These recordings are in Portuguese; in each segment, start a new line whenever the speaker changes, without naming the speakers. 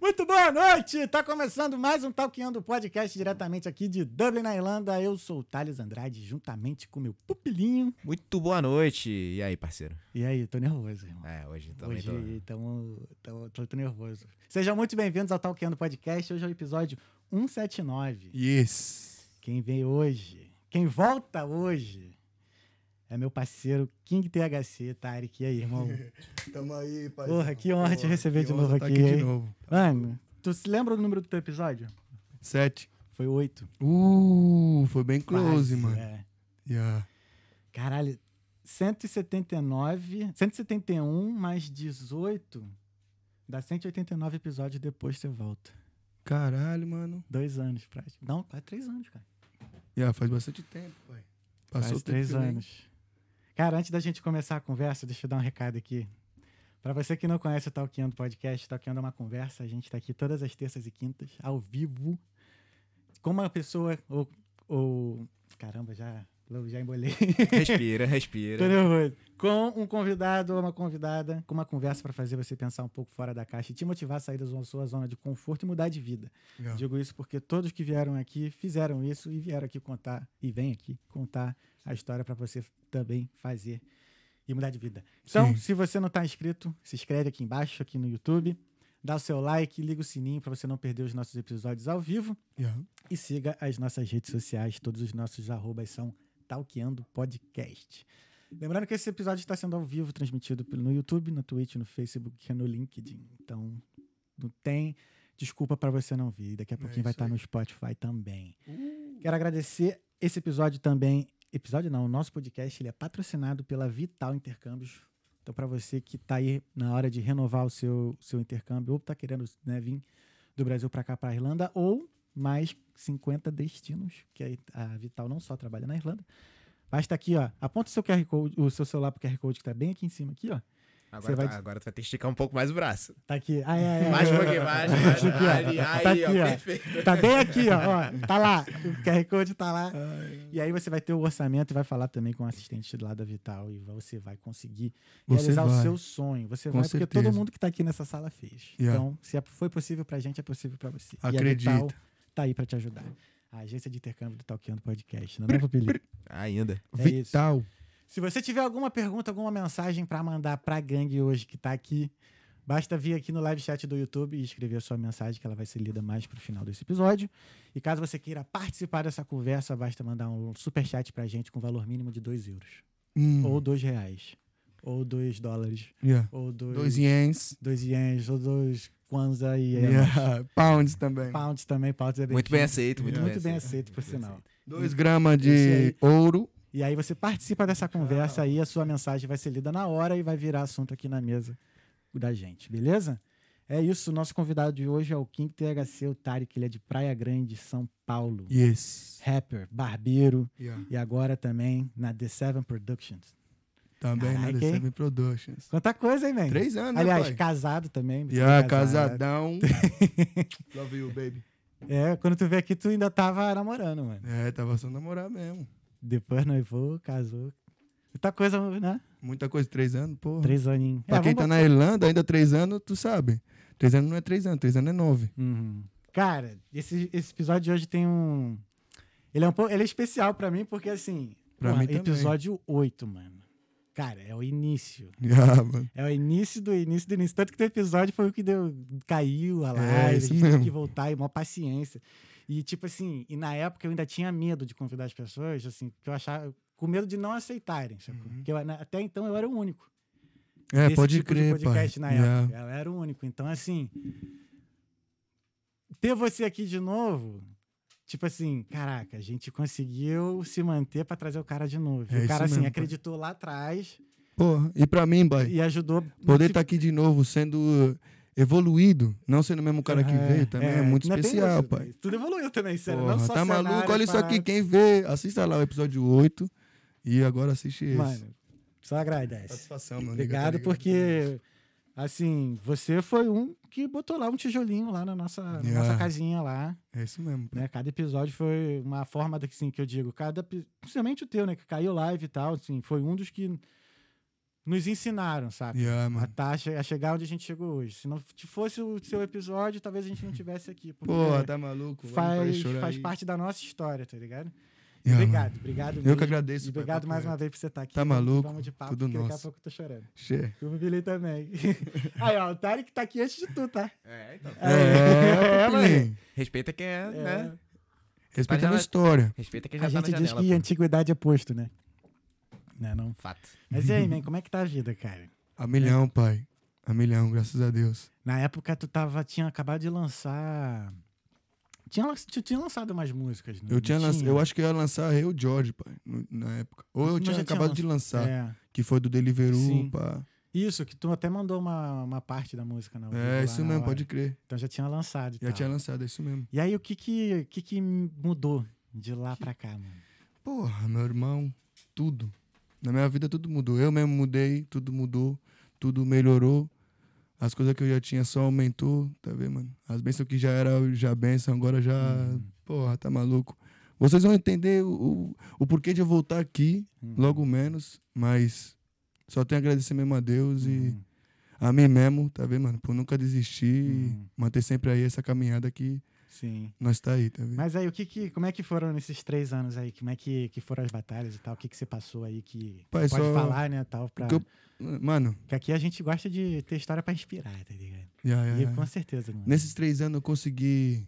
Muito boa noite! Tá começando mais um Talkando Podcast diretamente aqui de Dublin, na Irlanda. Eu sou o Thales Andrade, juntamente com meu pupilinho.
Muito boa noite. E aí, parceiro?
E aí, tô nervoso, irmão.
É, hoje também
Hoje
tô...
tamo, tamo, tô, tô nervoso. Sejam muito bem-vindos ao Talkando Podcast. Hoje é o episódio 179.
Yes.
Quem vem hoje, quem volta hoje, é meu parceiro King THC, Tarek. E aí, irmão?
Tamo aí, pai.
Porra, que honra te receber
que
de
honra
novo
tá
aqui,
de
hein?
novo.
Mano, tu se lembra do número do teu episódio?
Sete.
Foi oito.
Uh, foi bem close,
Quase,
mano.
É.
Yeah.
Caralho, 179, 171 mais 18, dá 189 episódios depois você volta.
Caralho, mano.
Dois anos, praticamente. Não, quase três anos, cara.
Yeah, faz bastante tempo, pai. Passou
Faz
tempo
três
que eu nem-
anos. Cara, antes da gente começar a conversa, deixa eu dar um recado aqui. Pra você que não conhece o Talkando Podcast, Talkando é uma conversa. A gente tá aqui todas as terças e quintas, ao vivo. Como a pessoa. Ou, ou- caramba, já, já embolei.
Respira,
Tô
respira.
nervoso. Com um convidado ou uma convidada, com uma conversa pra fazer você pensar um pouco fora da caixa e te motivar a sair da sua- sua zona de conforto e mudar de vida.
Yeah.
Digo isso porque todos que vieram aqui fizeram isso e vieram aqui contar, e vêm aqui contar a história para você também fazer e mudar de vida. Então,
Sim.
se você não está inscrito, se inscreve aqui embaixo, aqui no YouTube, dá o seu like, liga o sininho para você não perder os nossos episódios ao vivo
Yeah.
e siga as nossas redes sociais, todos os nossos arrobas são Talqueando Podcast. Lembrando que esse episódio está sendo ao vivo, transmitido pelo- no YouTube, no Twitch, no Facebook e no LinkedIn. Então, não tem desculpa para você não vir. Daqui a
É
pouquinho vai
isso
estar
aí.
no Spotify também.
Uh,
Quero agradecer esse episódio também. Episódio não, o nosso podcast ele é patrocinado pela Vital Intercâmbios. Então, para você que está aí na hora de renovar o seu, seu intercâmbio ou está querendo né, vir do Brasil para cá, para a Irlanda, ou mais 50 destinos, que aí a Vital não só trabalha na Irlanda. Basta aqui, ó. Aponta o seu QR Code, o seu celular pro QR Code que tá bem aqui em cima, aqui, ó. Você
Agora,
vai
tá- agora tu vai ter que esticar um pouco mais o braço.
Tá aqui. Ah, é, é,
Mais um
é.
pouquinho, mais. mais.
Aqui, ó.
Ali,
Tá
aí, ó.
aqui, ó.
Perfeito.
Tá bem aqui, ó, ó. Tá lá. O QR Code tá lá. E aí você vai ter o orçamento e vai falar também com o assistente lá da Vital. E você vai conseguir
Você
realizar o
vai.
seu sonho. Você
Com
vai, porque todo
certeza.
mundo que tá aqui nessa sala fez.
Yeah.
Então, se é- foi possível pra gente, é possível pra você.
Acredita.
E a Vital tá aí pra te ajudar. A agência de intercâmbio do Talkando Podcast. Não é, Papili?
Ainda.
É isso.
Vital.
Se você tiver alguma pergunta, alguma mensagem pra mandar pra gangue hoje que tá aqui, basta vir aqui no live chat do YouTube e escrever a sua mensagem, que ela vai ser lida mais pro final desse episódio. E caso você queira participar dessa conversa, basta mandar um superchat pra gente com valor mínimo de 2 euros.
Hum.
Ou 2 reais. Ou 2 dólares.
Yeah.
Ou 2
Dois ienes.
ienes. Ou 2 kwanza e
Yeah. Pounds também.
pounds também. Pounds é
Muito bem aceito, muito,
Muito,
bem,
bem aceito,
aceito.
por sinal.
Dois gramas de
Isso
ouro.
E aí você participa dessa conversa aí, a sua mensagem vai ser lida na hora e vai virar assunto aqui na mesa da gente, beleza? É isso, o nosso convidado de hoje é o King THC, o Tarek, ele é de Praia Grande, São Paulo.
Yes.
Rapper, barbeiro
Yeah.
e agora também na The Seven Productions.
Também né? na
Caraca,
The
hein?
Seven Productions.
Quanta coisa, hein, man?
Três anos,
é? Aliás,
né, pai? ah,
casado também. tá
Yeah,
casado.
casadão. Love you, baby.
É, quando tu veio aqui, tu ainda tava namorando, mano.
É, tava só namorar mesmo.
Depois noivou, casou. Muita coisa, né?
Muita coisa, três anos, porra.
Três aninhos.
Pra
É,
quem
vamos
tá na Irlanda, ainda três anos, tu sabe. Três anos não é três anos, três anos é nove.
Uhum. Cara, esse, esse episódio de hoje tem um. Ele é um pouco. Ele é especial pra mim, porque assim.
Pra mim também.
episódio 8, mano. Cara, é o início.
Ah, mano.
É o início do início do início. Tanto que o episódio foi o que deu. Caiu a live, a
É, isso
gente teve
mesmo.
que voltar e maior paciência. E tipo assim, e na época eu ainda tinha medo de convidar as pessoas, assim, que eu achava. Com medo de não aceitarem, sacou?
Uhum.
Porque eu- na- até então eu era o único
É,
desse
pode
tipo de
crer,
podcast
pai. Ah,
na
Yeah.
época. Ela era o único. Então, assim, ter você aqui de novo, tipo assim, caraca, a gente conseguiu se manter pra trazer o cara de novo. E
É
o cara,
isso
assim,
mesmo,
acreditou lá atrás
Porra, e pra mim, pai,
e ajudou.
poder estar aqui de novo, sendo eh, evoluído, não sendo o mesmo cara que
É,
veio também, é, muito
ainda tem
especial,
isso.
pai.
Tudo evoluiu também, sério.
Porra,
não só
tá
cenário,
maluco? Olha isso aqui,
parada.
quem vê, assista lá o episódio 8 e agora assiste esse.
Mano, só agradece.
Satisfação, tá mano.
Obrigado, porque, assim, você foi um que botou lá um tijolinho lá na nossa, na nossa
Yeah.
casinha lá.
É isso mesmo. pai.
né? Cada episódio foi uma forma da, assim, que eu digo, cada, epi- principalmente o teu, né, que caiu live e tal, assim, foi um dos que nos ensinaram, sabe?
Yeah,
A
mano.
taxa a chegar onde a gente chegou hoje. Se não t- fosse o seu episódio, talvez a gente não tivesse aqui. Porque
Pô, tá maluco? Vai me
faz,
fazer chorar
faz
aí.
parte da nossa história, tá ligado?
Yeah,
obrigado, obrigado.
Eu
mesmo.
que agradeço.
E
pai, tá
obrigado
papo
mais
reto.
uma vez por você estar aqui.
Tá maluco?
Vamos de papo,
Tudo
porque daqui a
nosso.
pouco eu tô chorando.
Che-
Eu me bilhei também. Aí, ó, o Tarek tá aqui antes de tu, tá?
É, então.
É,
É,
papilinho.
Respeita quem é, né?
Respeita a minha
Tá já-
história.
Respeita quem já
A
tá
gente
na
diz
janela.
que
pô.
antiguidade é posto, né? Né, não?
Fato.
Mas e aí, man, como é que tá a vida, cara?
A milhão, pai. A milhão, graças a Deus.
Na época tu tava, tinha acabado de lançar. Tinha, lan- tu tinha lançado umas músicas, né?
Eu, tinha lança- eu
acho
acho que eu ia lançar Eu George, pai, no- na época. Ou eu
Mas
tinha
já tinha
acabado de lançar,
É.
que foi do Deliveroo,
Sim.
pá.
Isso, que tu até mandou uma, uma parte da música né? na
É, isso mesmo, pode crer.
Então já tinha lançado. E,
Já
tal.
tinha lançado, é isso mesmo.
E aí, o que que, o que que mudou de lá pra cá, mano?
Porra, meu irmão, tudo. Na minha vida tudo mudou. Eu mesmo mudei, tudo mudou, tudo melhorou. As coisas que eu já tinha só aumentou, tá vendo, mano? As bênçãos que já era já bênção, agora já.
Hum.
Porra, tá maluco. Vocês vão entender o, o, o porquê de eu voltar aqui,
Hum.
logo menos, mas só tenho a agradecer mesmo a Deus e
Hum.
a mim mesmo, tá vendo, mano? Por nunca desistir
Hum.
e manter sempre aí essa caminhada que
Sim.
nós tá aí, tá vendo?
Mas aí, o que que, como é que foram esses três anos aí? Como é que, que foram as batalhas e tal? O que que você passou aí que
Pai,
pode
só-
falar, né, tal? Pra...
que eu- Mano,
Porque aqui a gente gosta de ter história pra inspirar, tá ligado?
já, já, já.
E com certeza, mano.
É. Nesses três anos eu consegui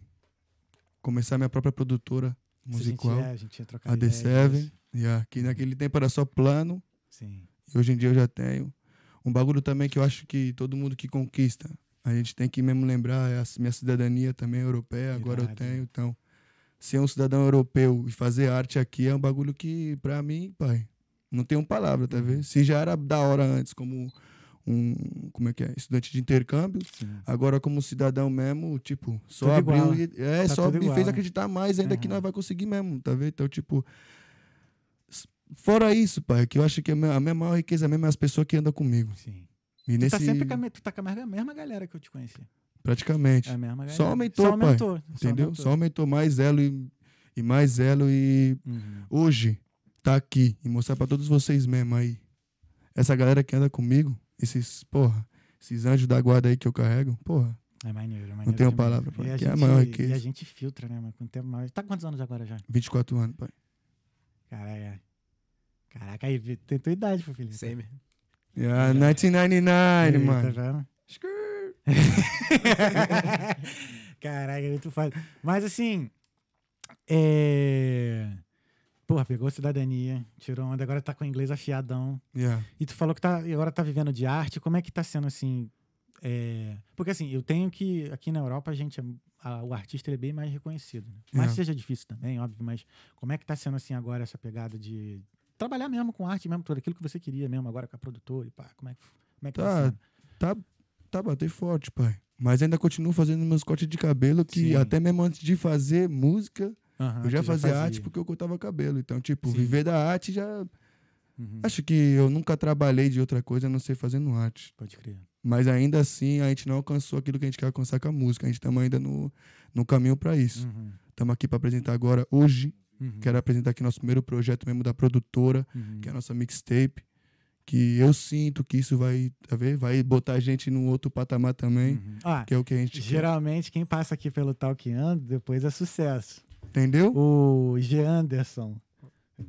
começar minha própria produtora
Se
musical,
A gente, é, a gente ia trocar
a The
ideia
Seven,
disso.
yeah, que naquele tempo era só plano
Sim.
e hoje em dia eu já tenho. Um bagulho também que eu acho que todo mundo que conquista, a gente tem que mesmo lembrar, é a minha cidadania também é europeia, agora eu
Irado.
tenho, então ser um cidadão europeu e fazer arte aqui é um bagulho que pra mim, pai, não tem uma palavra, tá vendo? Se já era da hora antes como um, como é que é, estudante de intercâmbio,
Sim.
Agora, como cidadão mesmo, tipo, só
Tudo igual,
abriu e. É,
Tá
só
tudo
me
igual,
fez
né?
acreditar mais ainda que
Aham.
nós vai conseguir mesmo, tá vendo? Então, tipo. s- Fora isso, pai, que eu acho que a minha, a minha maior riqueza mesmo é as pessoas que andam comigo.
Sim.
E
Tu
nesse.
tá sempre com a, me- tu tá com a mesma- mesma galera que eu te conheci.
Praticamente.
É a mesma galera.
Só aumentou,
Só
pai.
aumentou. Só
entendeu?
aumentou.
Só aumentou mais zelo e, e mais zelo e.
Uhum.
Hoje, tá aqui e mostrar pra todos vocês mesmo aí. Essa galera que anda comigo, esses, porra, esses anjos da guarda aí que eu carrego, porra.
É maneiro, é maneiro.
tenho
demais.
palavra, pai,
E a
que é a
gente-
maior riqueza.
E a gente filtra, né, mano? Com o tempo mais. Tá quantos anos agora já?
24 anos, pai.
Caraca. Caraca, aí vi- tem tua idade, pô, Felipe.
Same.
Yeah,
Já.
1999,
Aí,
mano.
Tá vendo? Caraca, é muito fácil. Mas assim. É. Porra, pegou cidadania, tirou onda, agora tá com o inglês afiadão.
Yeah.
E tu falou que tá, e agora tá vivendo de arte. Como é que tá sendo assim? é, Porque assim, eu tenho que. Aqui na Europa, a gente. é- a- o artista ele é bem mais reconhecido. Né? Mas
É.
seja difícil também, óbvio. Mas como é que tá sendo assim agora essa pegada de trabalhar mesmo com arte mesmo, tudo aquilo que você queria mesmo, agora com a produtora e pá? Como é que, como é que
Tá,
tá sendo?
Tá, tá batendo forte, pai. Mas ainda continuo fazendo meus cortes de cabelo, que
Sim.
até mesmo antes de fazer música,
Aham,
eu já
tu
fazia, tipo, arte
fazia.
porque eu cortava cabelo. Então, tipo,
Sim.
viver da arte já.
Uhum,
Acho que eu nunca trabalhei de outra coisa a não ser fazendo arte.
Pode crer.
Mas ainda assim, a gente não alcançou aquilo que a gente quer alcançar com a música. A gente estamos ainda no, no caminho pra isso.
Uhum,
Estamos aqui pra apresentar agora, hoje.
uhum,
tipo, Quero apresentar aqui nosso primeiro projeto mesmo da produtora.
uhum.
que é a nossa mixtape, que eu sinto que isso vai, tá vendo? Vai botar a gente num outro patamar também,
Uhum. Ah,
que é o que a gente quer.
geralmente quem passa aqui pelo Talkando depois é sucesso.
entendeu?
O G. Anderson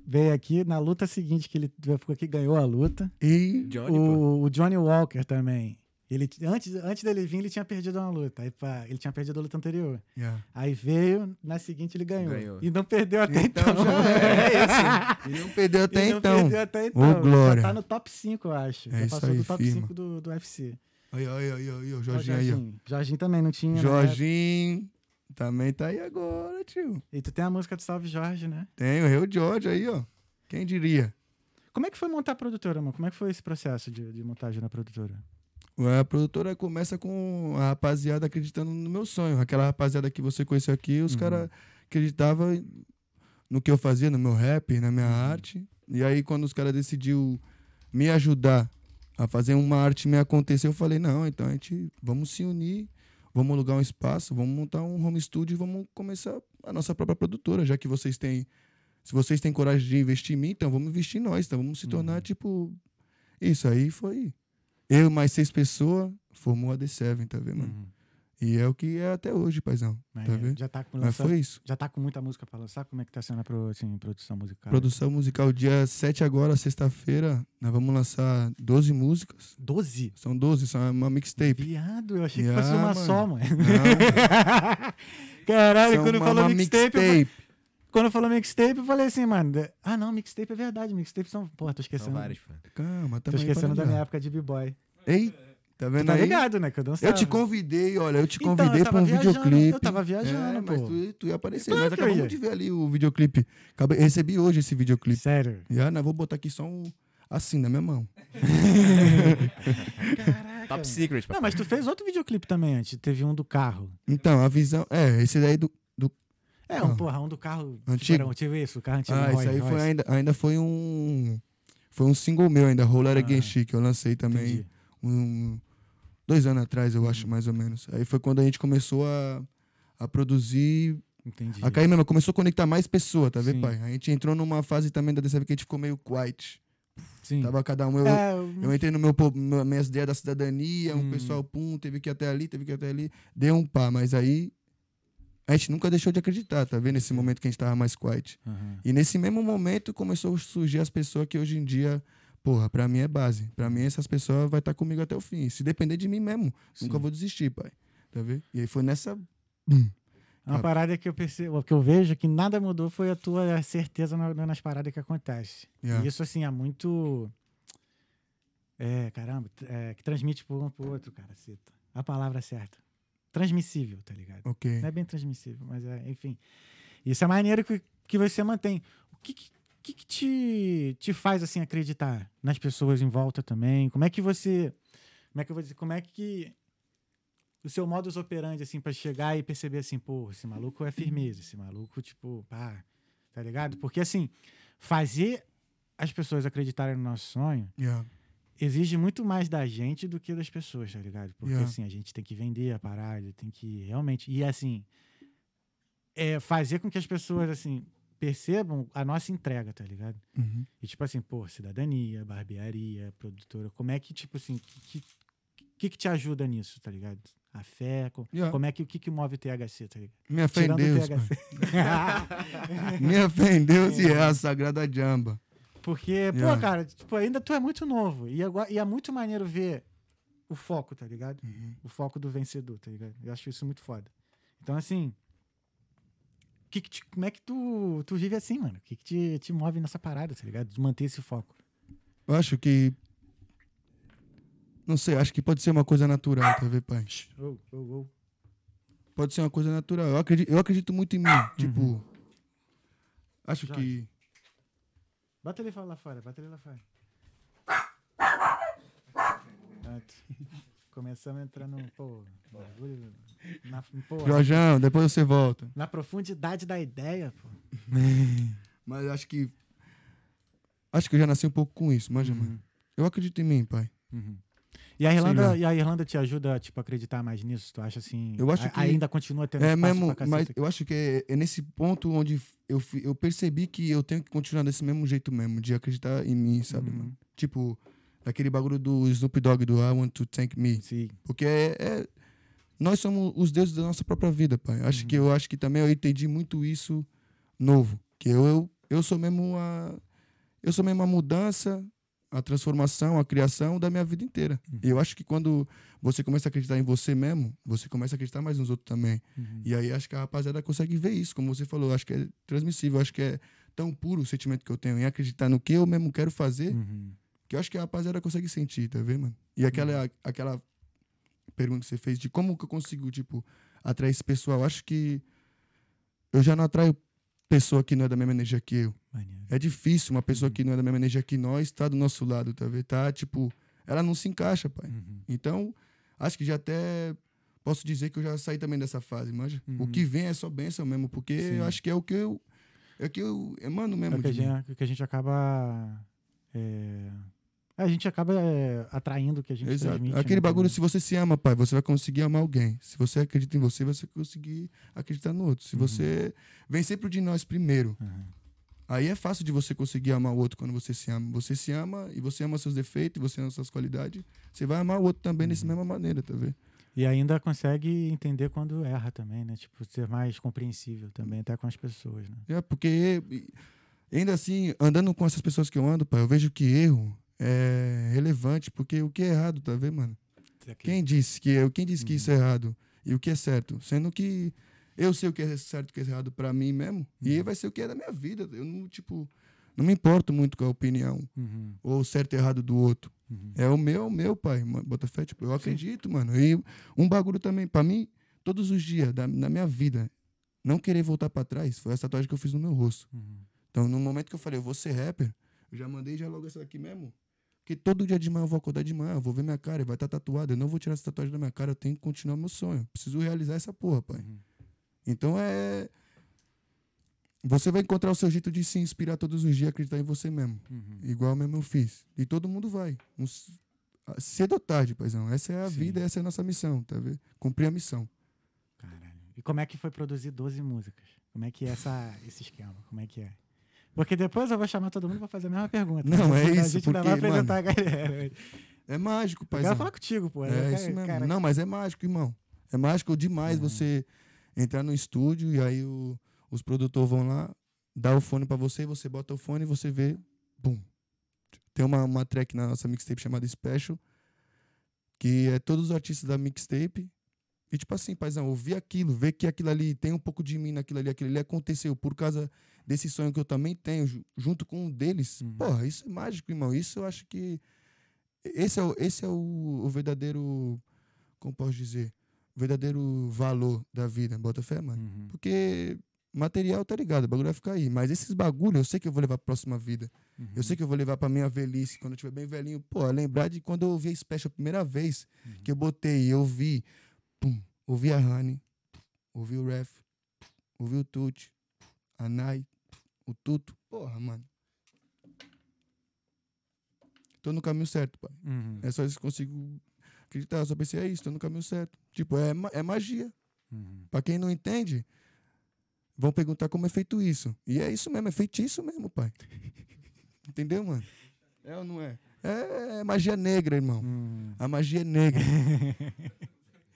veio aqui na luta seguinte, que ele ficou aqui ganhou a luta.
E
Johnny, pô.
O, o Johnny Walker também. Ele, t- antes, antes dele vir, ele tinha perdido uma luta. Aí, pá, ele tinha perdido a luta anterior.
Yeah.
Aí veio, na seguinte ele ganhou.
Ganhou.
E não perdeu até então.
Então já é, é isso. E não perdeu
E
até
não
então.
perdeu até então.
Ô, glória.
Já tá no top 5, eu acho.
É
já
isso
passou
aí,
do top
firma.
5 do, do UFC.
Aí, aí, aí, aí, ó,
Ó,
Jorginho aí, ó.
Jorginho também não tinha. né?
Jorginho também tá aí agora, tio.
E tu tem a música do Salve Jorge, né?
Tem o Rio Jorge aí, ó. Quem diria?
Como é que foi montar a produtora, mano? Como é que foi esse processo de, de montagem na produtora?
A produtora começa com a rapaziada acreditando no meu sonho. Aquela rapaziada que você conheceu aqui, os
Uhum.
caras acreditavam no que eu fazia, no meu rap, na minha arte. E aí, quando os caras decidiu me ajudar a fazer uma arte me acontecer, eu falei, não, então a gente vamos se unir, vamos alugar um espaço, vamos montar um home studio e vamos começar a nossa própria produtora, já que vocês têm. Se vocês têm coragem de investir em mim, então vamos investir em nós, então vamos se tornar, tipo, Isso aí foi. Eu mais seis pessoas formou a D7, tá vendo, mano?
Uhum.
E é o que é até hoje, paizão. tá
Maneiro.
vendo?
já, tá com
Mas
lançando-
foi isso.
já tá com muita música pra lançar? Como é que tá sendo a pro- assim, produção musical?
Produção musical, dia 7 agora, sexta-feira, nós vamos lançar 12 músicas.
12?
São 12, são uma mixtape.
Viado, eu achei que
Ah,
fosse uma
mano.
só, mano.
Não,
Caralho,
são
quando
uma-
falou
uma
mixtape, eu falei- quando falou mixtape, eu falei assim, mano. de- Ah, não, mixtape é verdade. Mixtape são. Pô, tô
São
esquecendo.
vários, pô.
é
Calma,
Tô
tamo aí pra
esquecendo da minha
lembrar.
época de b-boy.
Ei, tá
Tu
vendo
Tá
aí?
ligado, né? Que eu dançava.
Eu te convidei, olha, eu te
Então, eu
convidei
tava
pra um
viajando,
videoclipe.
eu tava viajando,
é, mas
pô.
tu, tu ia aparecer.
Claro
Nós
que eu ia.
acabamos de ver ali o videoclipe. Acabei- recebi hoje esse videoclipe.
Sério.
E ah, nós vou botar aqui só um assim na minha mão.
Caraca.
Top
mano.
Secret,
Tá
pô.
é. Não, mas tu fez outro videoclipe também antes. Teve um do carro.
Então, a visão. É, esse daí do.
É, um,
Ah.
porra, um do carro.
Antigo?
Furão, tive isso, o carro antigo.
Ah,
um Rolls
isso aí foi
Royce.
ainda, ainda foi um. Foi um single meu ainda, Roller
Ah,
Again Chic, que eu lancei também
Entendi.
um, dois anos atrás, eu acho, mais ou menos. Aí foi quando a gente começou a, a produzir
Entendi.
A Caí mesmo começou a conectar mais pessoas, tá
Sim.
vendo, pai? A gente entrou numa fase também da DCV que a gente ficou meio quiet.
Sim.
Tava cada um. Eu,
É, eu-
eu entrei no meu, po- meu- minhas ideias da cidadania,
Hum.
um pessoal, pum, teve que ir até ali, teve que ir até ali. Deu um pá, mas aí. A gente nunca deixou de acreditar, tá vendo? Nesse momento que a gente tava mais quiet.
Aham.
E nesse mesmo momento começou a surgir as pessoas que hoje em dia, porra, pra mim é base. Pra mim, essas pessoas vai estar comigo até o fim. Se depender de mim mesmo, nunca
Sim.
vou desistir, pai. Tá vendo? E aí foi nessa.
É Uma
Ah.
parada que eu percebo, que eu vejo que nada mudou foi a tua certeza na- na- nas paradas que acontece.
Yeah.
E isso, assim, é muito. É, caramba, t- é, que transmite por um pro outro, cara. cita. A palavra certa. Transmissível, tá ligado?
Ok.
Não é bem transmissível, mas é, enfim. Isso é maneiro que, que você mantém. O que, que, que que te, te faz assim acreditar nas pessoas em volta também? Como é que você. Como é que eu vou dizer? Como é que. O seu modus operandi, assim, pra chegar e perceber assim, pô, esse maluco é firmeza, esse maluco, tipo, pá, tá ligado? Porque assim, fazer as pessoas acreditarem no nosso sonho
Yeah.
exige muito mais da gente do que das pessoas, tá ligado? Porque
Yeah.
assim, a gente tem que vender a parada, tem que realmente. E assim, é fazer com que as pessoas, assim, percebam a nossa entrega, tá ligado?
Uhum.
E tipo assim, pô, cidadania, barbearia, produtora, como é que, tipo assim, o que, que, que te ajuda nisso, tá ligado? A fé, co-
Yeah.
como é que o que, que move o THC, tá ligado?
Minha fé em
Tirando o
Deus, pai.
THC.
Minha fé em Deus e é a sagrada jamba.
Porque, pô,
Yeah.
cara, tipo, ainda tu é muito novo. E, agora, e é muito maneiro ver o foco, tá ligado? O foco do vencedor, tá ligado? Eu acho isso muito foda. Então, assim. que que te- como é que tu, tu vive assim, mano? O que, que te, te move nessa parada, tá ligado? De manter esse foco.
Eu acho que. Não sei, acho que pode ser uma coisa natural, tá vendo, pai?
Oh, oh, oh.
Pode ser uma coisa natural. Eu acredito, eu acredito muito em mim. Tipo. Acho que.
Bota ele lá fora, bota ele lá fora. Pronto. Começamos a entrar no. Pô, bagulho. Na, pô,
Jorjão, depois você volta.
na profundidade da ideia, pô.
Mas eu acho que. Acho que eu já nasci um pouco com isso,
Uhum.
manja, mano. Eu acredito em mim, pai.
E a Irlanda,
lá.
e a Irlanda te ajuda tipo, a acreditar mais nisso? Tu acha assim?
né? Eu acho
a-
que-
ainda continua tendo um
É
espaço
mesmo,
pra
mas
caceta?
eu acho que é, é nesse ponto onde eu, fi- eu percebi que eu tenho que continuar desse mesmo jeito mesmo, de acreditar em mim, sabe,
Uhum.
mano? Tipo, daquele bagulho do Snoop Dogg do I Want to Thank Me.
Sim.
Porque é, é- nós somos os deuses da nossa própria vida, pai. Acho que eu acho que também eu entendi muito isso novo, que eu eu, eu sou mesmo a eu sou mesmo a mudança, a transformação, a criação da minha vida inteira. E eu acho que quando você começa a acreditar em você mesmo, você começa a acreditar mais nos outros também. E aí acho que a rapaziada consegue ver isso, como você falou, acho que é transmissível, acho que é tão puro o sentimento que eu tenho em acreditar no que eu mesmo quero fazer
Uhum.
que eu acho que a rapaziada consegue sentir, tá vendo, mano? E aquela, aquela pergunta que você fez de como que eu consigo, tipo, atrair esse pessoal, eu acho que eu já não atraio pessoa que não é da mesma energia que eu.
Maneiro.
É difícil uma
Uhum.
pessoa que não é da mesma energia que nós tá do nosso lado, tá vendo? Tá, tipo, ela não se encaixa, pai.
Uhum.
Então, acho que já até posso dizer que eu já saí também dessa fase, manja. O que vem é só bênção mesmo, porque
Uhum. Sim.
eu acho que é o que eu. É o que eu emano
É
mesmo.
o que a
de mim.
gente, que a gente acaba. é, A gente acaba é, atraindo o que a gente
Exato.
transmite.
Aquele
né,
bagulho,
também.
se você se ama, pai, você vai conseguir amar alguém. Se você acredita em você, você vai conseguir acreditar no outro. Se você. Vem sempre o de nós primeiro. Aí é fácil de você conseguir amar o outro quando você se ama. Você se ama e você ama seus defeitos, e você ama suas qualidades. Você vai amar o outro também dessa mesma maneira, tá vendo?
E ainda consegue entender quando erra também, né? Tipo, ser mais compreensível também, até com as pessoas, né?
É, porque e- ainda assim, andando com essas pessoas que eu ando, pai, eu vejo que erro é relevante, porque o que é errado, tá vendo, mano? Quem disse que eu, quem disse que isso é errado e o que é certo? Sendo que eu sei o que é certo e o que é errado pra mim mesmo, e vai ser o que é da minha vida. Eu não, tipo, não me importo muito com a opinião
Uhum,
ou certo e errado do outro.
uhum.
É o meu, é o meu, pai. mano. Bota fé, tipo, eu acredito, mano. E um bagulho também, pra mim, todos os dias da, na minha vida, não querer voltar pra trás foi essa tatuagem que eu fiz no meu rosto.
Uhum.
Então, no momento que eu falei, eu vou ser rapper, eu já mandei já logo essa daqui mesmo. Porque todo dia de manhã eu vou acordar de manhã, eu vou ver minha cara, vai estar tatuada. Eu não vou tirar essa tatuagem da minha cara, eu tenho que continuar meu sonho. Preciso realizar essa porra, pai.
Uhum.
Então é. Você vai encontrar o seu jeito de se inspirar todos os dias, acreditar em você mesmo.
Uhum.
Igual mesmo eu fiz. E todo mundo vai. Uns- a- Cedo ou tarde, paizão. Essa é a
Sim.
vida, essa é a nossa missão, tá vendo? Cumprir a missão.
Caralho. E como é que foi produzir 12 músicas? Como é que é essa, esse esquema? Como é que é? Porque depois eu vou chamar todo mundo e vou fazer a mesma pergunta.
Não, é
A
isso,
gente ainda vai
porque,
apresentar a galera. Eu
É mágico, paizão.
quero falar contigo, pô. Eu
É
quero-
isso mesmo.
cara, Uhum.
Não, mas é mágico, irmão. É mágico demais você entrar no estúdio e aí o- os produtores vão lá, dá o fone pra você, você bota o fone e você vê, bum. Tem uma, uma track na nossa mixtape chamada Special, que é todos os artistas da mixtape. E tipo assim, paizão, ouvir aquilo, ver que aquilo ali tem um pouco de mim naquilo ali, aquilo ali aconteceu por causa desse sonho que eu também tenho, ju- junto com um deles.
Uhum.
Porra, isso é mágico, irmão. Isso eu acho que esse é o, esse é o, o verdadeiro, como posso dizer, o verdadeiro valor da vida, bota fé, mano.
Uhum.
Porque material tá ligado, o bagulho vai ficar aí, mas esses bagulho eu sei que eu vou levar pra próxima vida. Eu sei que eu vou levar pra minha velhice, quando eu tiver bem velhinho, pô, é lembrar de quando eu ouvi a Special a primeira vez, que eu botei, eu vi, pum, ouvi a Honey, ouvi o Ref, ouvi o Tut, a Nai, o Tuto, porra, mano. Tô no caminho certo, pai.
Uhum.
É só isso que eu consigo acreditar. Eu só pensei, é isso, tô no caminho certo. Tipo, é, ma- é magia.
Uhum.
Pra quem não entende, vão perguntar como é feito isso. E é isso mesmo, é feitiço mesmo, pai. Entendeu, mano? É ou não é? É, é magia negra, irmão.
Uhum.
A magia é negra.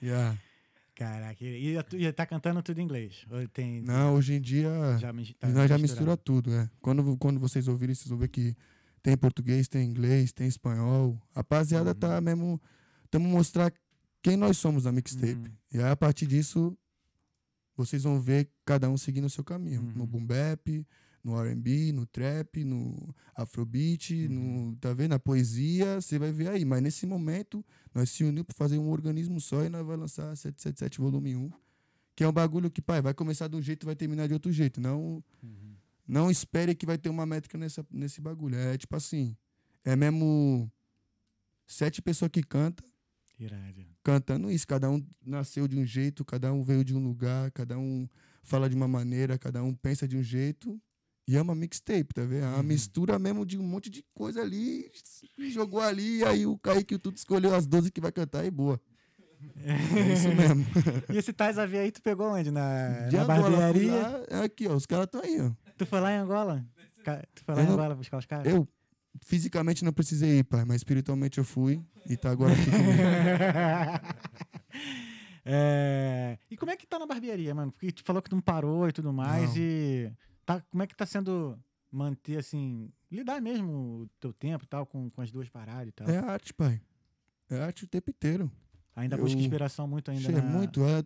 Yeah.
Caraca, e, e tu- e tá cantando tudo em inglês? Ou tem,
Não, hoje em dia
já, mis- tá
nós já mistura
misturado?
tudo, é. Quando, vo- quando vocês ouvirem, vocês vão ver que tem português, tem inglês, tem espanhol. A rapaziada
Uhum.
tá mesmo. Tamo mostrar quem nós somos na mixtape.
Uhum.
E aí, a partir disso, vocês vão ver cada um seguindo o seu caminho. No
Uhum.
boom bap, no R&B, no trap, no afrobeat,
Uhum.
no, tá vendo? Na poesia, você vai ver aí. Mas nesse momento, nós se unimos pra fazer um organismo só e nós vai lançar 777 volume 1. Que é um bagulho que, pai, vai começar de um jeito e vai terminar de outro jeito. Não,
Uhum.
não espere que vai ter uma métrica nessa, nesse bagulho. É tipo assim, é mesmo sete pessoas que cantam
Irado.
cantando isso. Cada um nasceu de um jeito, cada um veio de um lugar, cada um fala de uma maneira, cada um pensa de um jeito. E é uma mixtape, tá vendo? É uma
Uhum.
mistura mesmo de um monte de coisa ali, jogou ali, e aí o Kaique tudo escolheu as 12 que vai cantar e boa. É isso mesmo.
E esse Tais Avi aí, tu pegou onde? É Na,
De
na
Angola, fui
barbearia?
lá, é aqui, ó, os caras estão aí, ó.
Tu foi lá em Angola? Ca- Tu foi lá
Eu
em
não-
Angola buscar os caras?
Eu fisicamente não precisei ir, pai, mas espiritualmente eu fui e tá agora aqui comigo.
É, E como é que tá na barbearia, mano? Porque tu falou que não parou e tudo mais.
Não.
E tá, como é que tá sendo manter, assim, lidar mesmo o teu tempo e tal, com, com as duas paradas e tal?
É arte, pai. É arte o tempo inteiro.
Ainda busca
eu-
inspiração muito ainda.
Cheia,
na-
muito. é.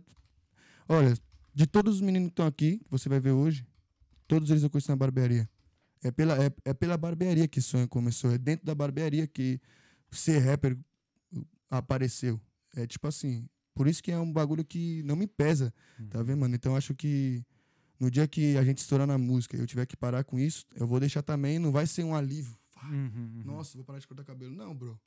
Olha, de todos os meninos que estão aqui, que você vai ver hoje, todos eles eu conheci na barbearia. É pela, é, é pela barbearia que o sonho começou. É dentro da barbearia que ser rapper apareceu. É tipo assim. Por isso que é um bagulho que não me pesa,
Uhum.
tá vendo, mano? Então eu acho que no dia que a gente estourar na música e eu tiver que parar com isso, eu vou deixar também, não vai ser um alívio.
Uhum, uhum.
Nossa, vou parar de cortar cabelo. Não, bro.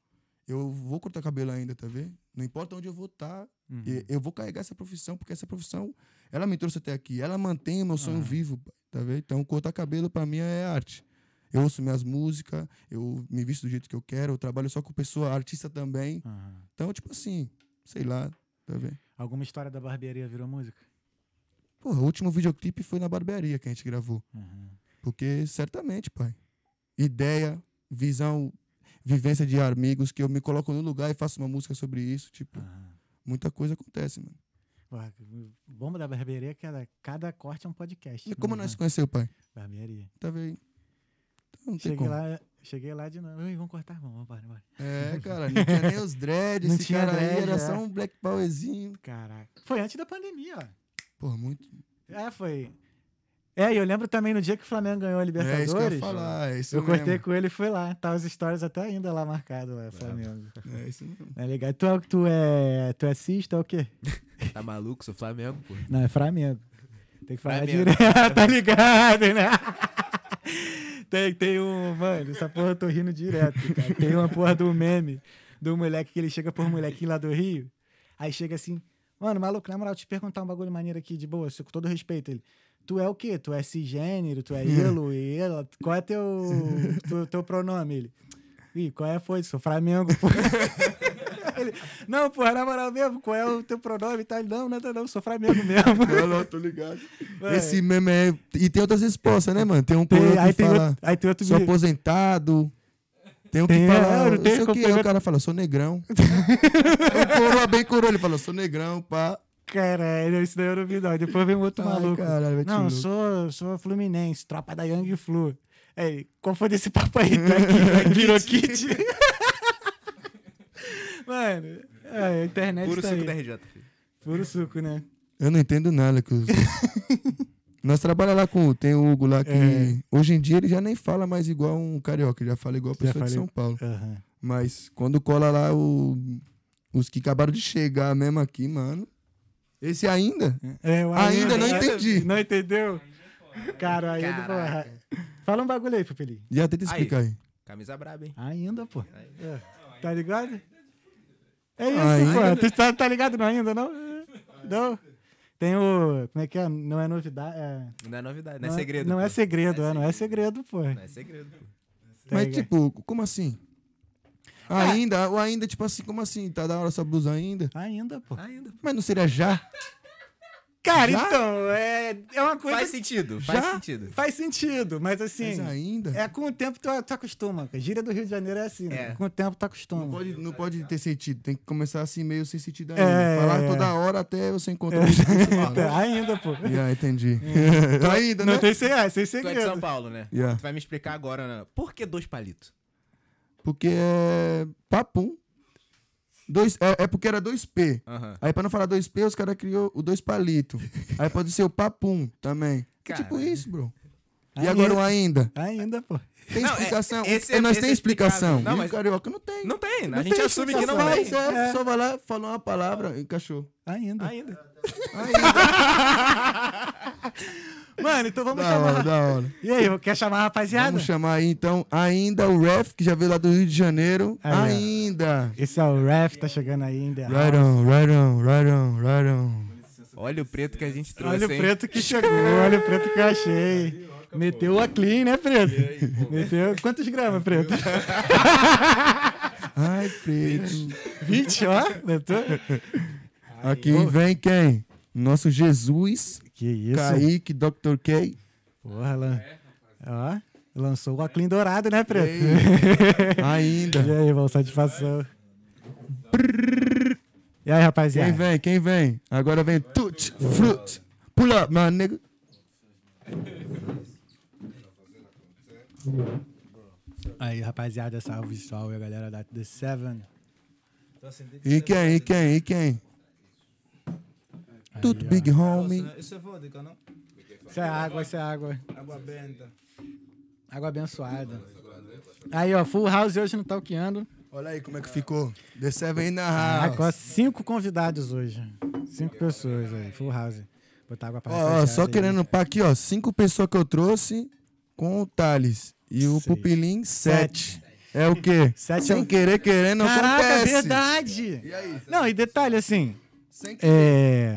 Eu vou cortar cabelo ainda, tá vendo? Não importa onde eu vou estar,
Uhum.
e Eu vou carregar essa profissão, porque essa profissão, ela me trouxe até aqui. Ela mantém o meu sonho
Aham.
vivo, pai, tá vendo? Então, cortar cabelo pra mim é arte. Eu ouço minhas músicas, eu me visto do jeito que eu quero, eu trabalho só com pessoa artista também.
Aham.
Então, tipo assim, sei lá, tá vendo?
Alguma história da barbearia virou música?
Porra, o último videoclipe foi na barbearia que a gente gravou.
Aham.
Porque certamente, pai. Ideia, visão, vivência de amigos, que eu me coloco no lugar e faço uma música sobre isso. Tipo,
Ah.
muita coisa acontece, mano.
Porra, Bomba da barbearia, cada, cada corte é um podcast.
E como
né,
nós se
mano?
conheceu, pai?
Barbearia.
Tá vendo? Então, não tem
Cheguei
como.
lá, cheguei lá de novo. Ui, vamos cortar, vamos, bora, bora.
É, cara, não tinha nem os dreads,
Não
esse
tinha
cara aí
dread,
era
é.
só um black powerzinho.
Caraca. Foi antes da pandemia, ó.
Pô, muito.
É, foi. É, e eu lembro também no dia que o Flamengo ganhou a
É
Libertadores.
isso que eu ia falar, é isso
eu cortei
mesmo.
com ele e fui lá. Tá os stories até ainda lá marcado lá, Flamengo.
É isso mesmo.
É legal. Tu, é- tu é. Tu é cista ou o quê?
Tá maluco? Sou Flamengo, pô.
Não, é Flamengo. Tem que falar
Flamengo.
direto, tá ligado, né? Tem, tem um. Mano, essa porra eu tô rindo direto, cara. Tem uma porra do meme do moleque que ele chega por molequinho lá do Rio. Aí chega assim, mano, maluco, na moral, te perguntar um bagulho maneiro aqui, de boa, assim, com todo respeito. Ele, tu é o quê? Tu é cisgênero, tu é ele, e ela, qual é teu, teu, teu pronome? Ele, ih, qual é foi? Sou Flamengo, pô. Ele, não, porra, na moral mesmo, qual é o teu pronome? e tal? Ele, não, nada não, sou Flamengo mesmo.
Não, não, tô ligado.
Vai.
Esse meme é. E tem outras respostas, né, mano? Tem um
Tem-
coroa que
aí, tem
fala,
outro, aí tem outro
sou
vídeo.
aposentado. Tem um que
Tem, é,
fala,
não
eu
tem
sei o que,
complemento.
o cara fala, sou negrão. o coroa bem coroa, ele fala, sou negrão, pá.
Caralho, isso daí eu não vi, não. Aí Depois vem um outro
Ai,
maluco.
caralho, vai te
não, eu
louco.
sou, sou fluminense, tropa da Young Flu. Aí, qual foi desse papo aí? Tu é kit, né? Virou kit? Mano, é, a internet
Puro
tá
suco
aí.
da RJ. filho.
Puro suco, né?
Eu não entendo nada. Que os- Nós trabalhamos lá com. Tem o Hugo lá que.
É.
Hoje em dia ele já nem fala mais igual um carioca, ele já fala igual a
Já
pessoa de
falei.
São Paulo.
Aham.
Mas quando cola lá o- os que acabaram de chegar mesmo aqui, mano. Esse ainda?
É, eu
Ainda não entendi.
Não entendeu? Cara, ainda, porra. Fala um bagulho aí, Papelinho.
Já tenta explicar aí.
Camisa braba, hein?
Ainda, pô. É. Tá ligado? É isso,
Ainda.
pô. Tu tá, tá ligado não ainda, não? É. Não. Tem o. Como é que é? Não é novidade. É,
Não é novidade, não,
não
é segredo.
Não
pô.
é segredo,
Não
é,
é
não é segredo, pô.
Não é segredo, pô.
Tá
Mas,
ligado?
tipo, como assim? Ainda, ou ainda, tipo assim, como assim? Tá da hora essa blusa ainda?
Ainda, pô.
Ainda.
Mas não seria já?
Cara,
Já?
então, é, é uma coisa.
Faz
Faz,
sentido,
Já?
faz sentido.
sentido, mas assim.
Mas ainda?
é com o tempo tu, tu acostuma. cara. Gíria do Rio de Janeiro é assim, né?
É.
Com o tempo tu
Não
acostuma.
pode, não pode ter sentido, tem que começar assim meio sem sentido ainda.
É,
Falar
é, é.
toda hora até você
É.
encontrar isso que você fala.
Tá, ainda, pô.
Yeah, entendi. ainda, né?
Não tem sem, é, sem
Tu é de São
segredo.
Paulo, né?
Yeah.
Tu vai me explicar agora, né? Por que dois palitos?
Porque é papum. Dois, é, é porque era 2P.
Aham.
Aí pra não falar 2P, os caras criou o dois palito. Aí pode ser o papum também. É
Cara.
tipo isso, bro. E agora o ainda?
Ainda, pô.
Tem
Não, é-
explicação?
esse
É,
é-
nós
esse
tem
é
explicação.
explicável. Não,
E
mas-
o carioca não tem.
Não tem, né?
Não
a gente
tem
assume que não
explicação.
tem.
Faz, é,
É.
Só vai lá, fala uma palavra, encaixou.
Ainda.
Ainda.
Mano, então vamos
Da
chamar.
hora, da hora.
E aí, quer chamar a rapaziada?
Vamos chamar aí, então, ainda o Ref, que já veio lá do Rio de Janeiro.
Aí, ó.
ainda.
Esse é o Ref, tá chegando aí ainda.
Right on, right on, right on, right on.
Olha o preto que a gente trouxe.
Olha o
hein?
preto que chegou, olha o preto que eu achei. Meteu a clean, né, preto? Meteu. Quantos gramas, preto?
Ai, preto.
20, ó. Meteu.
Aqui vem quem? Nosso Jesus,
Que isso.
Kaique, Dr. K.
Porra, lan... ó, lançou o Aclean dourado, né, preto?
Ainda.
E aí, irmão, satisfação. E aí, rapaziada?
Quem vem? Quem vem? Agora vem Tut, Fruit. Pull up, my nigga.
Aí, rapaziada, salve, salve a galera da The Seven.
E quem? E quem? E quem? Tudo big homie.
Isso é vodka, não?
Isso é água, isso é água.
Água benta.
Água abençoada. Aí, ó, Full House hoje no Talkando.
Olha aí como é que ficou. The Seven in the
Ah,
house.
cinco convidados hoje. Cinco pessoas aí, Full House. Botar água pra
Ó, ó,
rapaziada
só
aí.
querendo pá aqui, ó. Cinco pessoas que eu trouxe com o Thales. E o
Seis.
Pupilim, sete. É o quê?
Sete é
Sem
o-
querer, querendo,
Caraca,
acontece.
verdade!
E aí?
Não, e detalhe assim,
Sem querer.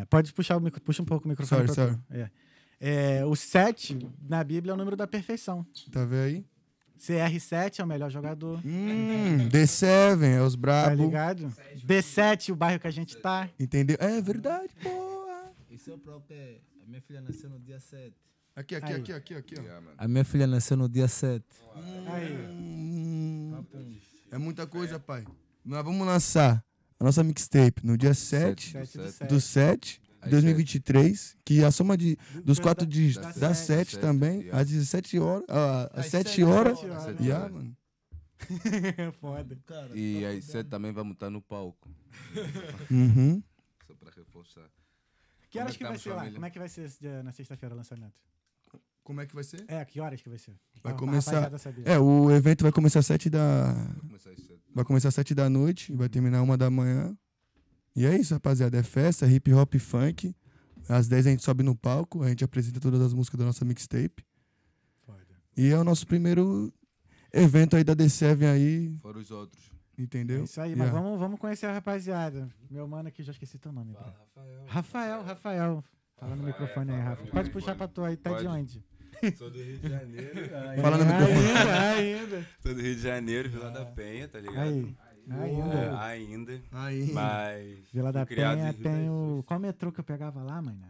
é, pode puxar o micro, puxa um pouco o microfone.
Sorry,
pra tu. É. É, o 7 na Bíblia é o número da perfeição.
Tá vendo aí?
CR7 é o melhor jogador,
Hum, The Seven, é os
tá
brabo.
ligado? B7, o bairro que a gente tá.
Entendeu? É verdade, porra.
Isso é porque a minha filha nasceu no dia 7.
Aqui, aqui,
Aí.
aqui, aqui, aqui, ó.
Yeah, mano.
A minha filha nasceu no dia 7.
Aí.
Hum, é muita coisa, pai. Nós vamos lançar a nossa mixtape no dia 7
Sete do
Sete.
sete.
do 7 de
Às
2023, que a soma de, dos
da-
quatro
da
dígitos dá
sete.
7
Sete,
também,
yeah.
às 17 horas, ah, às
Às
7
sete
horas.
horas.
Às sete
Yeah,
horas.
mano.
É Foda.
E aí você também vai montar no palco.
Uhum.
Só pra reforçar.
Que horas que vai
Conectamos
ser lá?
tá família.
Como é que vai ser esse dia, na sexta-feira o lançamento?
Como é que vai ser?
É, que horas que vai ser?
Vai
Pra- pra
começar-
rapaziada saber.
É, o evento vai começar às 7 da.
Começar às sete.
Vai começar às 7 da noite, vai terminar uma da manhã. E é isso, rapaziada. É festa, hip hop e funk. Às 10 a gente sobe no palco, a gente apresenta todas as músicas da nossa mixtape.
Foda.
E é o nosso primeiro evento aí da The Seven aí,
Fora os outros.
entendeu?
É isso aí, mas
Yeah.
vamos, vamos conhecer a rapaziada. Meu mano aqui, já esqueci teu nome. bro.
Rafael.
Rafael, Rafael. Fala no microfone aí, Rafa. Pode puxar pra tu aí, tá de
Pode.
onde?
Sou do Rio de Janeiro.
Fala no
É,
microfone.
Ainda, ainda.
Sou do Rio de Janeiro, Vila da Penha, tá ligado?
Ah. Aí,
É,
ainda.
ainda.
Aí.
Mas.
Vila da
fui criado em
Penha
Rio
tem
das-
o... Qual metrô que eu pegava lá, mano?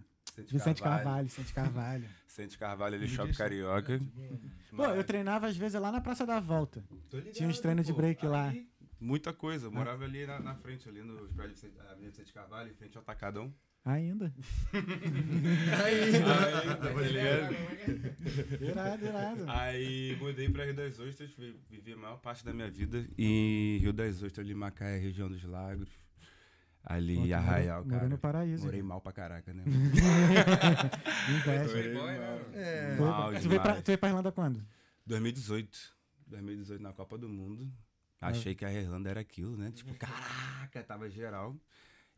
Vicente Carvalho, Vicente Carvalho.
Vicente Carvalho ali, Shopping Carioca.
Pô, eu treinava às vezes lá na Praça da Volta. Tinha uns treinos de break lá. Ah.
Muita coisa. Eu morava ali na, na frente, ali no prédio Vicente, na Avenida Vicente Carvalho, em frente ao Atacadão.
Ainda.
Aí, tá ligado?
Irado, irado.
Aí mudei pra Rio das Ostras, vi- vivi a maior parte da minha vida em Rio das Ostras, ali em Macaé, região dos Lagos. Ali
Pô, tu
em Arraial,
morou-
cara.
Morou no paraíso.
Morei mal pra caraca, né?
Investe.
Morei mal. Mal
Tu veio, É. pra,
demais.
tu veio pra Irlanda quando?
2018. 2018 na Copa do Mundo.
Ah.
Achei que a Irlanda era aquilo, né? Tipo, caraca, tava geral.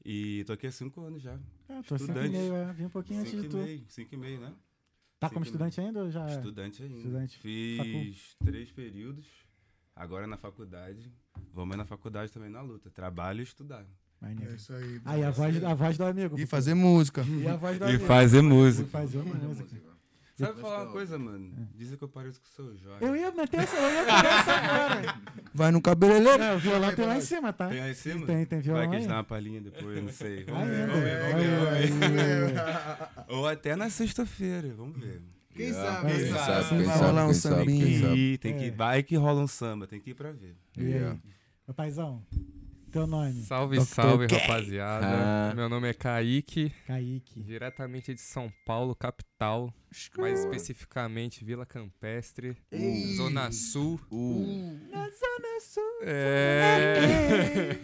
E tô aqui há cinco anos já.
Ah, tô cinco e
Estudante.
meio, é. Vim um pouquinho antes de
Cinco e
tu.
meio, cinco e meio, né?
Tá como
cinco e meio.
estudante ainda ou já? é?
Estudante ainda.
Estudante.
Fiz três períodos. Agora na faculdade. Vamos aí na faculdade também na luta. Trabalho e estudar. É,
é
Maneiro.
isso aí.
Aí a voz, a voz do amigo.
E
pô.
fazer música.
E a voz do
E
amigo.
fazer
E
música.
fazer uma
é
música.
Sabe falar uma coisa, mano? Dizem que eu pareço com o seu Jorge.
É. Eu ia meter essa, eu ia meter essa agora.
Vai no cabeleireiro.
Não, o violão tem lá em cima, tá?
Tem aí em cima?
Tem, tem violão
Vai que a
aí?
gente dá uma palhinha depois, eu não sei. Vamos ver,
Ainda.
vamos ver, vamos ver, vamos ver.
Aí,
Ou até na sexta-feira, vamos ver.
Quem
sabe?
Quem
Quem
sabe?
sabe,
Quem
quem
vai
sabe,
rolar um
quem Tem
sambinha.
que
aí.
ir, tem que
É.
ir. Vai que rola um samba, tem que ir pra ver.
aí. E aí? Meu paizão, teu nome?
Salve,
Dr.
salve,
Kay.
rapaziada. Meu nome é Kaique,
Kaique.
diretamente de São Paulo, capital, mais especificamente Vila Campestre, Zona Sul.
Uh,
Hum.
Na Zona Sul.
É.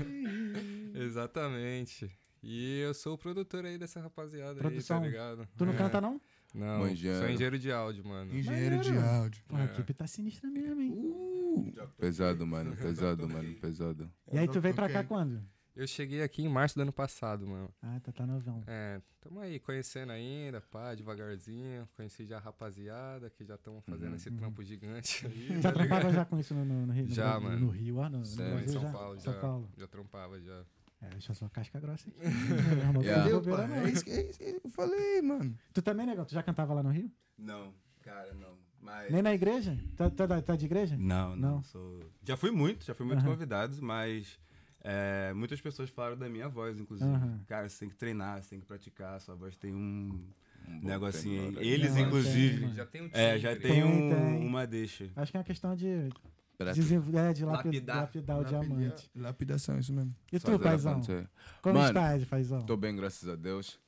Exatamente. E eu sou o produtor aí dessa rapaziada
Produção.
aí, tá ligado?
Tu não
É.
canta, não?
Não,
Manjaro.
sou engenheiro de áudio, mano.
Engenheiro de áudio.
É.
Pô, a equipe tá sinistra mesmo,
Uh,
hein?
Pesado, mano, pesado, mano, pesado.
E aí, tu veio pra cá
Ok.
quando?
Eu cheguei aqui em março do ano passado, mano.
Ah, tá, tá novão.
É, tamo aí conhecendo ainda, pá, devagarzinho. Conheci já a rapaziada que já estão fazendo esse trampo gigante aí,
Já
tá ligado?
trampava já com isso no, no- no Rio? no
Já,
Brasil-
mano.
No Rio, ó, no, no
Não, em
Brasil
São
já?
Paulo, já,
Uhum. São Paulo.
já trampava já.
É, deixa só a casca grossa aqui. Não, não tô
Yeah.
de
Entendeu,
bobeira,
pai?
não.
É isso que é isso que eu falei, mano.
Tu também, negão? Tu já cantava lá no Rio?
Não, cara, não. Mas.
Nem na igreja? Tu, tu é da- tu é de igreja?
Não, não,
Não.
sou. Já fui muito, já fui muito
Aham.
convidado, mas é, muitas pessoas falaram da minha voz, inclusive.
Aham.
Cara, você tem que treinar, você tem que praticar, sua voz tem um, negocinho aí. Eles,
Não, tem,
inclusive,
mano.
Já tem um time.
é, já tem,
Tem,
um-
tem.
uma deixa.
Acho que é uma questão de, desenvol- é, de lapi- lapidar,
Lapidar.
o diamante.
Lapidação, isso mesmo.
E tu, paizão?
é.
Como
Mano,
estás, paizão?
Tô bem, graças a Deus.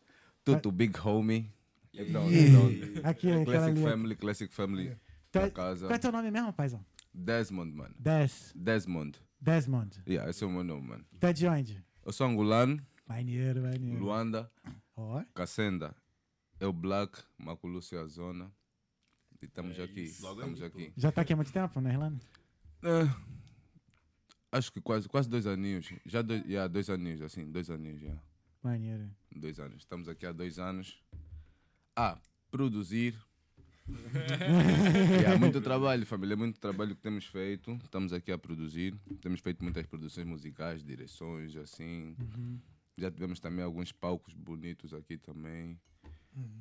Tudo big homie. Então, então,
Aqui,
é
aquela
Classic
ali.
Family, Classic Family.
Tu é-
Pra
Qual é
casa.
teu nome mesmo, paizão?
Desmond, mano.
Des,
Desmond.
Desmond.
Yeah, esse é o meu nome, mano.
Tu é de onde?
Eu sou angolano,
Maneiro, maneiro.
Luanda,
Ó,
Cacenda. Eu É Black, Maculúcio a Zona. E
É
estamos aqui. Estamos aqui.
já tá aqui há muito tempo, na Irlanda?
É, acho que quase, quase dois aninhos. Já dois, yeah, dois aninhos, assim, dois aninhos, já.
Maneiro.
Dois anos. Estamos aqui há dois anos. A produzir. e há muito trabalho, família. Muito trabalho que temos feito. Estamos aqui a produzir. Temos feito muitas produções musicais, direções, assim.
Uhum.
Já tivemos também alguns palcos bonitos aqui também.
Uhum.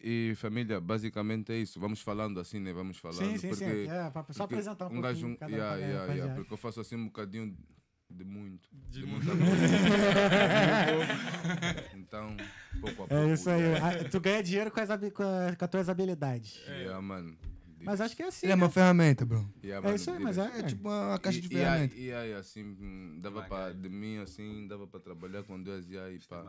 E família, basicamente é isso. Vamos falando assim, né? Vamos falando.
Sim, sim,
porque
sim. É, pra- só
porque
apresentar um pouquinho.
gajo-
cada
yeah,
cada
yeah, yeah,
rapaziada.
porque eu faço assim um bocadinho
de muito.
De
De
muito.
muito. então, pouco a pouco.
É isso aí. Ah, Tu ganha dinheiro com as, habi- com a- com as tuas habilidades.
Yeah, mano. De-
Mas acho que é assim.
Ele é
né?
uma ferramenta, bro.
yeah,
É
mano,
isso aí,
de-
mas é,
É tipo uma caixa de
e, e, aí-
ferramenta.
e aí, assim, hum, dava pra, de mim, assim, dava pra trabalhar com Deus e aí, pá.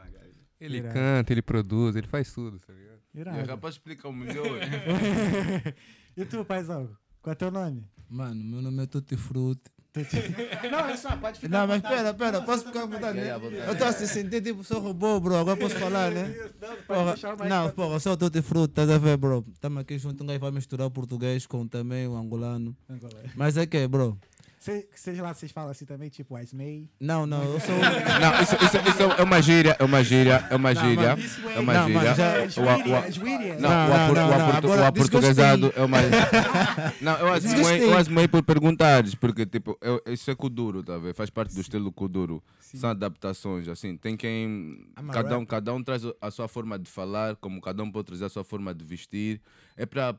Ele
Irado.
canta, ele produz, ele faz tudo, tá ligado?
E o
Irado.
rapaz explica o melhor.
e tu, paizão? Qual é teu nome?
Mano, meu nome é Tutti Frutti.
Não, olha só, pode ficar.
Não, mas pera, pera, posso ficar à vontade, né?
Yeah, à vontade.
Eu tô assim, sentindo tipo, sou robô, bro, agora posso falar, né?
Pode deixar o
Porra,
Mike
não, porra, só o Tutti Frutti,
tá
estás a ver, bro? Estamos aqui junto, um gajo vai misturar o português com também o angolano.
Angola.
Mas é que, bro?
Cê- Vocês lá, vocês falam assim também, tipo Ice May.
Não, não, eu sou...
Não, isso, isso, isso é uma gíria, é uma gíria, é uma gíria. É uma
Não, mas
gíria.
já-
É, Juíria,
o- o-
Juíria.
Não,
Não, o, apor,
não,
o,
não,
aportu-
agora
o aportuguesado é uma. não, eu asmei,
Desgostei.
eu asmei por perguntares, porque tipo, eu, isso é Kuduro, tá a ver? Faz parte do estilo Kuduro. São adaptações, assim. Tem quem.
é
Cada um, cada um traz o- a sua forma de falar, como cada um pode trazer a sua forma de vestir. É para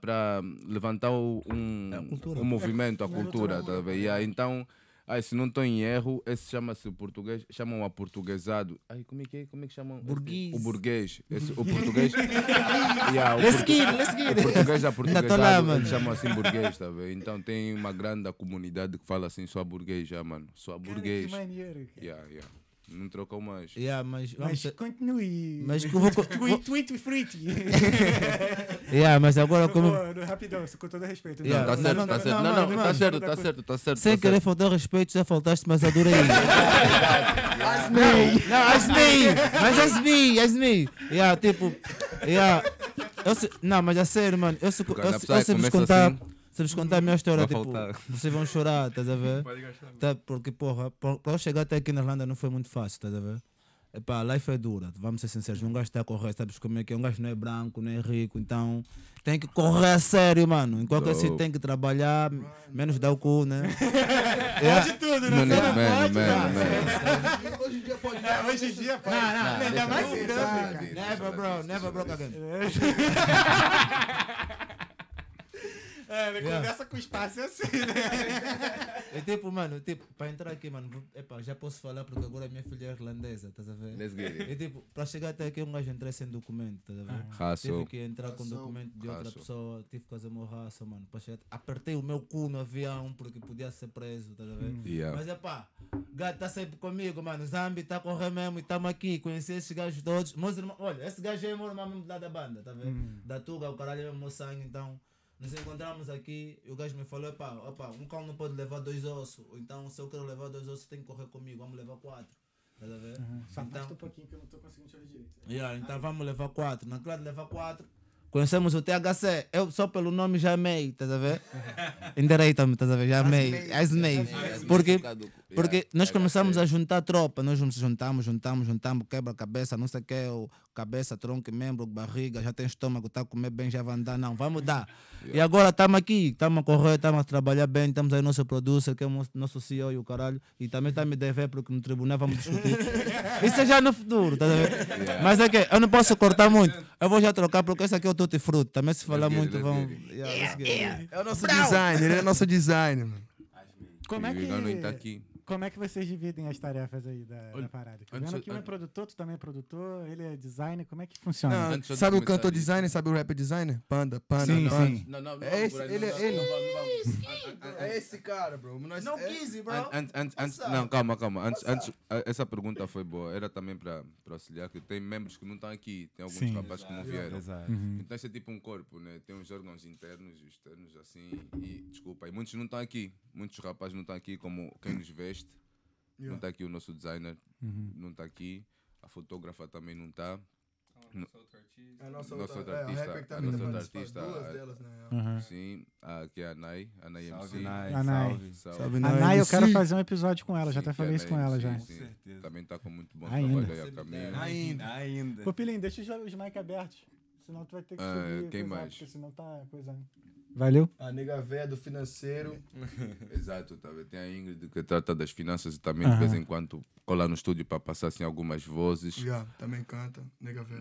levantar o- um, um movimento,
É
a cultura, tá a ver? E aí, então. Ai, se não estou em erro, esse chama-se português, chamam a portuguesado. Ai, como é que, é? como é que chamam? esse?
Burguês.
O burguês. Esse- o português. Yeah, o
Let's
portu-
get, let's
o
get.
português é
tá lá,
portuguesado,
mano.
eles chamam assim burguês, tá vendo? Então tem uma grande comunidade que fala assim, só burguês já, mano. Só
Cara,
burguês.
Que maneiro. cara.
Yeah, yeah. Não trocam mais.
Yeah, mas vamos...
Mas continue.
Mas que eu vou co-
Tweet, tweet, fruit.
Yeah, mas agora como...
Rapidão, com todo respeito.
Yeah,
Não, tá
não,
certo,
não,
tá
não,
certo.
não,
Não,
mano,
não, tá
mano.
certo, tá certo, tá certo.
Sem
tá
querer
certo.
faltar o respeito, já faltaste, mas adorei. Asmi! Não, Asmi! Mas Asmi, Asmi! Yeah, tipo, yeah. Eu se- não, mas é sério, mano. Eu se, eu,
cara
se- eu se vos
começa
contar,
assim,
se vos contar a minha história,
vai
tipo,
faltar.
vocês vão chorar, estás a ver? Tá, porque, porra, por- pra eu chegar até aqui na Irlanda não foi muito fácil, estás a ver? Epá, a life é dura, vamos ser sinceros. Um gajo está a correr, sabes como é que é? Um gajo não é branco, não é rico, então tem que correr a sério, mano. Em qualquer
Dope.
sítio tem que trabalhar, menos dar o cu, né? É.
De tudo, né?
Mano,
Você não
mano,
pode,
mano,
cara.
mano.
Hoje em dia pode
É, Hoje em dia, pô.
deixa
Ainda mais
eu
em
ver.
Dublin, cara.
Never, bro, never broke again.
É, né,
Yeah.
conversa com o espaço é assim,
É tipo, mano, tipo, para entrar aqui, mano, vou- epá, já posso falar porque agora minha filha é irlandesa, estás a ver?
Let's get it.
É tipo, para chegar até aqui um gajo entra sem documento, estás a ver?
Ah.
Tive
Raço.
que entrar com documento de outra
Raço.
pessoa, tive que fazer uma raça, mano. Pra chegar... Apertei o meu cu no avião porque podia ser preso, tá a ver?
Yeah.
Mas é pá, gato tá sempre comigo, mano. Zambi tá correndo mesmo e tamo aqui. Conheci esses gajos todos. Meus irmãos, olha, esse gajo é meu irmão mesmo lá da banda, tá vendo? Da Tuga, o caralho é mesmo meu sangue, então. Nos encontramos aqui e o gajo me falou: pá, opa, um cão não pode levar dois ossos. Ou Então, se eu quero levar dois ossos, tem que correr comigo. Vamos levar quatro. Tá a ver? Então,
pouquinho que eu não tô conseguindo te ouvir direito.
Yeah, então vamos levar quatro. Na classe levar quatro. Conhecemos o THC. Eu só pelo nome já amei, estás a ver? Endireita-me, estás a ver? Já é amei. Asmei. Porque, porque
É,
nós começamos a juntar tropa. Nós nos juntamos, juntamos, juntamos. Quebra-cabeça, não sei o que. o Cabeça, tronco, membro, barriga. Já tem estômago, está a comer bem, já vai andar. Não, vamos dar. E agora estamos aqui. Estamos a correr, estamos a trabalhar bem. Estamos aí nosso producer, que é o nosso- nosso CEO e o caralho. E também está a me dever, porque no tribunal vamos discutir. Isso é já no futuro, tá a ver? Mas é que eu não posso cortar muito. Eu vou já trocar, porque esse aqui é o Tutti Frutti. Também se falar
Let's
muito,
get it,
vão.
let's get
Yeah, let's get it.
É o nosso design, ele é o nosso design, mano.
Como é
Não tá
que...
aqui.
Como é que vocês dividem as tarefas aí da, da parada? Tô
antes
vendo
eu-
que um é
an-
produtor, tu também é produtor, ele é designer, como é que funciona?
Não,
Antes eu
Ah, sabe o
começar
cantor
isso.
designer, sabe o rapper designer? Panda, panda,
Sim,
panda.
sim.
Não, não, não.
É esse,
não,
ele,
não,
é ele.
não, não, não, não.
É esse cara, bro. Nós,
Não
é-
quis, bro.
An- antes- antes- antes- não, calma, calma. Antes, antes, a- essa pergunta foi boa. Era também para auxiliar, que tem membros que não estão aqui. Tem alguns
Sim.
rapazes que não vieram.
Exato.
Então isso é tipo um corpo, né? Tem uns órgãos internos e externos, assim. E, desculpa, e muitos não estão aqui. Muitos rapazes não estão aqui, como quem nos veste. Não está aqui o nosso designer,
Uhum.
não está aqui. A fotógrafa também não está.
É a nossa outra,
Nossa outra
é, a
artista,
rapper que tá
a
vindo
nossa
pra
outra
nós, faz
artista,
Duas
a-
delas, né?
Aham.
Sim, aqui é a Nai. A Nai
Salve,
MC.
Nai.
Anai.
Salve.
Salve.
Salve,
A
nós.
Nay, eu quero
Sim.
fazer um episódio com ela, já
Sim,
até
que é
falei
a
isso com
Nai,
ela
sim,
já.
sim.
certeza.
Também está com muito bom
Ainda.
trabalho aí a caminho.
Ainda. Ainda.
Ô, Pilinho, deixa os, os mic abertos, senão tu vai ter que
Ah,
subir,
quem
coisar,
mais?
porque senão tá coisando. Valeu?
A nega véia do financeiro.
Exato, tá vendo? tem a Ingrid que trata das finanças e também de vez em quando cola no estúdio para passar assim, algumas vozes. Hum.
Já, também canta. Nega véia.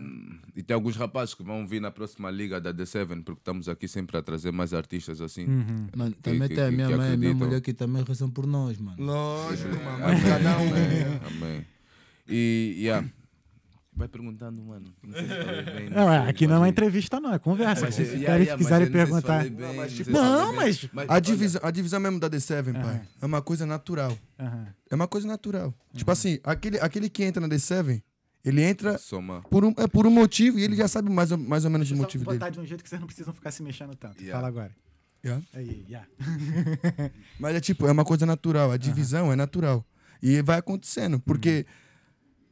E tem alguns rapazes que vão vir na próxima liga da The Seven, porque estamos aqui sempre a trazer mais artistas assim.
Uhum.
Mano,
que-
também
que-
tem a
que-
minha
que
mãe e minha
acreditam.
mulher que também rezam por nós, mano.
Lógico,
É,
mano.
Amém,
Cada um.
né?
amém, amém. E, e ah, Vai perguntando, mano. Não sei se falei bem,
Não, é,
sei,
aqui não é
mas-
uma entrevista, não, é conversa.
Mas,
Se
yeah,
quiserem-
yeah, mas
quiserem
eu não sei se
perguntar.
falei bem, não sei
tipo,
se
Não,
falei bem.
mas-
A divisão, a divisão mesmo da The Seven, pai, é uma coisa natural.
Aham.
É uma coisa natural. Tipo assim, aquele, aquele que entra na The Seven, ele entra
Soma.
por um, é por um motivo e ele já sabe é mais ou, mais ou menos o
Só
motivo dele.
botar de um jeito que vocês não precisam ficar se mexendo tanto.
Yeah.
Fala agora.
Yeah?
Aí, yeah.
Mas é tipo, é uma coisa natural. A divisão é natural. E vai acontecendo. Porque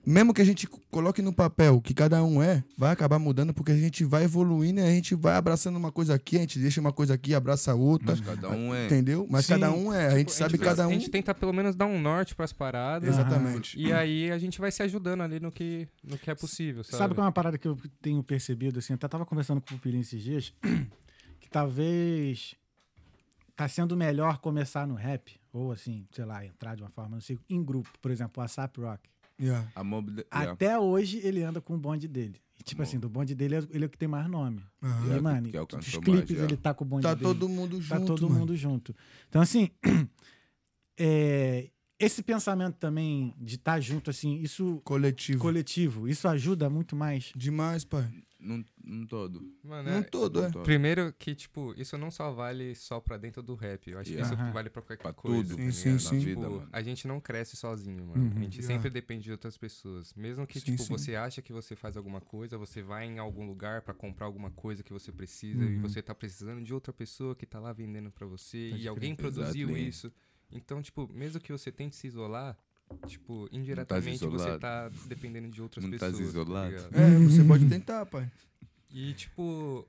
mesmo que a gente co- coloque no papel o que cada um é, vai acabar mudando porque a gente vai evoluindo e a gente vai abraçando uma coisa aqui, a gente deixa uma coisa aqui, abraça a outra.
Cada um é.
Entendeu? Mas
Sim.
cada um é. A gente sabe cada
A
um.
gente Ah, tenta pelo menos dar um norte pras paradas.
Exatamente.
E aí a gente vai se ajudando ali no que, no que é possível, sabe?
Sabe que é uma parada que eu tenho percebido, assim, eu até tava conversando com o Pupilinho esses dias, que talvez tá sendo melhor começar no rap, ou assim, sei lá, entrar de uma forma, não sei, em grupo, por exemplo, a Sap Rock.
Yeah.
A mob de- yeah.
Até hoje ele anda com o bonde dele. E, tipo assim, do bonde dele ele é o que tem mais nome.
Aham.
E,
que-
mano,
que
dos
alcançou mais,
clipes
já.
ele tá com o bonde
uh-huh. Tá
dele.
todo mundo junto.
tá todo
mano.
mundo junto. Então, assim, é, esse pensamento também de estar junto, assim, isso
Coletivo.
coletivo, isso ajuda muito mais.
Demais, pai.
Num, num todo.
Mano,
Não
é-
todo, é.
Num todo.
Primeiro que, tipo, isso não só vale só pra dentro do rap. Eu acho
Yeah.
que isso
Aham.
vale pra qualquer
Pra
coisa.
tudo.
Sim,
tá
sim,
ligado?
sim.
Tipo,
Vida, mano. Uhum.
a gente não cresce sozinho, mano. A gente sempre depende de outras pessoas. Mesmo que,
Sim,
tipo,
sim.
você acha que você faz alguma coisa, você vai em algum lugar pra comprar alguma coisa que você precisa
Uhum.
e você tá precisando de outra pessoa que tá lá vendendo pra você e alguém produziu
Exatamente.
isso. Então, tipo, mesmo que você tente se isolar, tipo, indiretamente você
tá isolado.
tá dependendo de outras
Não tás
pessoas. tá
isolado.
ligado?
É, você pode tentar, pai.
E, tipo,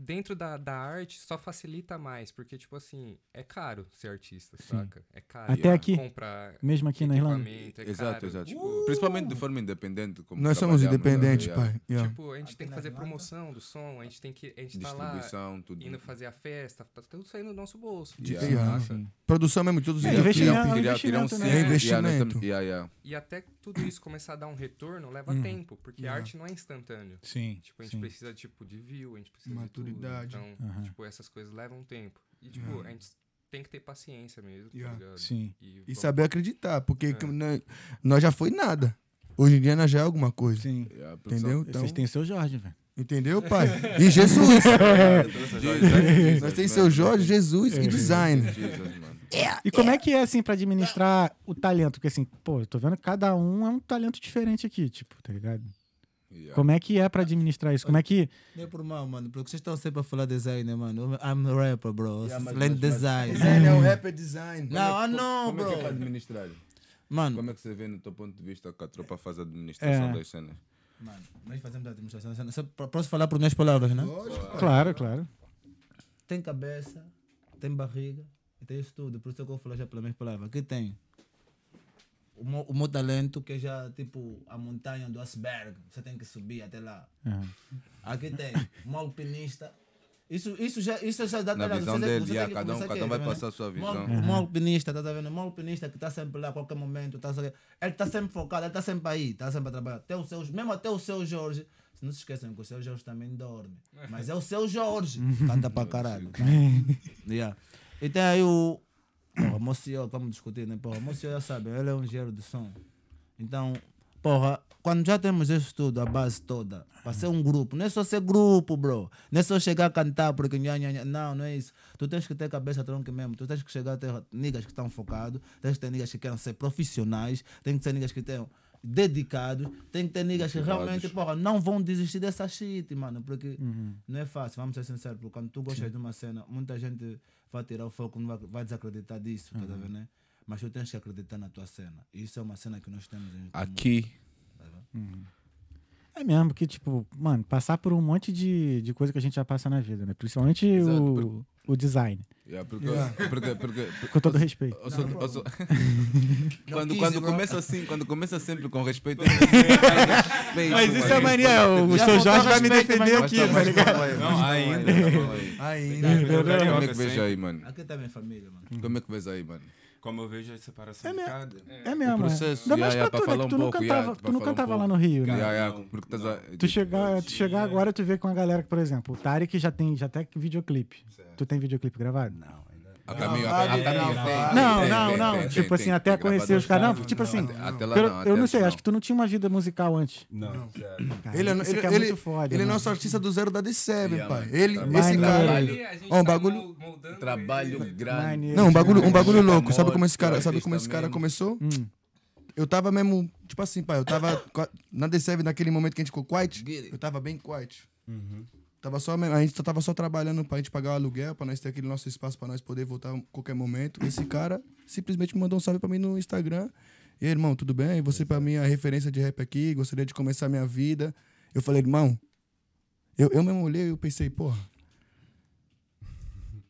dentro da, da arte só facilita mais, porque, tipo assim, é caro ser artista, saca? É caro.
Até aqui?
Comprar
Mesmo aqui na Irlanda.
equipamento, é
exato,
caro.
exato. tipo,
Uh!
Principalmente de forma independente. Como
Nós somos
trabalhamos,
independentes,
né?
pai. Yeah.
Tipo, a gente tem que fazer promoção do som, a gente tem que. A gente tá lá
Distribuição, tudo.
indo fazer a festa, tá tudo saindo do nosso bolso.
Yeah.
saca?
Yeah. Produção mesmo, de todos os
É,
dias.
investimento.
Criar- criar- criar um
investimento, né?
centro,
É investimento.
yeah, nós tam- yeah, yeah.
E até tudo isso começar a dar um retorno leva tempo, porque a arte não é instantâneo.
Hum. Sim.
Tipo, a gente precisa, tipo, de view, a gente precisa
Maturidade.
de tudo. Então, tipo, essas coisas levam tempo. E, tipo, a gente tem que ter paciência mesmo,
Yeah.
tá ligado?
Sim.
E,
E
vamos-
saber acreditar, porque
É.
que nós- nós já foi nada. Hoje em dia nós já é alguma coisa.
Sim.
Yeah, produção.
Entendeu? Então,
Vocês têm o seu Jorge, velho.
Entendeu, pai? E Jesus.
Jesus, Jesus,
nós temos
mano.
seu Jorge, Jesus
É.
e design.
Jesus, mano.
E como é que é, assim, pra administrar o talento? Porque, assim, pô, eu tô vendo que cada um é um talento diferente aqui, tipo, tá ligado?
Yeah.
Como é que é pra administrar isso? Como é que.
Não é por mal, mano, porque vocês estão sempre a falar design, né, mano? I'm a rapper, bro. Lendo design.
Design é o rapper design.
Não, ah, não,
Como é que é pra
bro.
administrar?
Mano,
Como é que você vê no teu ponto de vista que a tropa faz a administração
É.
das cenas?
Mano, nós fazemos a administração. Só po- Posso falar por minhas palavras, né?
Claro, claro.
Tem cabeça, tem barriga e tem isso tudo. Por isso é que eu vou falar já pelas minhas palavras. Aqui tem o meu, o meu talento, que é já tipo a montanha do iceberg. Você tem que subir até lá.
Aham.
Aqui tem um alpinista. Isso, isso, já, isso já dá
Na
trabalho.
visão
Você tem-
dele,
você
já,
tem que
cada um-
começar
cada
aqui,
um vai
tá vendo?
passar a sua
Um al-
visão.
Um alpinista, tá vendo? Um alpinista que está sempre lá a qualquer momento. Tá sempre... Ele está sempre focado, ele está sempre aí, está sempre a trabalhar. Até o seu, mesmo até o seu Jorge. Não se esqueçam que o seu Jorge também dorme. Mas é o seu Jorge. Canta pra caralho. tá? Yeah. E tem aí o. Porra, Mocio, vamos discutir, né? Porra, Mocio já sabe, ele é um engenheiro de som. Então, porra, quando já temos isso tudo, a base toda, para ser um grupo, não é só ser grupo, bro. Não é só chegar a cantar porque. nha, nha, nha. Não, não é isso. Tu tens que ter cabeça tronca mesmo. Tu tens que chegar a ter niggas que estão focados, tens que ter niggas que querem ser profissionais, tem que ter niggas que tenham dedicados, tem que ter niggas que realmente, porra, não vão desistir dessa shit, mano, porque
Uhum.
não é fácil, vamos ser sinceros, porque quando tu gostas de uma cena, muita gente vai tirar o foco, não vai, vai desacreditar disso,
Uhum.
tá vendo, né? Mas tu tens que acreditar na tua cena. E Isso é uma cena que nós temos em
Ah, Aqui.
É mesmo, que, tipo, mano, passar por um monte de, de coisa que a gente já passa na vida, né? Principalmente
Exato,
o, o design.
Yeah, É, porque,
É.
porque, porque,
Com todo respeito.
Eu sou- eu sou- quando
quis,
quando
bro.
começa assim, quando começa sempre com respeito. Mas
é O
Já seu Jorge vai me respeito, defender
tá
aqui, tá
Não, ainda.
Ainda.
Como é que vejo aí, mano?
Aqui também família, mano.
Hum.
Como é que vejo aí, mano?
Como eu vejo a separação
É
de
mesmo.
cada.
É mesmo.
processo,
é. Ainda mais
yeah,
pra
yeah,
tu,
pra
né?
falar
Que
um
tu não
pouco,
cantava,
yeah,
tu
pra
não
falar um
cantava lá
pouco.
no Rio, né?
Yeah, yeah,
Não,
porque
não.
tás a-
Tu chegar, tu chegar agora, tu vê com a galera, por exemplo, o Tarek já tem já até que videoclipe. Tu tem videoclipe gravado?
Não, ainda.
A caminho, a,
Ah,
a
vai,
caminho
vai,
tem,
vai.
tem,
Não,
tem,
não,
tem,
não.
tem,
tipo
tem,
assim,
tem,
até
tem gravador.
conhecer os caras. Não, tipo assim.
Até- até lá
pelo-
não,
eu
até
não sei,
lá
acho que tu não tinha uma vida musical antes.
Não, zero.
Cara,
Ele, é-
isso
ele,
que é
ele,
muito foda.
ele é
mano.
nosso artista do zero da D7,
Yeah,
pai.
mano.
Ele,
Trabalho.
esse cara.
Trabalho.
a gente
Ó, um
tá
bagulho-
mol- moldando
Trabalho
ele.
é
grande.
Maneiro.
Não, um bagulho, um
Ele
bagulho
tá
louco. Sabe
morto,
como esse cara,
artista
sabe como esse cara
mesmo.
começou?
Hum.
Eu tava mesmo, tipo assim, pai, eu tava qua- na D7 naquele momento que a gente ficou quiet, eu tava bem quiet. Uhum. Tava só, mesmo- a gente só tava só trabalhando pra gente pagar o aluguel, pra nós ter aquele nosso espaço, pra nós poder voltar a qualquer momento. Esse cara simplesmente mandou um salve pra mim no Instagram. E aí, irmão, tudo bem? Você pra mim é a referência de rap aqui, gostaria de começar a minha vida. Eu falei, irmão, eu, eu mesmo olhei e eu pensei, porra.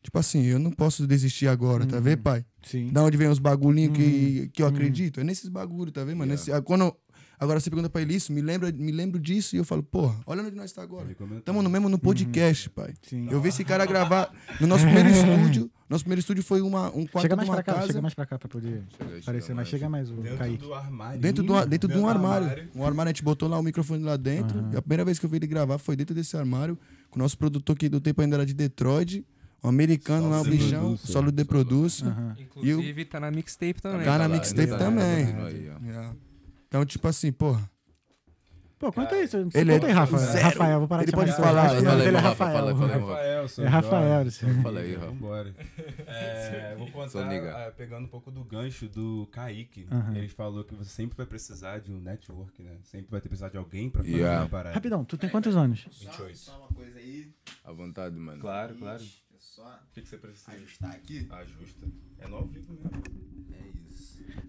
Tipo assim, eu não posso desistir agora, tá vendo, pai?
Sim.
Da onde vem os bagulhinhos que, que eu acredito? É nesses bagulho, tá vendo, mano? Nesse- ah, quando, eu- agora você pergunta pra ele isso, me, lembra, me lembro disso e eu falo, porra, olha onde nós tá agora. Tamo no mesmo no podcast, pai.
Sim.
Eu vi esse cara gravar no nosso primeiro estúdio. Nosso primeiro estúdio foi uma, um quarto
Chega
de
mais
uma
pra cá,
casa.
chega mais pra cá pra poder
chega
aparecer mais.
mais.
Chega mais o
Dentro
Kaique.
do armário.
Dentro, do, dentro de um armário. Um armário, a gente botou lá o microfone lá dentro. E a primeira vez que eu vi ele gravar foi dentro desse armário, com o nosso produtor que do tempo ainda era de Detroit, um americano lá, o
Solo The
bichão,
Producer.
solo de producer.
Inclusive, tá na mixtape também.
Tá na
lá,
mixtape
tá lá,
também.
continua aí, ó.
Yeah. Então, tipo assim, porra.
Pô, conta aí. Você,
Ele é
conta aí, Rafael.
zero.
Rafael, vou parar de
Ele
chamar
pode
de
falar,
Rafael. Acho que o
Fala
nome
aí,
dele é
Rafa, fala
Rafael.
aí,
Rafael.
fala aí,
Rafael,
Rafa.
seu
É Rafael. isso.
Fala aí, Rafa.
Vambora. É, vou
Só
contar,
liga.
ah, pegando um pouco do gancho do Kaique.
Aham.
Ele falou que você sempre vai precisar de um network, né? Sempre vai ter precisar de alguém pra fazer
Yeah.
uma parada.
Rapidão, tu tem quantos anos?
28.
uma coisa aí.
À vontade, mano.
Claro, claro.
É só
O que, que você precisa?
ajustar aqui.
Ajusta. É no ao vivo mesmo.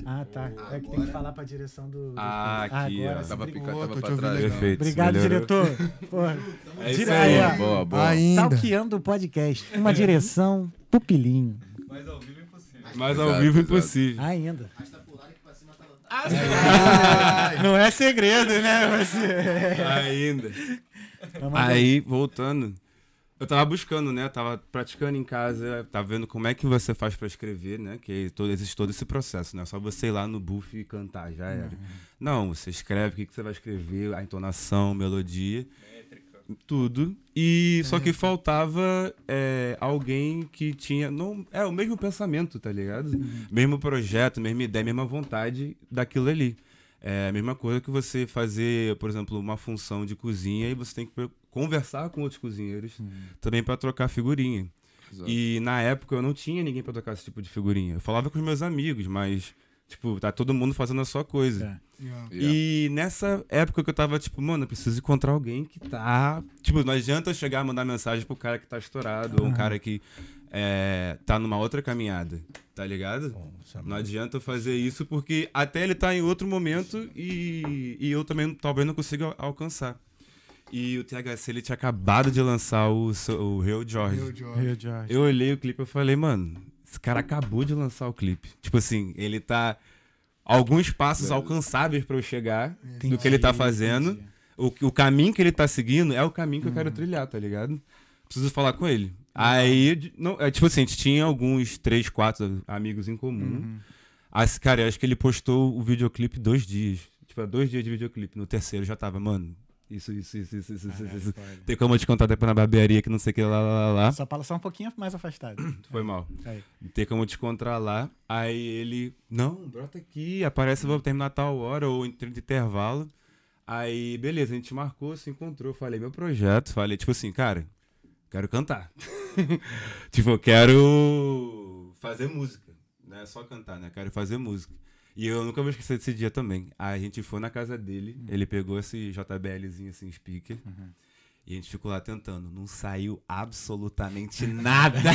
Ah, tá. É que tem que falar pra direção do. do-
Ah, aqui, ó.
se
Tava
brigou.
picado,
tô
tava
te
pra
ouvindo
trás.
legal. Perfeito.
Obrigado, diretor. Porra.
É isso
Tira
aí.
aí, ó.
Boa, boa.
Ainda.
Talqueando o podcast. Uma direção, pupilinho.
Mas
ao
ao
Exato, vivo
vivo
é
é
exato.
impossível.
Ainda.
Não é segredo, né?
Ainda.
Vamos lá.
Aí, voltando. Eu tava buscando, né? Tava praticando em casa, tava vendo como é que você faz pra escrever, né? Que todo, existe todo esse processo, não é só você ir lá no buff e cantar, já era.
Uhum.
Não, você escreve o que, que você vai escrever, a entonação, melodia. Tudo. E só que faltava é, alguém que tinha. Não, é o mesmo pensamento, tá ligado?
Uhum.
Mesmo projeto, mesma ideia, mesma vontade daquilo ali. É a mesma coisa que você fazer, por exemplo, uma função de cozinha e você tem que per- conversar com outros cozinheiros também pra trocar figurinha.
Exato.
E na época eu não tinha ninguém pra trocar esse tipo de figurinha. Eu falava com os meus amigos, mas, tipo, tá todo mundo fazendo a sua coisa.
É.
Yeah.
E nessa época que eu tava, tipo, mano, eu preciso encontrar alguém que tá. Tipo, não adianta eu chegar e mandar mensagem pro cara que tá estourado, ou um cara que é, tá numa outra caminhada, tá ligado? Não adianta eu fazer isso porque até ele tá em outro momento e, e eu também talvez não consiga al- alcançar. E o THC ele tinha acabado de lançar o, seu- o Real George.
Rio Jorge.
Eu olhei o clipe e falei, mano, esse cara acabou de lançar o clipe. Tipo assim, ele tá alguns passos alcançáveis pra eu chegar do que ele tá fazendo. O, o caminho que ele tá seguindo é o caminho que eu quero trilhar, tá ligado? Preciso falar com ele. Aí, de- não, é, tipo assim, a gente tinha alguns três, quatro amigos em comum. As, cara, eu acho que ele postou o videoclipe dois dias. Tipo, era dois dias de videoclipe. No terceiro já tava, mano, isso, isso, isso, isso, isso, isso, isso. Tem como eu te contar depois na barbearia que não sei o que, lá, lá, lá, lá.
Só fala só um pouquinho mais afastado.
Foi mal.
Aí.
Tem como te controlar. Aí ele, não, brota aqui, aparece, vou terminar tal hora ou entre de intervalo. Aí, beleza, a gente marcou, se encontrou, falei meu projeto, falei, tipo assim, cara, quero cantar. tipo, eu quero fazer música. Não é só cantar, né? Quero fazer música. E eu nunca vou esquecer desse dia também. Aí a gente foi na casa dele, ele pegou esse JBLzinho assim, speaker. E a gente ficou lá tentando. Não saiu absolutamente nada.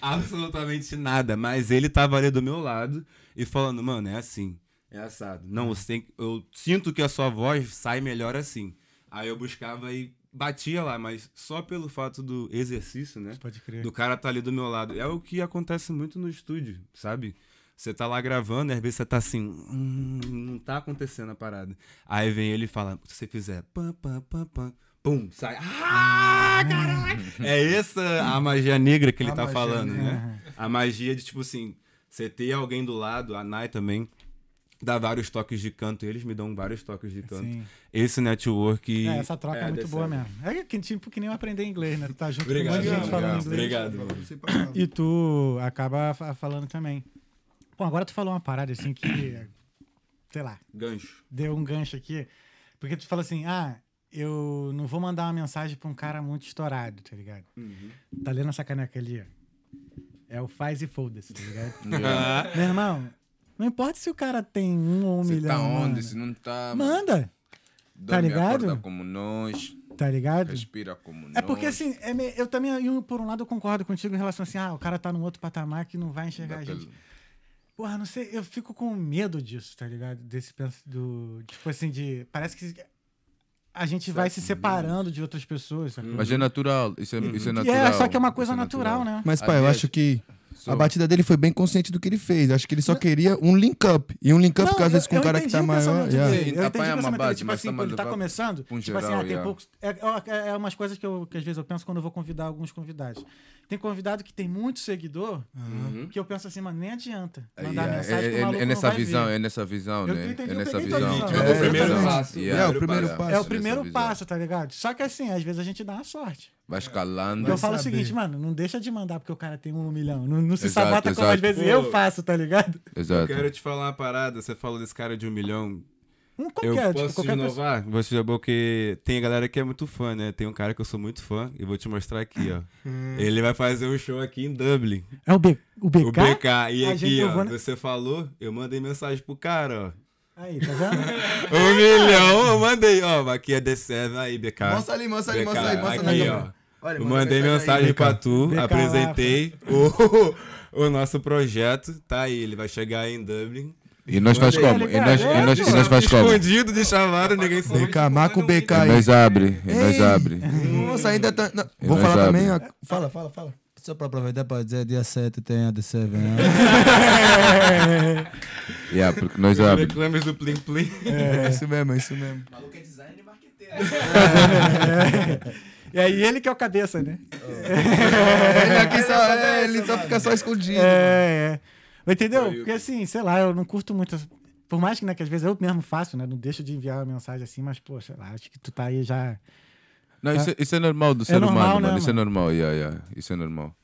absolutamente nada. Mas ele tava ali do meu lado e falando, mano, é assim. É assado. Não, você tem, que- eu sinto que a sua voz sai melhor assim. Aí eu buscava e batia lá, mas só pelo fato do exercício, né?
Pode crer.
do cara tá ali do meu lado. É o que acontece muito no estúdio, sabe? Você tá lá gravando, e às vezes você tá assim, "Hum, não tá acontecendo a parada. Aí vem ele e fala, se você fizer pam, pam, pam, pam, pum, sai. Ah, caraca! É essa a magia negra que ele
A
tá
magia
falando,
negra.
né? A magia de tipo assim, Você ter alguém do lado, a Nai também, dá vários toques de canto, eles me dão vários toques de canto.
Sim.
Esse network.
É, essa troca é, muito
dessa-
boa mesmo. É que, tipo que nem eu aprender inglês, né? Tu tá junto com
Obrigado,
um monte de gente
obrigado,
falando inglês.
obrigado. mano.
E tu acaba fa- falando também. Bom, agora tu falou uma parada assim que, sei lá,
Gancho.
deu um gancho aqui. Porque tu fala assim, ah, eu não vou mandar uma mensagem pra um cara muito estourado, tá ligado?
Uhum.
Tá lendo essa caneca ali, ó. É o faz e foda-se, tá ligado? Meu irmão, não importa se o cara tem um ou um
Se
milhão.
tá
mano.
onde, se não tá.
Manda,
dorme e
Tá ligado?
acorda como nós,
tá ligado?
respira como nós.
É porque assim, é me- eu também, eu, por um lado, eu concordo contigo em relação assim, ah, o cara tá num outro patamar que não vai enxergar
Dá
a gente.
pelo-
Porra, não sei, eu fico com medo disso, tá ligado? Desse pens- do. Tipo assim, de. Parece que a gente vai se separando de outras pessoas, sabe?
Mas é natural, isso é, isso é
E
natural.
é, só que é uma
isso
coisa natural, né?
Mas, pai, eu
Aliás,
acho que
Sou-
a batida dele foi bem consciente do que ele fez. Acho que ele só queria um link-up. E um link-up,
Não,
porque às vezes,
eu-
com um
eu
cara que
entendi
tá
o
maior.
pensamento
yeah.
dele,
Sim,
Eu entendi o
apanha uma
pensamento dele,
base,
tipo
mas
assim,
tá
quando ele tá
mandando
começando,
pra um
tipo assim, ah,
geral,
tem
yeah.
poucos. É, é, é umas coisas que, eu, que às vezes eu penso quando eu vou convidar alguns convidados. Tem convidado que tem muito seguidor, que eu penso assim, mano, nem adianta mandar
Yeah,
mensagem
Uhum. é,
pro
é-
maluco
é nessa
não vai
visão,
ver.
é nessa visão,
Eu
né?
entendi,
é
eu
nessa
peguei a
visão.
visão.
É, o primeiro
exatamente.
passo.
assim, Yeah,
É, o primeiro
para-
passo.
É o
nessa
primeiro
visão.
passo, tá ligado? Só que assim, às vezes a gente dá uma sorte.
Vai
Então
escalando.
eu falo o
saber.
seguinte, mano, não deixa de mandar porque o cara tem um milhão. Não, não se
Exato,
sabota como às
exato.
vezes
Pô.
eu faço, tá ligado?
Eu
Exato.
quero te falar uma parada. Você falou desse cara de um milhão.
Um
Eu
qualquer,
posso
tipo, qualquer
te
pessoa.
inovar? Vou te dizer porque tem a galera que é muito fã, né? Tem um cara que eu sou muito fã e vou te mostrar aqui, ó.
Hum.
Ele vai fazer um show aqui em Dublin.
É o, B, o BK?
O BK. E
A gente-
aqui,
eu
ó,
vou na-
você falou, eu mandei mensagem pro cara, ó.
Aí, tá vendo?
Um milhão, eu mandei, ó. Aqui é The Seven aí, BK.
Mostra ali, mostra ali,
BK,
mostra ali, mostra
aqui,
ali.
ó.
Olha,
Eu
manda
mandei mensagem
aí.
pra tu,
BK
apresentei o, o nosso projeto, tá aí, ele vai chegar em Dublin.
E nós faz como? E nós, e nós, e nós faz como? E
Escondido de chamada, ninguém sabe.
BK, marca o BK aí.
nós abre, e nós
Ei.
abre.
Nossa, ainda tá. não,
E
Vou
nós
falar também.
abre.
a- Fala, fala, fala.
Só pra aproveitar pra dizer, dia 7 tem a The Seven. né?
Yeah, porque nós abre.
Reclames do Plim Plim.
É isso mesmo, é isso mesmo.
e aí ele que é o cabeça, né?
Ele aqui só, é, ele só fica só escondido.
É, é. Entendeu? Porque assim, sei lá, eu não curto muito. Por mais que, né, que às vezes eu mesmo faço, né? Não deixo de enviar uma mensagem assim, mas, pô, sei lá, acho que tu tá aí já.
Não, isso, isso é normal do ser
normal,
humano,
né,
mano. Isso é
mano?
normal, yeah, yeah. Isso é normal.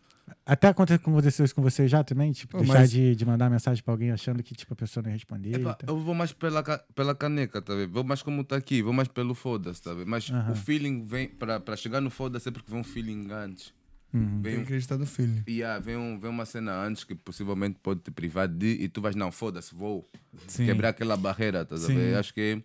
Até aconte- aconteceu isso com você já também? Tipo,
Pô,
deixar
mas- É,
de, de mandar mensagem pra alguém achando que, tipo, a pessoa não ia responder. e
Epa,
tal.
eu vou mais pela, ca- pela caneca, tá vendo? Vou mais como tá aqui, vou mais pelo foda-se, tá vendo? Mas o feeling vem, pra, pra chegar no foda-se é porque vem um feeling antes.
Tem
Vem,
Uhum.
que
um,
acreditar no filho.
yeah, vem, um, vem uma cena antes que possivelmente pode te privar de e tu vais, não, foda-se, vou
Sim,
quebrar aquela barreira, tá
Sim.
vendo? Acho que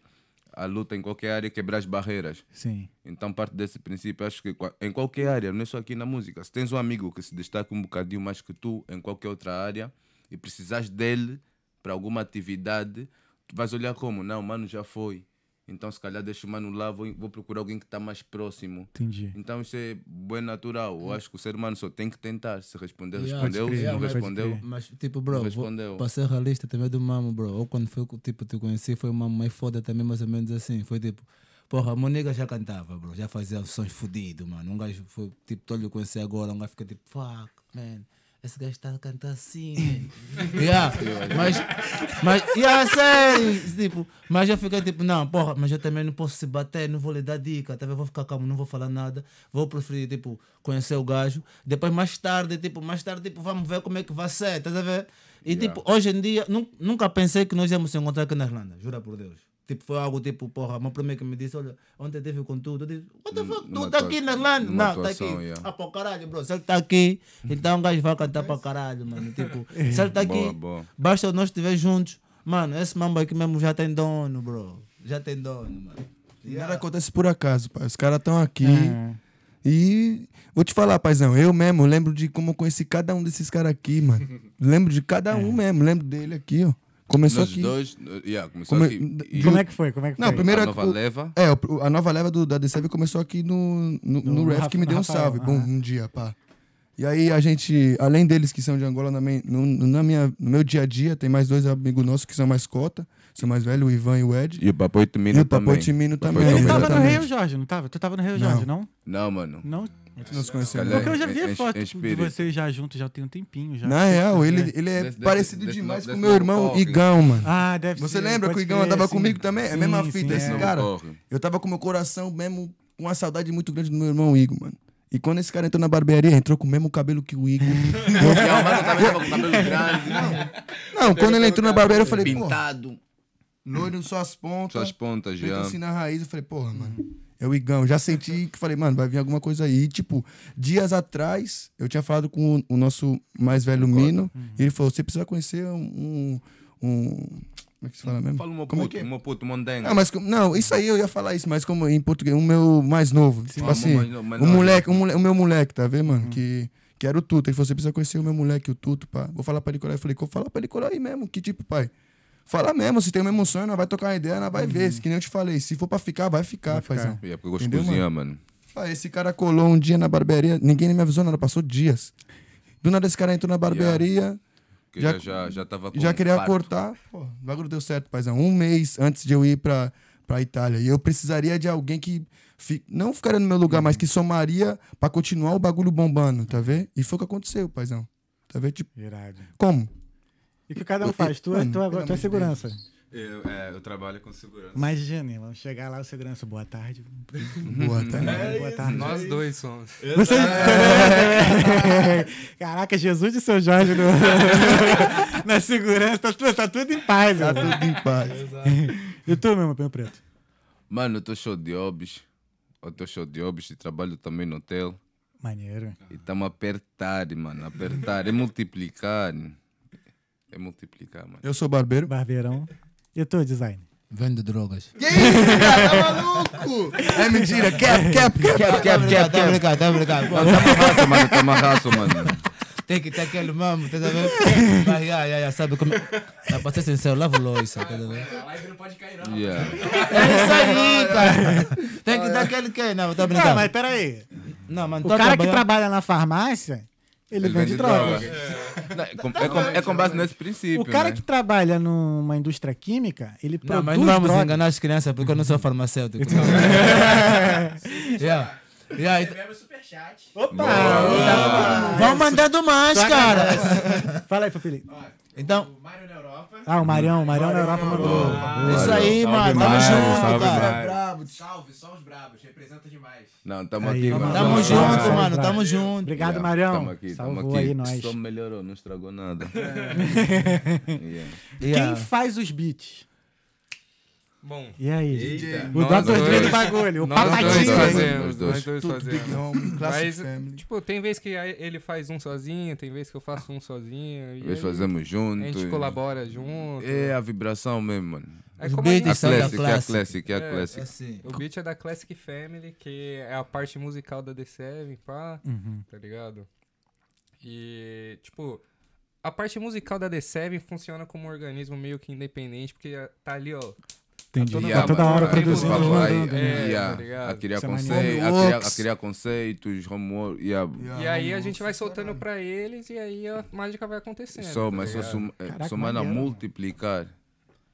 a luta em qualquer área é quebrar as barreiras.
sim.
Então, parte desse princípio, acho que qua- em qualquer área, não é só aqui na música. Se tens um amigo que se destaca um bocadinho mais que tu em qualquer outra área e precisares dele para alguma atividade, tu vais olhar como? Não, o mano já foi. Então, se calhar, deixa o mano lá, vou, vou procurar alguém que está mais próximo.
Entendi.
Então, isso é bem natural. Eu acho que o ser humano só tem que tentar. Se responder,
Yeah,
respondeu.
pode
Se
crer,
não
pode
respondeu,
crer.
Mas, tipo, bro,
Não
vou-
respondeu.
pra ser realista também é do mamo, bro. Ou quando foi, tipo, te conheci, foi uma mais foda também, mais ou menos assim. Foi tipo, porra, a Moniga já cantava, bro. Já fazia sons fodidos, mano. Um gajo foi, tipo, tô lhe conhecer agora, um gajo fica tipo, fuck, man. Esse gajo está a cantar assim, man. yeah, mas, mas, yeah, sério, tipo, mas eu fiquei tipo, não, porra, mas eu também não posso se bater, não vou lhe dar dica, talvez vou ficar calmo, não vou falar nada, vou preferir, tipo, conhecer o gajo, depois mais tarde, tipo, mais tarde, tipo, vamos ver como é que vai ser, estás a ver? E, tipo, hoje em dia, nun- nunca pensei que nós íamos se encontrar aqui na Irlanda, jura por Deus. Tipo, foi algo tipo, porra, uma prima que me disse, olha, ontem teve com tudo, eu disse, what the fuck,
numa
tu tá aqui
atua-
na Irlanda?
numa
Não, tá aqui.
atuação, yeah.
Ah, pô, caralho, bro, se ele tá aqui, então o gajo vai cantar pra caralho, mano, tipo, se ele tá aqui,
Boa, boa.
basta nós estiver juntos, mano, esse mambo aqui mesmo já tem dono, bro, já tem dono, mano.
Nada acontece por acaso, pai. Os caras estão aqui. É. E vou te falar, paizão, eu mesmo lembro de como eu conheci cada um desses caras aqui, mano. lembro de cada um mesmo, lembro dele aqui, ó. Começou
nós
aqui.
dois. eh, Yeah, começou
Come- um
aqui. E
Como é que foi? Como é que
Não,
foi?
primeiro
a nova leva.
É, o- a nova leva do, da DCV começou aqui no, no, no Ref,
Rafa-
que me
no
deu um
Rafael,
salve. Bom,
aham.
um dia, pá. E aí a gente, além deles que são de Angola, na men- no, no- na minha, no meu dia a dia, tem mais dois amigos nossos que são mais cota, são mais velhos, o Ivan e o Ed.
E o Papo Oito
E
Mino
o Papo
também.
Timino
Papo
também.
Oito
Tu
Mino
tava no
exatamente.
Rio Jorge, né? não tava? Tu tava no Rio Jorge, não?
Não, mano.
Não? A gente
não se conheceu.
Calhar.
Porque eu já vi
É- é-
foto
é
de
espírito.
vocês já juntos, já tem um tempinho. Já.
Na real, ele, ele é
That's- that's-
parecido
that's
demais
not-
com
that's
meu
not
irmão
talking.
Igão, mano.
Ah, deve
Você
ser,
lembra que
pode
o Igão
crer,
andava
sim.
comigo também? É a
Sim,
mesma
sim,
fita,
é.
esse
Não
cara.
corre.
Eu tava com meu coração mesmo, com uma saudade muito grande do meu irmão Igor, mano. E quando esse cara entrou na barbearia, entrou com o mesmo cabelo que o Igor.
Porque a Amanda também tava com o cabelo grande,
Não, quando ele entrou na barbearia, eu falei, pô,
pintado.
loiro só as
Só as
pontas,
pontas
preto
já.
assim na raiz. Eu falei, porra, mano, é o Igão. Já senti que falei, mano, vai vir alguma coisa aí. E, tipo, dias atrás, eu tinha falado com o- o nosso mais velho Mino.
Uhum.
E ele falou, você precisa conhecer um... um- um- como é que se fala mesmo?
Fala uma
Como é
puta,
que é?
uma puta, mondenga.
Ah, mas como- não, isso aí eu ia falar isso, mas como em português, o meu mais novo, tipo
Ah,
assim,
mais novo, mais
o
novo.
moleque, o mole- o meu moleque, tá vendo,
Uhum.
mano? Que, que era o Tuto. Ele falou, você precisa conhecer o meu moleque, o Tuto, pá. Vou falar pra ele colar. Eu falei, vou falar pra ele colar aí mesmo, que tipo, pai? Fala mesmo, se tem o mesmo sonho, nós vai tocar uma ideia, nós vai ver. Que nem eu te falei, se for pra ficar, vai ficar, paizão.
Uhum. E é porque eu gosto de
Entendeu,
cozinhar, mano.
Pá, esse cara colou um dia na barbearia, ninguém nem me avisou nada, passou dias. Do nada esse cara entrou na barbearia...
Porque
Já-
já, já, já tava com
Já queria
infarto.
cortar. Pô, o bagulho deu certo, paizão. Um mês antes de eu ir pra, pra Itália. E eu precisaria de alguém que fi- não ficaria no meu lugar, mas que
Uhum.
somaria pra continuar o bagulho bombando, tá vendo? E foi o que aconteceu, paizão. Tá vendo? Tipo,
Irado.
como?
E o que cada um
Eu-
faz? Tu, é-
mano,
tu, é-
pelo
tu é
amor de
segurança.
Eu, é, eu trabalho com segurança.
Imagina, vamos chegar lá, o segurança. Boa tarde.
Boa, tá ligado?
Boa tarde.
Nós dois somos.
Você... Caraca, Jesus e seu Jorge no- na segurança, tá tudo, tá tudo em paz.
Tá
mano.
tudo em paz.
E tu, meu meu preto?
Mano, eu tô show de hobbies. Eu tô show de hobbies e trabalho também no hotel.
Maneiro.
E estamos apertar, mano. Apertar. É multiplicar. É multiplicar, mano.
Eu sou barbeiro.
Barbeirão. E tu, design?
Vendo drogas.
É mentira. Cap, cap, cap.
Tá obrigado, tá obrigado, tá obrigado. Pô,
Toma raça, mano. Toma raça, mano.
Tem que ter aquele mesmo, tá sabendo? Mas, já, já, já, sabe como... Mas, pra ser sincero, lava louça, tá sabendo?
Yeah.
É isso aí, cara. Tem que dar aquele que... Não, tá
Não,
brincando.
mas peraí.
Não, mano,
O
tô
cara que
trabalhando-
trabalha na farmácia, ele,
Ele
vende,
vende
drogas.
drogas. Não, É, com, é, com, é com base nesse princípio.
O cara
né?
que trabalha numa indústria química, ele
Não,
produz
mas não vamos
drogas.
enganar as crianças porque eu não sou farmacêutico. yeah. Yeah, então-
Opa! Ah.
Vão mandando mais, cara.
Fala aí, Papilinho.
Então,
Ah, o Marião, o Marião na Europa mandou.
isso aí,
Salve,
mano. Tamo
Mário,
junto,
salve,
cara.
Mário.
Salve, só os brabos, representa demais.
Não, tá tamo
Aí,
aqui,
vamos
mano.
lá.
Tamo
Salve,
junto,
Mário.
mano. Tamo junto.
Obrigado,
Yeah,
Marião.
Tamo aqui,
Salvou
tamo aqui.
aí nós.
Só melhorou, não estragou nada.
É.
Yeah.
Quem
Yeah.
faz os beats?
Bom,
E aí?
eita.
O
nós
Dr. Dre
dois.
do bagulho, o
Nós dois
Papatinho.
fazemos.
fazemos,
Nós dois.
nós dois
Tudo, Big
fazemos.
Home, Classic
Mas,
Family.
Tipo, tem vez que a- ele faz um sozinho, tem vez que eu faço um sozinho. E
Nós
aí
fazemos
a
junto.
gente colabora junto. né?
É a vibração mesmo, mano.
É
Os
como a gente-
A
Isso aí, a
classic, é a
classic.
classic, é a classic.
Assim.
O beat é da Classic Family, que é a parte musical da The Seven, pá, tá ligado? E, tipo, a parte musical da The Seven funciona como um organismo meio que independente, porque ah, tá ali, ó.
Entendi.
é Toda-
Tá toda hora
Aí,
produzindo,
aí,
mandando. né?
aí, é,
yeah,
tá ligado?
a criar
Isso é maneiro.
conceitos, a criar,
Homeworks.
a criar conceitos, homework, yeah.
E aí a gente vai soltando pra eles e aí a mágica vai acontecendo.
Só,
tá
mas só
ligado?
sum, é,
Caraca,
somar não,
maneiro.
multiplicar.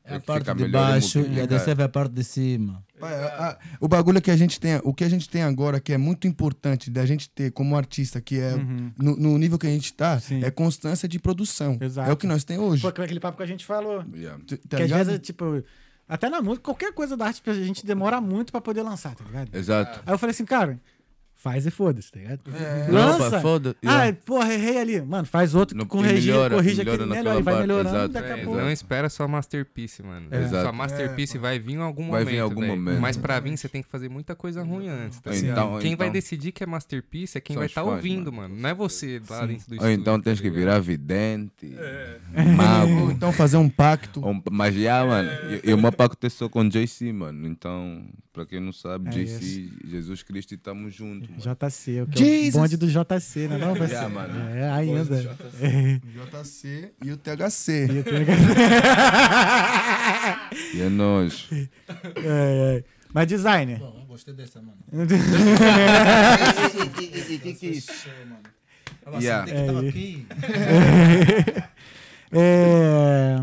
É a
que
parte
fica
de
melhor é
baixo e a
multiplicar.
DCF é a parte de cima.
Pai, a- a- o bagulho que a gente tem, o que a gente tem agora, que é muito importante da gente ter como artista, que é no, no nível que a gente tá,
Uhum. Sim.
é constância de produção.
Exato.
É o que nós tem hoje.
Pô, que é aquele papo que a gente falou.
Yeah.
T- tá
que às
ligado?
vezes, tipo, até na música, qualquer coisa da arte, a gente demora muito pra poder lançar, tá ligado?
Exato.
Aí eu falei assim, cara, faz e foda-se, tá ligado?
É.
Não,
Lança.
pá, foda-
Ah,
yeah.
porra, errei ali. Mano, faz outro,
Não-
com
e
corrige,
melhora,
corrige
melhora
aquele
naquela
melhor e vai
parte,
melhorando.
exato, então
daqui a
É,
pouco.
não espera sua masterpiece, mano.
né? Exato.
Sua masterpiece vai vir em algum
Vai
momento.
vir em algum
velho.
momento.
Mas pra vir, você tem que fazer muita coisa ruim antes. Tá ligado?
Então,
quem vai
então-
decidir que é masterpiece é quem
São
vai
os
estar
fãs,
ouvindo, mano. Não é você lá dentro do
Ou
estúdio.
então
tá
tens que
ligado? É.
virar vidente,
Ou
mago.
então fazer um pacto.
Um- Mas já, mano, e- e o meu pacto é só com JC, mano. Então, pra quem não sabe,
É
JC, Jesus Cristo e tamo junto, mano.
JC, o que é o
Jesus.
bonde do JC, né? Não, vai
Yeah,
ser-
mano.
É, ainda. É,
JC e o THC.
E é nós.
É, é. Mas designer.
Eu gostei dessa, mano.
Tá
Yeah.
que tava aqui.
É...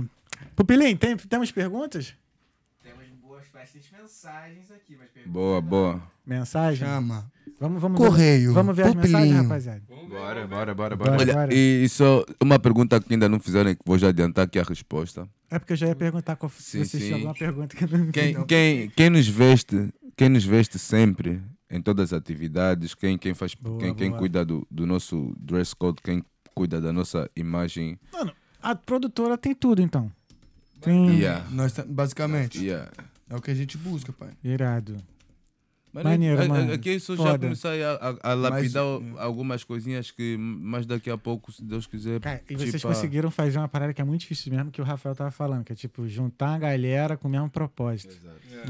Pupilim, tem- temos perguntas?
Temos boas, bastantes mensagens aqui, mas
Boa, boa.
Mensagem?
Chama.
Vamos, vamos,
Correio,
vamos ver as mensagens,
papelinho.
rapaziada.
Bora, bora,
bora.
bora, bora.
Bora,
Olha,
bora.
E, e só uma pergunta que ainda não fizeram, que vou já adiantar aqui a resposta.
É porque eu já ia perguntar qual, se
Sim,
vocês
sim.
tinham alguma pergunta que eu não
Quem,
Então,
quem, quem nos veste, quem nos veste sempre em todas as atividades, quem, quem faz,
Boa,
quem, quem
boa.
cuida do, do nosso dress code, quem cuida da nossa imagem.
A produtora tem tudo, então. Tem.
Yeah.
Nós tá- basicamente,
Yeah.
é o que a gente busca, pai.
Irado. Maneiro,
a- a-
mano.
Aqui eu só já
Foda. é.
comecei a, a- a lapidar algumas coisinhas que mais daqui a pouco, se Deus quiser.
Cara, e vocês
tipo, a-
conseguiram fazer uma parada que é muito difícil mesmo, que o Rafael tava falando, que é tipo juntar a galera com o mesmo propósito.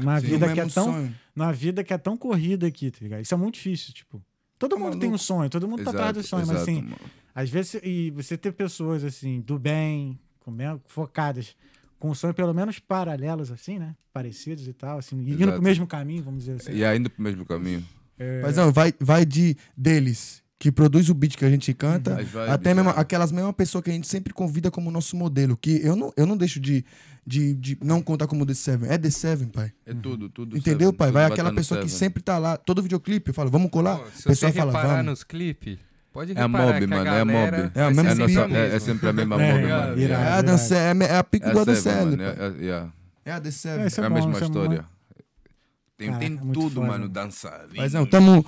Uma
Sim.
vida
No
que é
mesmo
tão,
sonho.
numa vida que é tão corrida aqui, tá ligado? Isso é muito difícil, tipo. Todo mundo tem um sonho, todo mundo tá atrás do sonho, mas
Ah, exato,
assim,
mano.
às vezes e você ter pessoas assim do bem, com mesmo- focadas com sonhos pelo menos paralelos assim, né? Parecidos e tal, assim, indo
Exato.
pro mesmo caminho, vamos dizer assim.
E ainda pro mesmo caminho.
É.
Mas não, vai, vai de deles, que produz o beat que a gente canta,
As vibes,
até mesmo
é.
aquelas mesmas pessoas que a gente sempre convida como nosso modelo, que eu não, eu não deixo de, de, de não contar como The Seven. É The Seven, pai.
Uhum.
É tudo, tudo.
Entendeu,
seven,
pai?
tudo
Vai
batendo
aquela pessoa que
seven.
sempre tá lá, todo videoclipe, eu falo, vamos colar,
Pô,
o
se
pessoal
você
fala,
reparar
vamos.
nos clipes, pode
É a
reparar que
mob,
a
mano, é a
galera
mob.
É a
vai
mesma
É, a
ser
sempre
nossa,
mesmo.
é, é sempre a mesma
É,
mob,
ligado?
mano.
Irado,
É
Yeah.
a, Dan Se- é a pico
É
igual a The
seven,
Seven.
mano,
pai.
é- é- yeah.
É a The
É,
Seven.
isso
É a
bom,
mesma
isso bom.
história. Tem, tem
Caraca, é muito
tudo,
foda.
mano. Dançar.
Mas não, tamo.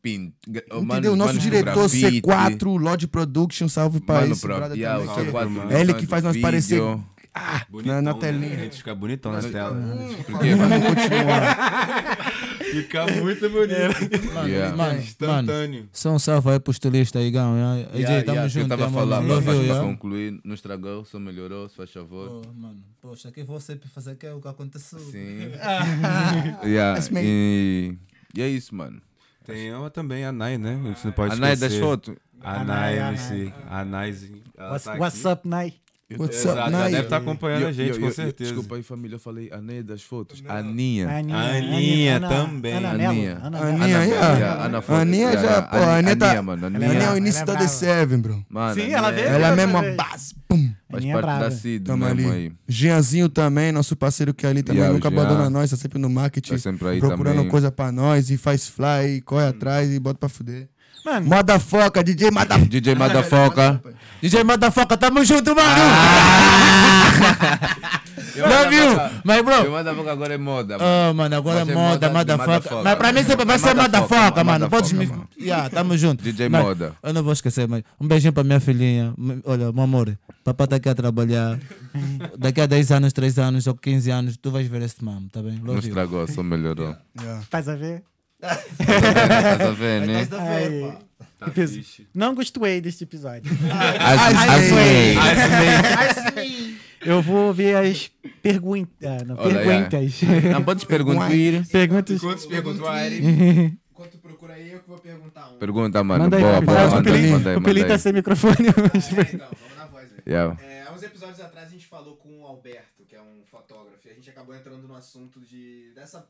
Pinto.
entendeu? O nosso diretor C4, Lodge Production, salve pra
Mano,
esse
pro,
brother
yeah, o
também, que-
C4, mano,
É ele
faz
que
o
faz nós
vídeo.
parecer ah, na, na
né?
telinha.
A gente fica bonitão na tela. Hum.
Porque, mano,
Fica muito bonito.
yeah.
É. Mano,
Instantâneo.
Só um salve aí pro estilista aí, Gão. Yeah. AJ, tamo
Yeah, yeah, que
junto.
eu tava
yeah,
falando, um
mano.
mas
Love you,
pra
yeah.
concluir, não estragou, só melhorou, se faz favor.
Pô, mano, poxa, aqui vou sempre fazer que é o que aconteceu.
Sim. yeah.
That's me.
e, e é isso, mano.
Tem ela também, a Nai, né? Você não pode
A Nai das
esquecer.
fotos.
A
Nai,
Nai,
a
MC. A Nai. ela
What's,
tá aqui.
what's up, Nai?
What's up,
Exato, ela
Nai?
deve tá estar acompanhando
Eu-
a É, gente,
eu-
com
eu-
certeza.
Desculpa aí, família, eu falei a Nai das fotos. A Ninha.
Aninha,
Aninha
Ana-
também.
Ana Mello,
É. Aninha.
Ana Mello.
Aninha,
Ana-
yeah.
yeah, Ana Fox,
Aninha
yeah,
já,
yeah.
pô,
Ani-
Aninha tá-
Aninha, mano.
Ela é
Aninha,
Ela é o
brava,
início
ela é
da The
brava.
Seven, bro.
mano,
Sim, ela
Aninha
veio.
Ela é a
outra
mesma
vez.
base. Pum.
Faz
Aninha é
parte
brava.
da CID,
Tamo
né,
ali.
mãe?
Jeanzinho também, nosso parceiro que é ali também
Yeah, o
nunca
Jean.
abandona nós, tá sempre no marketing,
Tá sempre aí
procurando
também.
coisa pra nós e faz fly, e
Hum.
corre atrás e bota pra fuder.
Mano.
Moda foca, DJ
Tá
Mata
DJ Madafoca.
DJ Madafoca, tamo junto, mano!
Ah.
Love you! Mas,
DJ
bro.
Madafoca agora é moda, mano.
Oh, mano, agora é
Mas é
moda,
moda de
motherfucker.
motherfucker.
Mas pra mim sempre vai
É
ser
motherfucker,
motherfucker, mano. Pode
motherfucker,
me.
mano.
Yeah, tamo junto.
DJ
Mas
moda.
Eu não vou esquecer, mas um beijinho pra minha filhinha. M- Olha, meu amor, papai tá aqui a trabalhar. Daqui a 10 anos, 3 anos ou 15 anos, tu vais ver esse mamo, tá bem?
Não
Love you.
estragou, só melhorou.
Estás a ver?
Tá vendo, né?
Aí. Episo- Não gostei deste episódio.
Asmei.
Eu vou ver as perguntas. ah, não,
Olha aí, é.
perguntas.
Não podes perguntar.
Perguntas.
Quantos perguntarem? Enquanto procura aí, eu que vou perguntar um.
Pergunta, mano.
Manda aí,
Boa,
Felipe.
boa.
Ah, o
Tá Manda aí,
Pelinho-
manda aí,
O Pelinho
manda
tá
aí.
sem microfone.
É, então, vamos na voz, velho.
Yeah.
É, há uns episódios atrás a gente falou com o Alberto, que é um fotógrafo, e a gente acabou entrando no assunto de dessa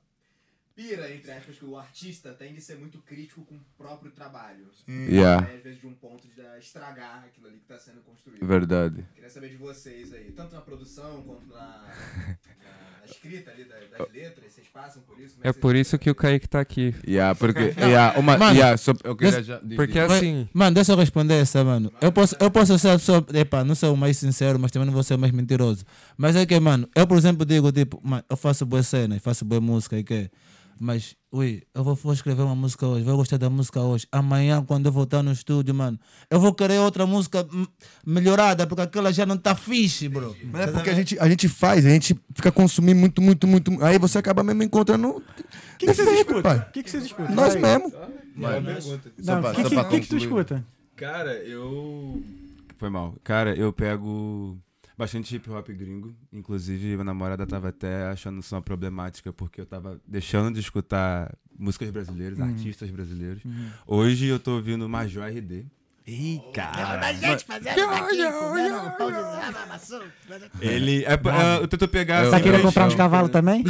pira, entre aspas, que o artista tem de ser muito crítico com o próprio trabalho.
Yeah.
Né, Às vezes de um ponto de ah, estragar aquilo ali que está sendo construído.
Verdade.
Queria saber de vocês aí, tanto na produção quanto na, na- na escrita ali da- das letras, vocês passam por isso? Como
É
que
por
vocês-
isso que o Kaique tá aqui.
Yeah, porque. Yeah, uma.
Mano,
Yeah, só. Eu queria
mas-
já.
Porque
Mas,
assim,
Mano, deixa eu responder essa, mano. Eu posso, eu posso ser a pessoa. Epa, não sou o mais sincero, mas também não vou ser o mais mentiroso. Mas é que, mano, eu, por exemplo, digo, tipo, mano, eu faço boa cena, faço boa música e que. Mas, ui, eu vou, vou escrever uma música hoje, vou gostar da música hoje. Amanhã, quando eu voltar no estúdio, mano, eu vou querer outra música hum, melhorada, porque aquela já não tá fixe, bro.
Mas é porque a gente, a gente faz, a gente fica consumindo muito, muito, muito. Aí você acaba mesmo encontrando
O que que vocês
defeito,
escutam?
pai.
O que que vocês escutam?
nós
Vai.
mesmo.
Não,
pra-
O que
só
que-
pra
o que que tu
concluir.
escuta?
Cara, eu. Foi mal. Cara, eu pego bastante hip hop gringo. Inclusive, minha namorada tava até achando isso uma problemática, porque eu tava deixando
Uhum.
de escutar músicas brasileiras, artistas brasileiros. Hoje eu tô ouvindo Major RD. Ih,
Lembra da
cara.
gente fazendo aqui, comendo um pão de lava, maçã.
Ele. É, pra- eu tento pegar.
Eu-
Tá
assim,
querendo
pra-
comprar uns
Não.
cavalos também?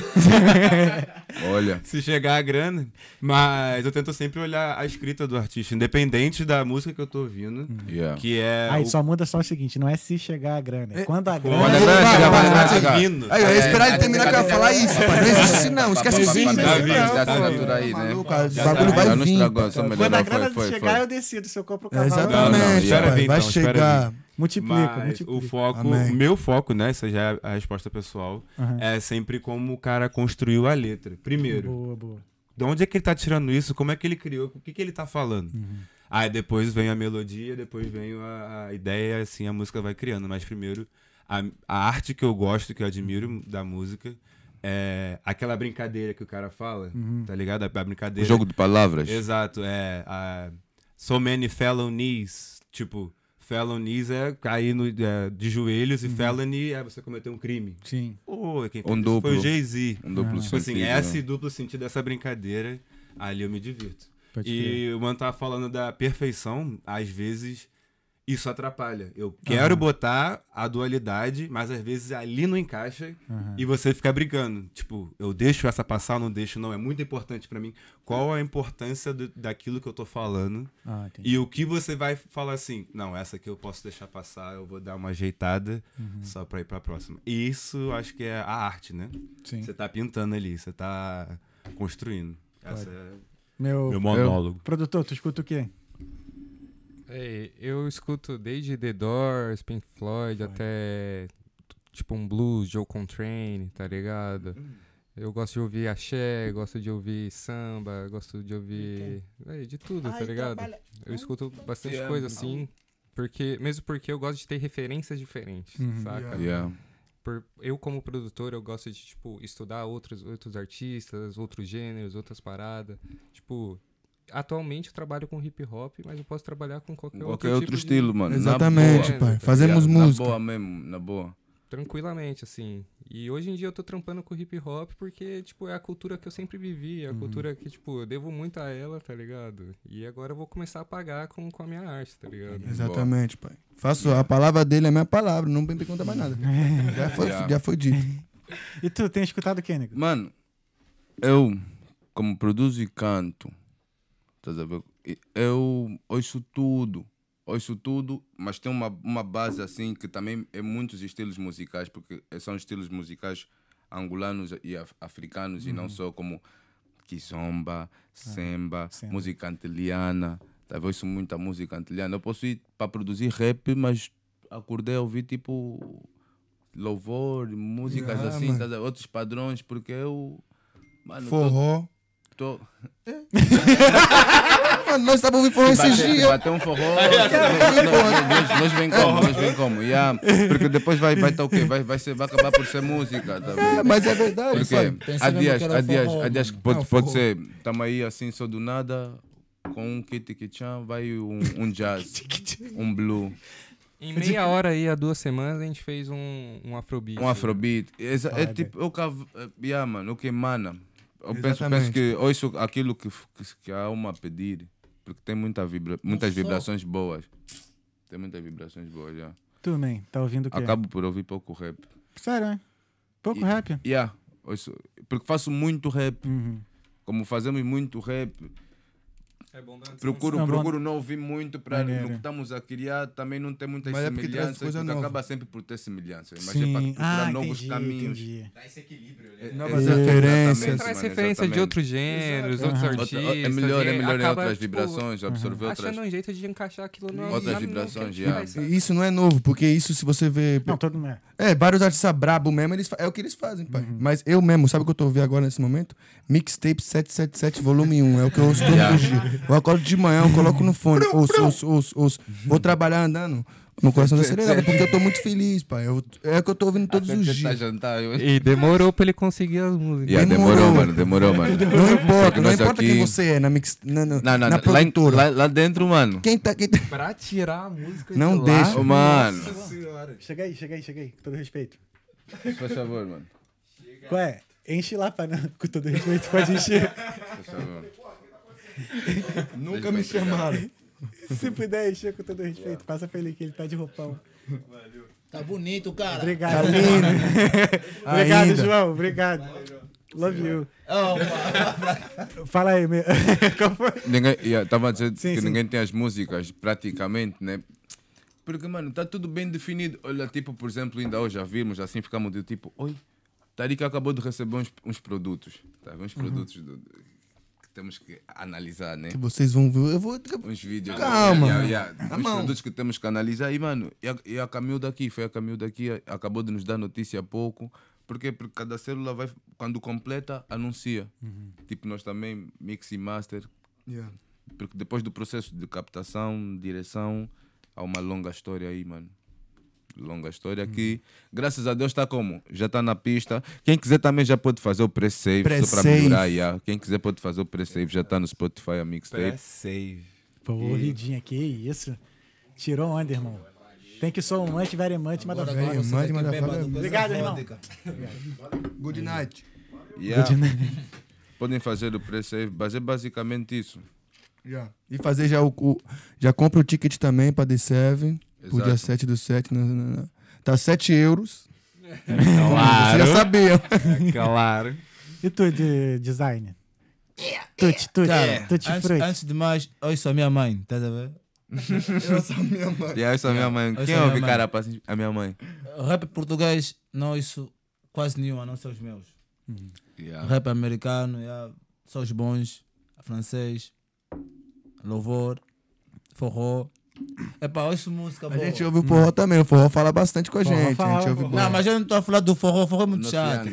Olha,
se chegar a grana. Mas eu tento sempre olhar a escrita do artista, independente da música que eu tô ouvindo.
yeah.
Que é.
Hum. Aí
o...
só muda só o seguinte, não é se chegar a grana, é quando a grana... né?
Quando a grana
Vai,
chegar,
vai,
quando a grana
vai,
chegar.
vindo.
Aí, eu ia esperar ele terminar que eu ia falar isso, rapaz. Não existe isso, não. Esquece isso,
Tá
não.
tá
Não,
vindo, tá
essa
pô.
vindo.
altura aí, né?
Maluco, o
Já
bagulho
tá,
vai
já não
vir.
estragou, só
papai.
melhorou.
Quando a
Não,
grana
foi, foi,
chegar,
foi.
eu decido se eu compro o
É,
cavalo. ou não.
Não, não,
Exatamente,
espera
papai.
vir,
Vai
então, espera
chegar.
Multiplica,
Mas o
multiplica.
foco,
Amém.
o meu foco, né? Essa já é a resposta pessoal.
Aham.
É sempre como o cara construiu a letra. Primeiro,
Boa, boa.
de onde é que ele tá tirando isso? Como é que ele criou? O que, que ele tá falando?
Uhum.
Aí depois vem a melodia, depois vem a, a ideia, assim, a música vai criando. Mas primeiro, a, a arte que eu gosto, que eu admiro da música, é aquela brincadeira que o cara fala, tá ligado? A, a
Uhum. O
brincadeira.
jogo de palavras.
Exato, é. a- so many felonies. Tipo, felonies é cair no, é, de joelhos e felony é você cometer um crime.
Sim.
Pô, quem fez
Uhum. Um
isso
duplo.
Foi o Jay-Z.
Um duplo
Tipo
sentido.
assim,
né?
esse duplo sentido dessa brincadeira, ali eu me divirto.
Pode
E o Mano tava falando da perfeição, às vezes isso atrapalha. Eu quero botar a dualidade, mas às vezes ali não encaixa e você fica brigando. Tipo, eu deixo essa passar, não deixo, não. É muito importante pra mim. Qual a importância do- daquilo que eu tô falando?
Ah, entendi.
E o que você vai falar assim, não, essa aqui eu posso deixar passar, eu vou dar uma ajeitada
Uhum.
só pra ir pra próxima. E isso eu acho que é a arte, né?
Sim.
Você tá pintando ali, você tá construindo. Essa é
Meu,
meu monólogo.
produtor, tu escuta o quê?
É, eu escuto desde The Doors, Pink Floyd, até tipo um blues, Joe Contrain, tá ligado? Eu gosto de ouvir axé, gosto de ouvir samba, gosto de ouvir é, de tudo, tá ligado? Eu escuto bastante coisa assim, porque mesmo porque eu gosto de ter referências diferentes, saca?
né? Yeah.
por- eu como produtor eu gosto de tipo estudar outros outros artistas, outros gêneros, outras paradas. Tipo, atualmente eu trabalho com hip hop, mas eu posso trabalhar com qualquer, outro,
Qualquer outro
tipo de-
estilo, mano.
Exatamente,
boa.
pai.
Tá
Fazemos
Na boa
música.
mesmo, na boa.
tranquilamente assim. E hoje em dia eu tô trampando com hip hop porque tipo é a cultura que eu sempre vivi, é a
Uhum.
cultura que tipo eu devo muito a ela, tá ligado? E agora eu vou começar a pagar com, com a minha arte, tá
É.
ligado?
Exatamente, pai. Faço a palavra dele, é a minha palavra. Não tem que contar mais nada. Já foi,
Yeah.
já foi dito.
E tu, tem escutado o quê, nego?
Mano, eu, como produzo e canto, estás a ver? E- Eu ouço tudo. Ouço tudo, mas tem uma, uma base assim que também é muitos estilos musicais, porque são estilos musicais angolanos e af- africanos, e não só como Kizomba, Semba,
semba.
música antiliana. Tá, eu ouço muita música antiliana. Eu posso ir para produzir rap, mas acordei a ouvir tipo louvor, músicas
Ah,
assim,
mano.
tá ligado? outros padrões, porque eu. Mano,
Forró.
tô. tô
Mano, nós estávamos ouvindo forró esses
bater,
dias.
bater um forró.
tá
nós, nós, nós vem como, nós vem como. yeah, porque depois vai estar vai tá o quê? Vai, vai, ser, vai acabar por ser música, tá
É,
vendo?
mas é verdade,
Porque
pai.
há
Pensando
dias,
que era
há dias,
forró,
há dias que
mano.
pode,
Não,
pode
forró.
ser. Tamo aí assim, só do nada, com um kit que tchan, vai um, um jazz, um blue,
Em meia hora aí, há duas semanas, a gente fez um, um afrobeat.
um afrobeat. Essa- é
Vibe.
tipo, eu cavo. eh, Yeah, mano, o que emana. Eu penso,
Exatamente.
penso que ouço aquilo que, f- que, que a alma pedir, porque tem muita vibra, muitas vibrações boas. Tem muitas vibrações boas, já.
Tu, man, tá ouvindo o quê?
Acabo por ouvir pouco rap.
Sério, né? Pouco
E-
rap.
Yeah, ouço, porque faço muito rap.
Uhum.
Como fazemos muito rap,
É bom dar uma
procuro,
Não, bom.
procuro não ouvir muito para no
Maneiro.
que estamos a criar, também não tem muitas
Mas é porque traz
semelhanças,
coisa
porque
nova.
acaba sempre por ter semelhanças. Mas é para
Sim.
procurar
Ah,
novos
entendi,
caminhos.
entendi.
Dá esse equilíbrio,
É,
né?
Novas
exatamente,
referências.
Você
mano,
traz referência de
exatamente.
outros gêneros, outros
Aham.
Outra-
artistas.
é melhor,
e
é melhor em
acaba,
outras
tipo,
vibrações,
ah,
absorver outras.
Achando um jeito de encaixar aquilo na
Outras
na- no
vibrações,
que
já.
faz, sabe?
E Isso não é novo, porque isso, se você vê.
Não, todo mundo é.
É, vários artistas brabo mesmo, eles fa- é o que eles fazem, pai. Mas eu mesmo, sabe o que eu tô ouvindo agora nesse momento? Mixtape 777, volume 1. É o que eu ouço todos os dias. Eu acordo de manhã, eu coloco no fone. Ouço, ouço, ouço, ouço. Vou trabalhar andando. Meu coração tá acelerado, porque eu tô muito feliz, pai. Eu- é o que eu tô ouvindo todos
Até tá
os
tentar
dias.
jantar, eu-
E demorou pra ele conseguir as músicas.
Yeah, demorou,
Demorou.
mano, demorou, mano.
Não importa, não
Nós
importa quem
aqui-
você é na mix. Na, na,
Não, não,
na
não, lá, em-
produtora.
lá, lá dentro, mano.
Quem tá. Quem tá...
Pra tirar a música
Não
de
deixa.
Ô,
lá.
mano,
Chega aí, chega aí, chega aí. Com todo respeito.
por favor, mano.
Qual é? Enche lá, pra não. Com todo respeito, pode encher.
Por favor.
é Nunca me chamaram.
Se puder, Chico, com todo
É.
respeito, passa pra ele que ele tá de roupão.
Tá bonito, cara. Tá
Obrigado. Obrigado,
Ainda.
João. Obrigado. Love you.
Oh, mano. É
Fala aí, meu. Qual foi?
Ninguém, yeah, tava a dizer
Sim,
que
sim.
ninguém tem as músicas, praticamente, né? Porque, mano, tá tudo bem definido. Olha, tipo, por exemplo, ainda hoje já vimos, assim ficamos de tipo, oi, Tarika acabou de receber uns, uns produtos, tá?
Uhum.
Uns produtos do- do- que temos que analisar, né?
Que vocês vão ver. Eu vou.
Uns vídeos. né?
Calma. Tá
Yeah, yeah, yeah. Uns
mão.
produtos que temos que analisar. E, mano, e a, e a Camil daqui, foi a Camil daqui, a- acabou de nos dar notícia há pouco. Porque, porque cada célula vai, quando completa, anuncia. Tipo, nós também, mix e master,
Uhum. Yeah.
porque depois do processo de captação, direção, há uma longa história aí, mano. Longa
Uhum.
história que, graças a Deus, está como? Já está na pista. Quem quiser também já pode fazer o pre-save, só para
Pre-save.
melhorar. yeah. Quem quiser pode fazer o pre-save, já está no Spotify, a mixtape.
Pré-save.
Pô, Ridinha, que isso. Tirou onda, irmão. Tem que so much, very much, mas
Agora você
mãe de
daqui
motherfucker.
bêbado com
Obrigado,
essa
irmão.
vodka.
Good night.
Yeah. Podem fazer o pre-save, mas é basicamente isso.
Yeah. E fazer já o, o- Já compra o ticket também pra The Seven. Pro
Exato.
dia 7 do 7. né, né, né. Tá 7 euros. Claro. Você já sabia.
É, Claro.
E tu, de design?
É,
Tuti, tuti,
Cara,
tuti
É, antes,
frutti.
antes de mais, oi, sou a minha mãe, estás a ver?
E aí, essa é a minha mãe.
Essa
Quem
é a minha
ouve,
mãe.
cara, passa- a minha mãe?
Rap português, não isso, quase nenhum, a não ser os meus.
Yeah.
Rap americano, yeah, só os bons, francês, louvor, forró. Epá, ouço música
A
boa.
gente ouve o forró também. O forró fala bastante com a
Forró
gente.
fala,
a gente ouve
forró.
Não, mas eu não estou a falar do forró, forró é muito
Não se
chato.
anda.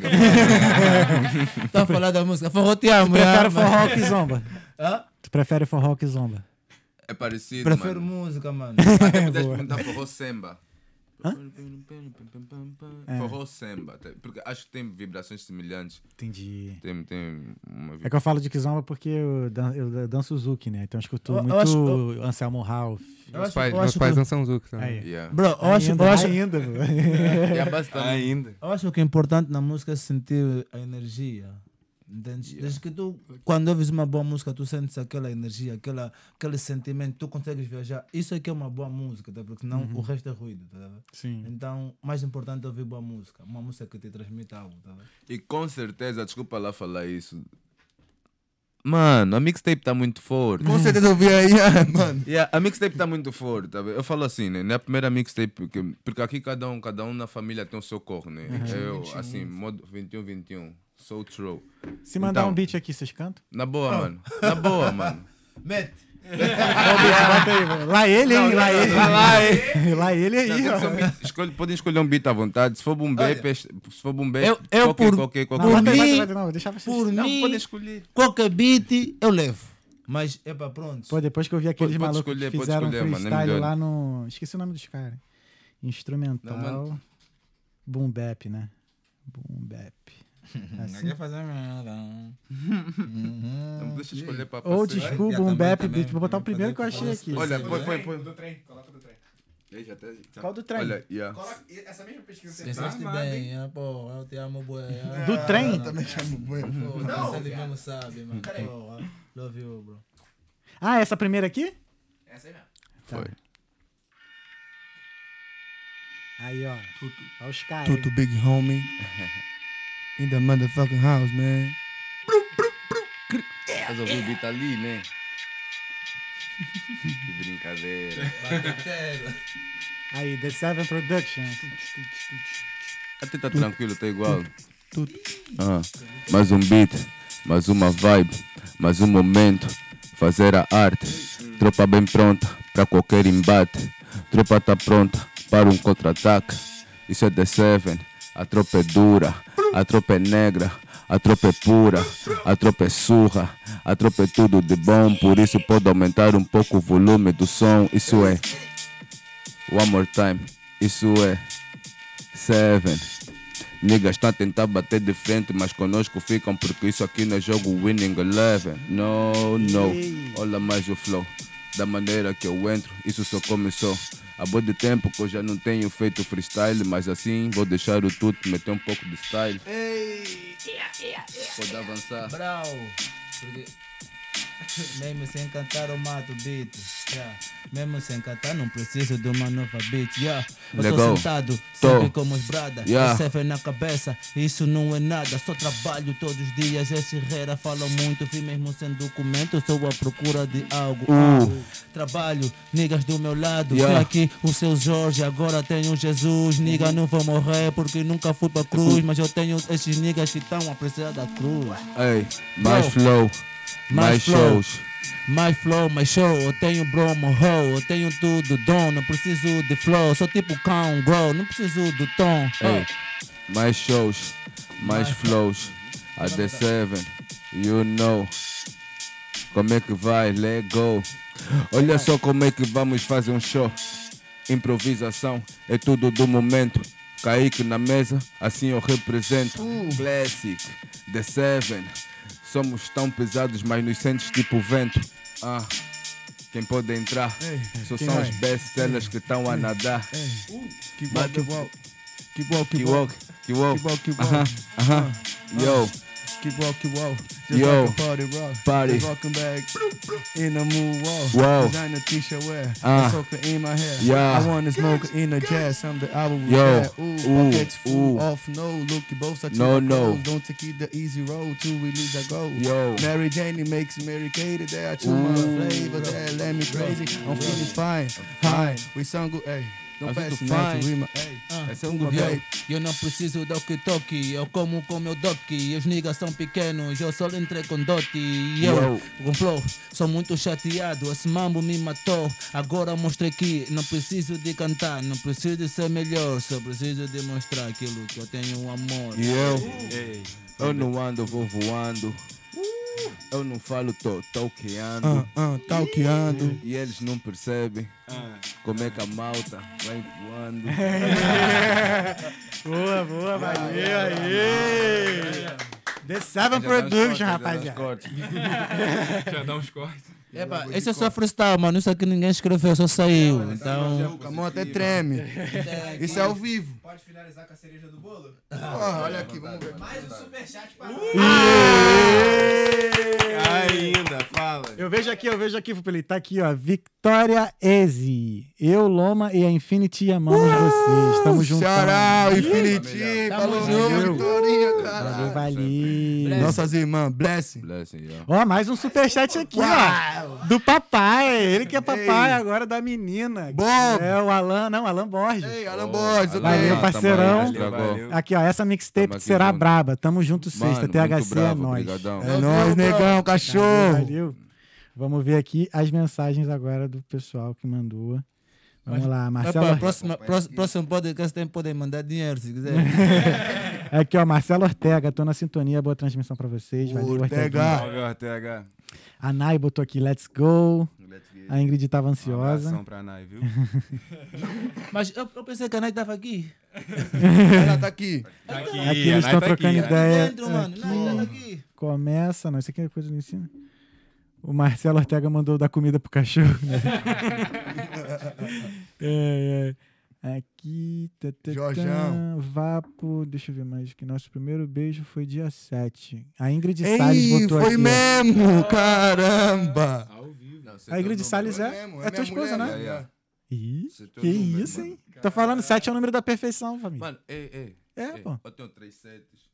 Estou a falar da música, forró te amo. yeah,
Prefere
mas-
forró que zomba?
Hã?
Tu prefere forró que zomba?
É parecido,
Prefiro
mano.
música, mano.
Até pudeste
Boa.
perguntar forró samba.
Hã?
Forró samba. até- Porque acho que tem vibrações semelhantes.
Entendi.
Tem, tem uma
É que eu falo de Kizomba porque eu, dan- eu danço Zuki, né? Então eu escuto
Eu- eu
muito
acho- eu-
Anselmo Ralph.
Eu
Meus
acho,
pais,
eu
meus
acho
pais
que,
não são Zuc também.
Aí.
Yeah.
bro, eu acho,
ainda, né?
eu acho,
ainda, pô.
E é a base também.
Ainda.
Eu acho que o importante na música é sentir a energia. entendes? Desde que tu, quando ouves uma boa música, tu sentes aquela energia, aquela, aquele sentimento, tu consegues viajar. Isso é que é uma boa música, tá? porque senão o resto é ruído. Tá? vendo?
Sim.
Então, o mais importante é ouvir boa música. Uma música que te transmite algo. Tá? vendo?
E com certeza, desculpa lá falar isso. Mano, a mixtape tá muito forte.
Com certeza eu vi aí, ah, mano.
Yeah, a mixtape tá muito forte, tá vendo? Eu falo assim, né? Na primeira mixtape, que- porque aqui cada um, cada um na família tem o seu corre, né?
Uhum. um,
Eu, assim, modo 21, 21. So um. true.
Se mandar
Então-
um beat aqui, vocês cantam?
Na
Ah.
boa, mano. Na boa, mano.
Mete!
Bota aí, mano. lá ele, hein? lá ele. lá ele. lá ele aí, ó.
é um Escolhe- podem escolher um beat à vontade. Se for um bep, se for um bep,
Eu- eu
qualquer,
por-
qualquer,
Não,
qualquer.
Por
bota aí,
mim-
bota aí, bota aí, não, deixa vocês.
Por mim,
podem escolher.
qualquer beat eu levo. Mas, é para pronto.
Pô, depois que eu vi aqueles
Pode- pode
malucos
escolher,
que
pode
fizeram
escolher, mano, é
freestyle
melhor.
lá no... Esqueci o nome dos caras. Instrumental.
Não, mano.
Boom Bap, né? Boom Bap. Assim.
fazer merda.
Não deixa escolher pra
Ou
parceiro.
desculpa,
também,
Boom Bap.
também.
Vou botar o primeiro que eu
Fazer
achei aqui.
Olha, põe, põe, põe.
Do trem, coloca do trem.
Qual do trem?
Tá. Olha, yeah.
Coloca essa mesma pesquisa que você tá fez.
Pensaste bem, ah, pô, eu te amo, boé. ah,
Do trem?
não. Pô,
Não,
não, ele
viado.
mesmo sabe, mano.
Peraí.
Pô, ah, love you, bro.
Ah, essa primeira aqui? Tá.
Essa aí mesmo.
Foi.
Aí, ó. Olha os caras. hein?
Tudo big homie. In the motherfucking house, man.
Mas ouviu o beat ali, né? que brincadeira.
Bateteiro.
Aí, The Seven Productions.
Até tá tranquilo, tá igual.
Tudo.
Ah, mais um beat, mais uma vibe, mais um momento. Fazer a arte. Tropa bem pronta pra qualquer embate. Tropa tá pronta para um contra-ataque. Isso é The Seven. A tropa é dura, a tropa é negra, a tropa é pura, a tropa é surra, a tropa é tudo de bom. Por isso pode aumentar um pouco o volume do som. Isso é. One more time. Isso é. Seven. Niggas estão a tentar bater de frente, mas conosco ficam porque isso aqui não é jogo Winning Eleven. No, no. Olha mais o flow, da maneira que eu entro, isso só começou. Há bom de tempo que eu já não tenho feito freestyle, mas assim vou deixar o tudo meter um pouco de style. Pode avançar.
Brau. Porque Mesmo sem cantar eu mato o beat. Yeah. Mesmo sem cantar não preciso de uma nova beat. Yeah. Eu tô
Legal.
sentado,
Tô.
sempre como os brada.
Yeah.
Recebe é na cabeça, isso não é nada. Só trabalho todos os dias. Esse herrera fala muito, vi mesmo sem documento. Sou à procura de algo. algo. Trabalho, niggas do meu lado.
Yeah.
Tem aqui o seu Jorge, agora tenho Jesus. Niga não vou morrer porque nunca fui pra cruz. Mas eu tenho esses niggas que estão a precisar da cruz.
Ei, mais
Não.
flow, mais
Mais flow.
shows.
Mais flow, mais show, eu tenho bromo, ho, eu tenho tudo, dom, não preciso de flow, sou tipo cão, grow, não preciso do tom.
Ei, mais shows, mais flows. A The Seven, you know. Como é que vai? Let go. Olha só como é que vamos fazer um show. Improvisação é tudo do momento. Kaique na mesa, assim eu represento.
Uh.
Classic, The Seven. Somos tão pesados, mas nos sentes tipo vento. Ah, quem pode entrar? Só
quem
são
vai?
os best sellers que estão a nadar.
Que walk, que walk. Que walk, que walk. Que
Que walk, Uh-huh. que walk.
walk, que walk.
Aham, aham. Yo,
Que walk, que walk. Just
Yo.
like a party rock.
Party.
Just walking back in a moonwalk.
Wow.
Designer t-shirt wear.
Ah.
Uh. Soaker in my hair.
Yeah.
I wanna smoke in a jazz. I'm the album with
Yo.
that.
Ooh.
Ooh, pockets full
Ooh.
off. No, look, you both are
No,
too
no.
close. Don't take it the easy road to release a goal.
Yo.
Mary Jane it makes Mary Kate. There are two more flavors that let me crazy. I'm feeling fine. Hi, we sound good. Hey,
I
don't
feel
pass
too
me out
fine.
to rima. Hey,
I sound
Uma
good,
babe.
yo.
Eu não preciso do que toque, eu como com meu doque, os niggas são pequenos, eu só entrei com dote. E eu, com flow, sou muito chateado, esse mambo me matou. Agora mostrei que não preciso de cantar, não preciso de ser melhor, só preciso de mostrar aquilo que eu tenho amor.
E eu, eu não ando, vou voando. Eu não falo, tô toqueando.
Ah, ah, talqueando.
E eles não percebem como é que a malta vai voando.
Boa, boa, valeu, aí. The Seven Production, rapaziada.
Já dá uns cortes.
Epa, esse é só freestyle, mano. Isso aqui ninguém escreveu, só saiu. Então.
A mão até treme. Isso é ao vivo.
Pode finalizar com a cereja do bolo?
Porra, olha aqui, vamos ver.
Mais um superchat para
Ainda, fala.
Eu vejo aqui, eu vejo aqui, Fupeli. Tá aqui, ó. Victoria Eze. Eu, Loma e a Infinity amamos
Uh!
vocês. Estamos juntos.
Xará, Infinity,
Tamo
falou
junto.
junto, Vitorinha, cara.
Valeu, valeu.
Nossas irmãs, blessing.
Blessing, yo.
Ó, mais um superchat aqui, ó. Do papai. Ele que é papai
Ei.
agora da menina.
Bob.
É o Alan, não, Alan Borges.
Ei, Alan Borges, ok.
Valeu,
Ah,
parceirão.
tamo aí, estragou.
Aqui, ó, essa mixtape
Tamo
que
aqui
será
junto.
braba. Tamo junto sexta.
Mano, muito
THC é
bravo,
nóis.
brigadão.
É nóis, negão, cachorro.
Valeu. Vamos ver aqui as mensagens agora do pessoal que mandou. Vamos lá, Marcelo.
Epa, próxima, próximo, próximo podcast tem, podem mandar dinheiro se quiser.
É Aqui, ó, Marcelo Ortega, tô na sintonia, boa transmissão pra vocês. Valeu, Ortega.
Ortega.
Salve, Ortega.
A Nai botou aqui, let's go.
Let's
A Ingrid tava
Um
ansiosa.
abração pra Nai, viu?
Mas eu, eu pensei que a Nai tava aqui.
Ela tá aqui.
Tá aqui,
Aqui
a
eles
Nai
estão
tá
trocando
aqui,
É,
né?
ideia. É,
Dentro, mano. Nai
Hum.
tava aqui.
Começa, não, isso aqui é coisa do ensino. O Marcelo Ortega mandou dar comida pro cachorro. né? É, é. Aqui. tá, tá,
Jorjão.
tá, Vapo. Deixa eu ver mais. Que nosso primeiro beijo foi dia 7. A Ingrid Salles
Ei,
botou
foi
aqui. ó.
mesmo, caramba.
tá
A Igreja de
um
Salles
É
é,
mesmo,
é,
é
tua
minha
esposa,
mulher,
né?
né?
Ih,
Você tem
que
o número,
isso,
mano.
hein? Tô falando, 7 é o número da perfeição, família.
Mano, ei, ei.
é,
ei,
pô.
Eu tenho três sets.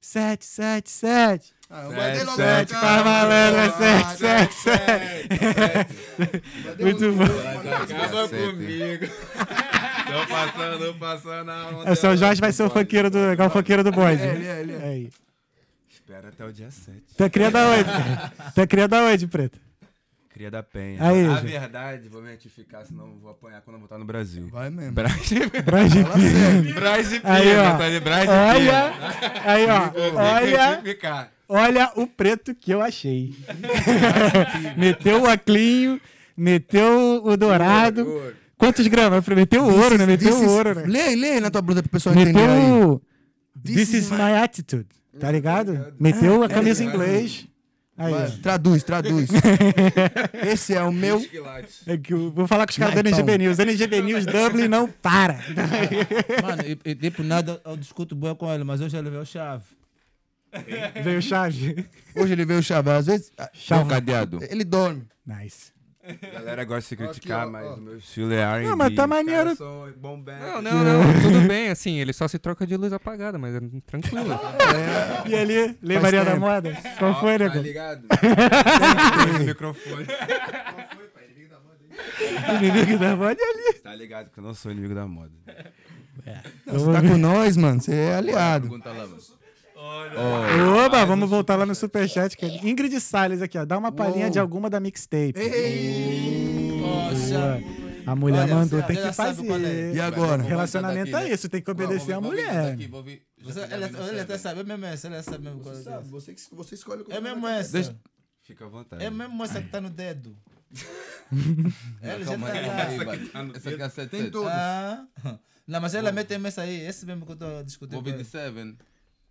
7, 7, 7.
Ah, eu
Sete,
guardei logo
sete,
na
Tá
cara.
malandro, é 7,
Ah,
7, 7.
É.
Muito bom.
Acaba comigo. Não passando, não passando a onda.
É, o seu Jorge vai ser o funkeiro do. Igual o funkeiro do bonde.
É, ele é, ele é.
Aí.
Espera até o dia 7.
Tu é cria da onde? cara? Tu é cria da onde, preto?
Cria da Penha.
Aí,
a
gente.
verdade, vou me retificar, senão eu vou apanhar quando eu voltar no Brasil.
Vai mesmo.
Braz de Penha.
Braz de Pina.
Braz de Penha.
Aí, ó.
Tá de Braz de
Olha.
Penha.
Aí, ó.
Eu vou me
Olha.
retificar.
Olha o preto que eu achei. meteu o aclinho, meteu o dourado. Quantos gramas? Meteu o ouro, né? Meteu
This
o
is-
ouro, né?
Lê aí, lê aí na tua blusa pro pessoal entender aí.
Meteu o. This
This
is
is É,
my attitude. Tá ligado? Meteu a camisa em inglês. Aí.
tá Vai, é.
É.
Traduz, traduz. Esse é o meu.
É que eu vou falar com os caras da
Naipão.
NGB News. NGB News Dublin não para.
Mano, e, e, tipo, nada, eu discuto boa com ele, mas hoje eu levei o chave.
Veio chave.
Hoje ele veio chavar, às vezes ah,
Chama. cadeado.
ele dorme.
Nice.
A galera gosta de
Aqui,
criticar,
ó,
mas
ó.
o meu estilo é R&B.
Não, mas tá
Os caras
maneiro.
são bom band.
Não, não, não, tudo bem, assim, ele só se troca de luz apagada, mas é tranquilo. É,
É.
E ali, lembraria da
tempo.
moda? Qual foi,
Tá
nego?
ligado? Tem o microfone.
Qual foi, pai? Inimigo da banda aí.
Inimigo da moda e ali.
Tá ligado que eu não sou inimigo da moda.
Você tá com nós, mano. Você é aliado.
Pergunta lá, mano.
Oba, vamos voltar lá no superchat. Que é Ingrid Salles aqui, ó. Dá uma palhinha de alguma da mixtape. Boa. A mulher
Olha,
mandou,
você
tem
já
que
sabe qual é.
fazer.
E agora?
Relacionamento é isso, tem que obedecer a mulher.
Você, ela, ela até sabe, é mesmo essa, ela sabe mesmo qual é essa.
Você, você escolhe
É mesmo essa.
Fica à vontade.
É mesmo essa que tá no dedo. ela já
Calma aí,
tá lá.
calma aí, vai. Essa aqui é 7
Tem
Tem
tudo.
Ah. Não, mas ela mete essa aí, esse mesmo que eu tô discutindo. com
Covid
ela.
7.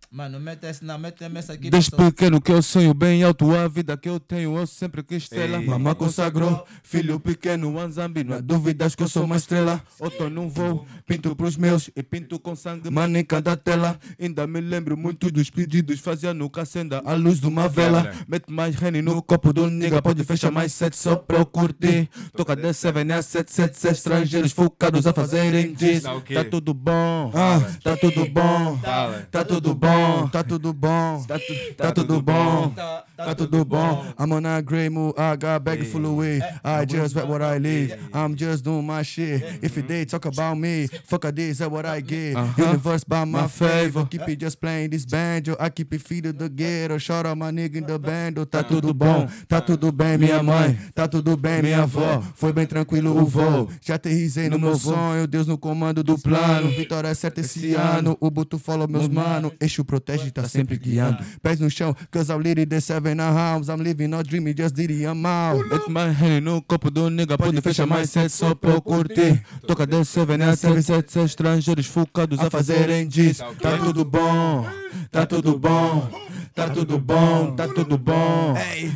Mano, mete essa, não, mete essa aqui.
Desde
pessoal.
pequeno que eu sonho bem alto, a vida que eu tenho eu sempre quis estrela.
Ei.
Mamãe consagrou, filho pequeno, anzambi, não há dúvidas que eu sou uma estrela. Outro não vou, pinto pros meus e pinto com sangue, mano, em cada tela. Ainda me lembro muito dos pedidos, fazia no cacenda, à luz de uma vela. Mete mais rene no copo do nigga, pode fechar mais sete só pra eu curtir. Toca The Seven, é 777 estrangeiros focados a fazerem disso.
Tá o quê?
Tá tudo bom, ah, tá tudo bom.
Fala.
Tá tudo bom, tá tudo bom, tá, tu- tá tudo bom,
Tá,
tá tudo bom. É, I'm on a gray move, I got back full away. I just read what I live, I'm just doing my shit. If they talk about me, fuck a this, that's what I get. Universe by Uh-huh. my favor, keep it just playing this banjo. I keep it feet of the ghetto, shout out my nigga in the bando. Tá tudo bom, tá tudo bem, minha mãe, tá tudo bem, minha avó. Foi bem tranquilo o voo, já aterrisei no meu sonho. Deus no comando do plano, vitória é certa esse ano. O Buto follow meus mano, eixo protege, tá sempre guiando. Pés no chão, cause I'm leading the seven house. I'm living no dream, just did it, I'm out. Mete mais hand no copo do nigga, pode fechar mais sete só pra eu curtir. Toca the seven, é seven, sete, sete estrangeiros focados a fazerem disso. Tá tudo bom, tá tudo bom. Tá tudo bom, tá tudo bom,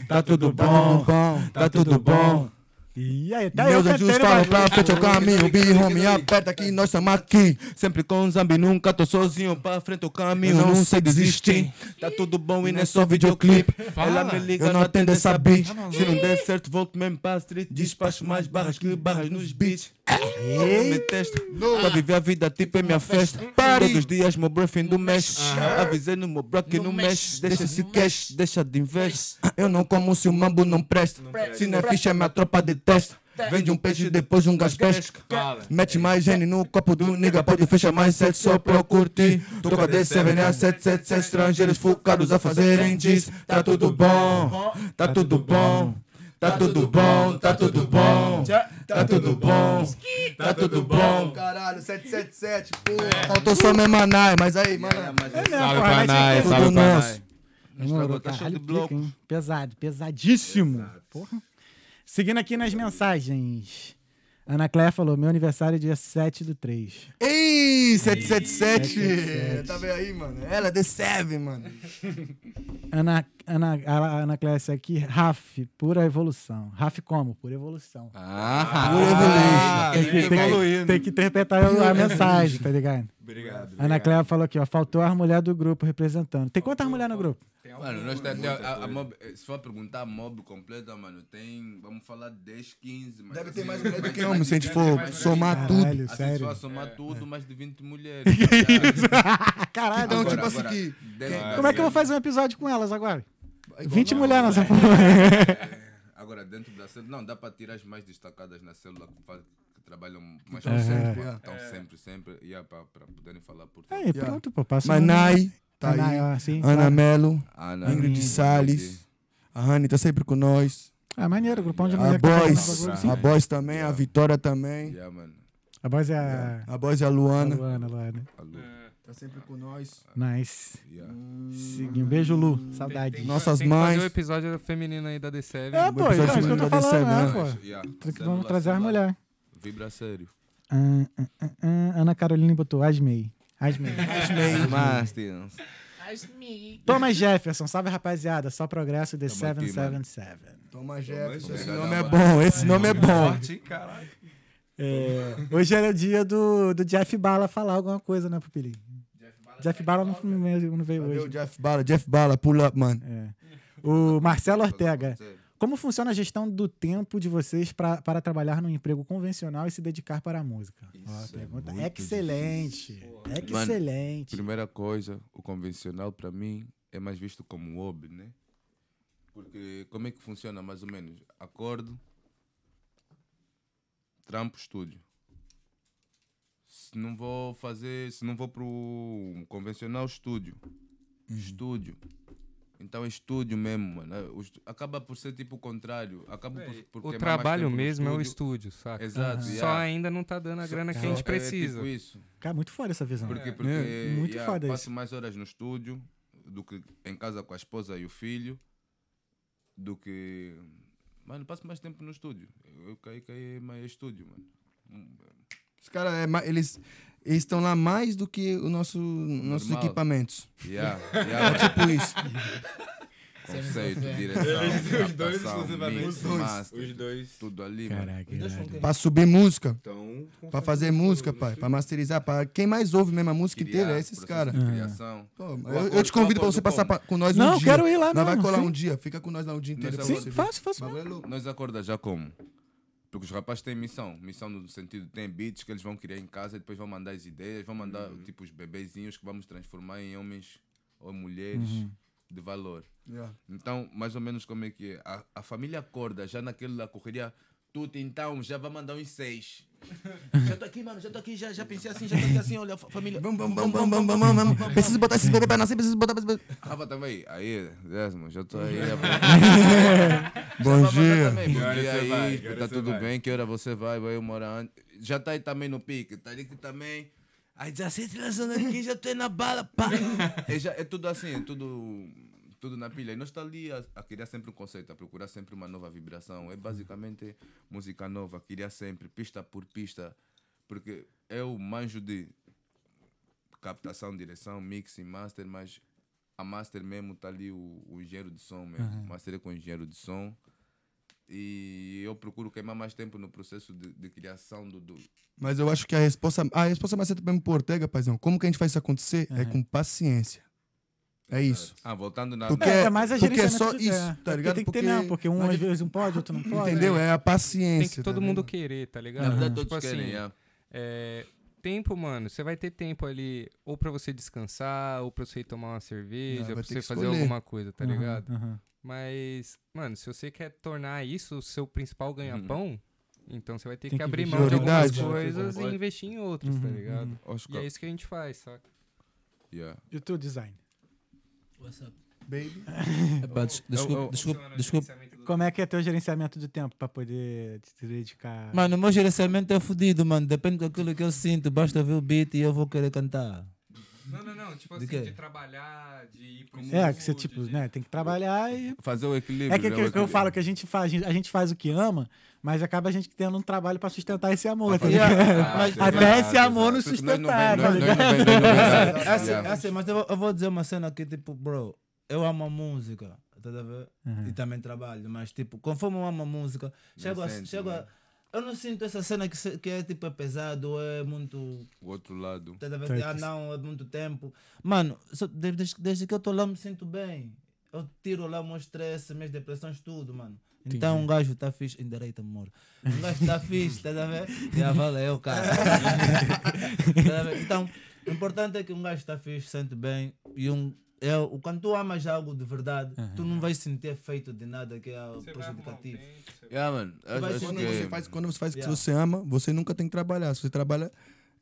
tá tudo bom, tá tudo bom.
E aí, tá eu
Meus anjos
cantando
falam pra
bagulho.
frente, eu caminho. Birro me aperta que nós estamos aqui. Sempre com zambi, nunca tô sozinho. Pra frente eu caminho, Eu não não sei sei desistir. Tá tudo bom e não é só videoclipe. Ela me liga, eu não atendo essa beat. Se não der certo, volto mesmo pra street. Despacho mais barras que barras nos beats. Me testa, pra viver a vida tipo é minha festa. Todos os dias meu briefing do mexe. Avisei no meu bloco que não mexe. Deixa esse cash, deixa de invest. Eu não como se o mambo não presta. Se não é ficha, minha tropa detesta. Vende um peixe depois um gás pesca. Mete mais gene no copo do nigga, pode fechar mais sete só pra eu curtir. Toca D7, né? 777 estrangeiros focados a fazerem disso. Tá tudo bom, tá tudo bom. Tá tudo bom, tá tudo bom. Tá tudo bom, tá tudo bom. É.
Caralho, 777, porra.
Faltou só Memanai, mas aí, mano.
Salve
porra,
pra
mas
Nai,
é
tudo
salve pra
nosso.
Nai.
Demorou,
tá cheio
caralho,
de bloco.
pica, hein? Pesado, pesadíssimo. Porra. Seguindo aqui nas mensagens. Ana Cléia falou, meu aniversário é dia 7 do 3.
Ei,
777.
777. Tá vendo aí, mano? Ela é D7, mano.
Ana, Ana, a Ana Cléia essa aqui, Raf, pura evolução. Raf como? Pura evolução.
Ah, tá
Pura evolução.
tem, que, tem que- tem que interpretar a mensagem, tá ligado?
Obrigado.
Ana Cléia falou aqui, ó, faltou a mulher do grupo representando. Tem quantas mulheres no grupo?
Mano, nós tá, a, a mob, se for perguntar a mob completa, mano, tem. Vamos falar 10, 15. Mas
Deve ter
assim,
mais mulher do
mais-
que
mais
homem,
de
se a gente
20,
for
mais de
somar
20.
tudo.
Caralho,
Assim, se
sério.
for somar tudo, mais de 20 mulheres. tá ligado?
Caralho,
Então,
Agora,
tipo assim,
agora,
que-
dez-
que-
como é que eu vou fazer um episódio com elas agora?
Igual
20
não,
mulheres nessa
é.
porra.
Agora, dentro da célula, não, dá para tirar as mais destacadas na célula que, fa- que trabalham mais
Aham.
sempre. Estão sempre, sempre. E é para poderem falar por ti.
Aí, pronto, pô, passa.
Manai, tá
Manai,
aí.
ó, sim,
Ana
claro.
Melo,
Ana,
Ingrid Salles. A Rani tá sempre com nós.
Ah, maneiro, grupão de
A
mulher. que tá fazendo
Boys.
bagulho, sim.
A Boys também, a Vitória também.
Yeah, mano.
A voz é a
A Boys e a
a
Luana.
Luana, Luana.
Alô.
Tá sempre com nós.
Nice.
Yeah.
Seguindo. Um Beijo, Lu. Saudade.
Nossas
tem que fazer
mães.
o episódio feminino aí da D7.
É, pô,
episódio
então, é isso que eu tô
semana
falando,
desse,
né, pô?
Yeah.
Tem que-
Célula,
Vamos trazer as
célula.
mulheres.
Vibra sério.
Ah, ah, ah, ah, Ana Carolina botou Asmei. Asmei.
Mas,
Thomas Jefferson, salve rapaziada. Só progresso de
Tamo aqui,
777.
Toma Jefferson, esse
Jefferson.
nome é bom, esse nome é bom.
É, hoje era o dia do, do Jeff Bala falar alguma coisa, né, Pupilinho? Jeff Barra não, não não veio
tá Cadê o
hoje.
Jeff Bala? Jeff Bala, pull up, mano.
É. O Marcelo Ortega.
Sério.
Como funciona a gestão do tempo de vocês pra, para trabalhar num emprego convencional e se dedicar para a música? Ó,
Isso é
pergunta
muito
excelente. é Excelente.
Primeira coisa, o convencional para mim é mais visto como um hobby, né? Porque como é que funciona mais ou menos? Acordo, trampo, estúdio. Se não vou fazer, se não vou pro convencional, estúdio. Estúdio. Então é estúdio mesmo, mano. O estu- Acaba por ser tipo o contrário. Acaba por, por
É, O
queimar mais
trabalho
tempo no
mesmo é o estúdio, saca?
um Exato.
Só
yeah.
ainda não tá dando a grana que a
Só-
gente precisa.
É tipo isso.
Cara, muito foda essa visão. né?
Porque,
É.
porque
É,
muito
yeah,
foda
passo
isso.
mais horas no estúdio do que em casa com a esposa e o filho do que. Mano, passo mais tempo no estúdio. Eu caí, caí mais estúdio, mano.
Os caras, é ma- eles eles estão lá mais do que o nosso, nossos
Normal.
equipamentos.
Yeah, yeah, mano.
Tipo isso.
Conceito, direção,
Os dois,
captação,
exclusivamente. Tá,
mix,
Os dois.
master,
Os dois.
tudo ali, mano.
Caraca,
assim.
irado.
pra subir música,
Então.
pra fazer música, pai. Pra masterizar, pra quem mais ouve mesmo a música inteira,
Criar,
é esses
processo
caras.
de Criação.
Pô,
O
Eu, eu
acordo-
te convido
o
pra você
acordo
passar
como?
pra- com nós um
Não,
dia.
quero ir lá
Nós vai
mesmo,
colar
sim.
um dia, fica com nós lá um dia inteiro.
Nós
pra
vamos-
Sim,
você ver.
faço, faço.
Bagulho é louco.
Nós acorda já como? Porque os rapazes têm missão. Missão no sentido, tem beats que eles vão criar em casa e depois vão mandar as ideias, vão mandar tipo os bebezinhos que vamos transformar em homens ou mulheres de valor.
Yeah.
Então, mais ou menos como é que é? A, a família acorda já naquela correria. Tudo então, já vai mandar uns seis. já tô aqui, mano, já tô aqui, já, já pensei assim, já tô aqui assim, olha, fa- família.
Vamos, vamos, vamos, vamos, vamos, vamos, vamos, vamos. Preciso botar esses bebês pra nascer, preciso botar.
Rafa tava aí. Aí, Desmo, já tô aí. já-
Bom
Tá bom, já
dia.
também, Bom
Que hora
dia
você
aí,
vai? Que hora
tá
você
tudo
vai?
bem, que hora você vai, vai uma hora antes. Já tá aí também no pique, tá ali que também. Aí "Ah, 17 lançando tá aqui, já tô na bala, pá. é, já, é tudo assim, é tudo, tudo na pilha. E nós tá ali a, a criar sempre um conceito, a procurar sempre uma nova vibração. É basicamente música nova, criar sempre, pista por pista. Porque eu manjo de captação, direção, mix e master, mas a master mesmo tá ali o, o engenheiro de som mesmo. Master é com engenheiro de som. E eu procuro queimar mais tempo no processo de, de criação do. do...
Mas eu acho que a resposta. A resposta mais certa mesmo pro Ortega, paizão. Como que a gente faz isso acontecer? É com paciência. É isso.
Ah, voltando na.
Porque-
É, é mais a
porque é
gerenciamento
só
de-
isso,
é.
tá ligado?
Porque tem que ter,
Porque-
não, porque um às vezes um pode, outro não pode. né?
Entendeu? É a
Tem
paciência.
que todo
tá
mundo
ligado?
querer, tá ligado?
Na verdade, né? todos
Tipo assim,
querem. é.
é, tempo, mano, você vai ter tempo ali ou pra você descansar, ou pra você ir tomar uma cerveja,
Ah, vai
pra
ter
você
que
fazer
escolher.
alguma coisa, tá
Aham,
ligado?
aham.
Mas, mano, se você quer tornar isso o seu principal ganha-pão, então você vai
Tem
ter que,
que
abrir
investir.
mão de algumas
Prioridade.
coisas e
Olha.
investir em outras, tá
Uhum,
ligado? E é
Oscar.
isso que a gente faz, saca?
Yeah.
E o teu design?
Baby.
Epá, des- desculpa,
eu-
desculpa, desculpa.
Como é que é teu gerenciamento de tempo pra poder te dedicar?
Mano, o meu gerenciamento é fodido, mano. Depende daquilo que eu sinto. Basta ver o beat e eu vou querer cantar.
Não, não, não. Tipo
De assim, quê? de
trabalhar, de ir pro
é, que você, tipo, né, tem que trabalhar e
Fazer o equilíbrio.
É que, que,
né, o
que eu
equilíbrio.
falo, que a gente faz, a gente faz o que ama, mas acaba a gente tendo um trabalho pra sustentar esse amor. tá ligado?
Ah,
Mas-
exato,
até esse
exato.
amor nos
Porque nós não
sustentar, tá
vem- nós-
ligado?
nós não vem- nós não vem-
É assim,
Yeah.
é assim, mas eu vou, eu vou dizer uma cena que, tipo, bro, eu amo a música, tá a ver?
Uhum.
E também trabalho, mas, tipo, conforme eu amo a música, chego a.
sente,
chego a-
né?
eu não sinto essa cena que, se- que é, tipo, é pesado, é muito.
O outro lado.
Tá a ver?
Certo.
Ah, não, é muito tempo. Mano, só- de- desde, desde que eu tô lá, me sinto bem. Eu tiro lá meu estresse, minhas depressões, tudo, mano. Então um gajo tá fixe, endireita amor. Um gajo tá fixe, tá a ver? Já valeu, cara. Tá a ver? então, o importante é que um gajo tá fixe, sente bem. E um, é, o- quando tu amas algo de verdade, tu não vais sentir efeito de nada que é prejudicativo.
Yeah, mano. Acho,
vai
acho
ser-
Quando
que-
você faz, quando você faz o que
Yeah.
você ama, você nunca tem que trabalhar. Se você trabalha,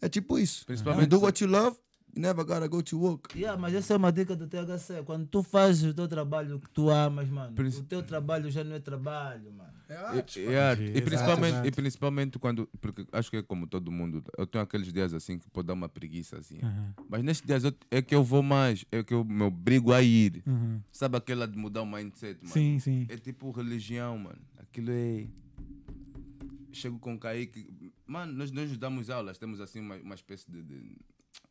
é tipo isso.
Principalmente-
You do what you love, you never gotta go to work.
Yeah, mas essa é uma dica do THC. Quando tu fazes o teu trabalho que tu amas, mano,
Princ-
o teu trabalho já não é trabalho, mano.
E, e arte.
Entendi,
E principalmente,
exato,
e principalmente quando. Porque acho que é como todo mundo. Eu tenho aqueles dias assim que pode dar uma preguiçazinha. Mas nesses dias eu- é que eu vou mais. É que eu me obrigo a ir. Sabe aquela de mudar o mindset, mano?
Uhum. Sim, sim.
É tipo religião, mano. Aquilo é. Chego com o Kaique. Mano, nós, nós damos aulas. Temos assim uma, uma espécie de, de,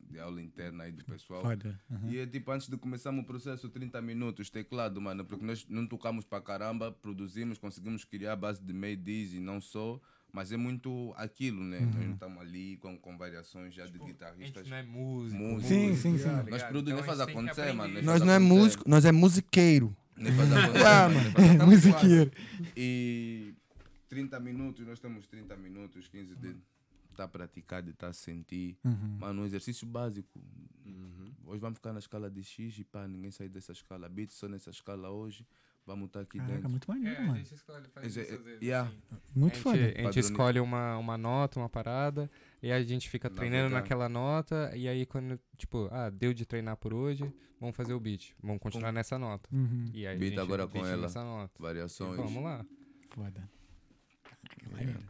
de aula interna aí do pessoal.
Foda.
E é tipo, antes de começarmos o processo, 30 minutos, teclado, mano, porque nós não tocamos pra caramba, produzimos, conseguimos criar a base de melodies e não só, Mas é muito aquilo, né? Nós
Uhum.
não estamos ali com, com variações já de
A gente
guitarristas.
não é músico.
Músico.
Sim, sim, sim.
tá ligado?
Nós produz,
Então
nem faz
a gente tem que
acontecer, mano.
aprender.
Nem
Nós
faz
não é
acontecer.
músico, nós é musiqueiro.
Nem faz acontecer,
Ah,
mano. Nem
mano.
faz acontecer.
Musiqueiro.
E 30 minutos, nós temos 30 minutos, 15 de estar tá praticado, de estar tá sentir.
Uhum.
Mano, um exercício básico. Hoje vamos ficar na escala de X e pá, ninguém sair dessa escala. Beat só nessa escala hoje. Vamos estar aqui
Caraca,
dentro.
muito
É,
maneiro,
a
mano.
gente escolhe, faz
Esse-
isso às vezes,
yeah.
assim.
Muito
a
foda.
gente, a gente
Padroniza.
escolhe uma, uma nota, uma parada, e a gente fica
Na
treinando
verdade.
naquela nota, e aí quando, tipo, ah, deu de treinar por hoje, vamos fazer o beat, vamos continuar nessa nota.
Uhum, Tá
E aí a
Beat
gente
agora com
deixa
ela.
nessa nota. E
Variações.
vamos lá.
foda. Caraca, maneiro.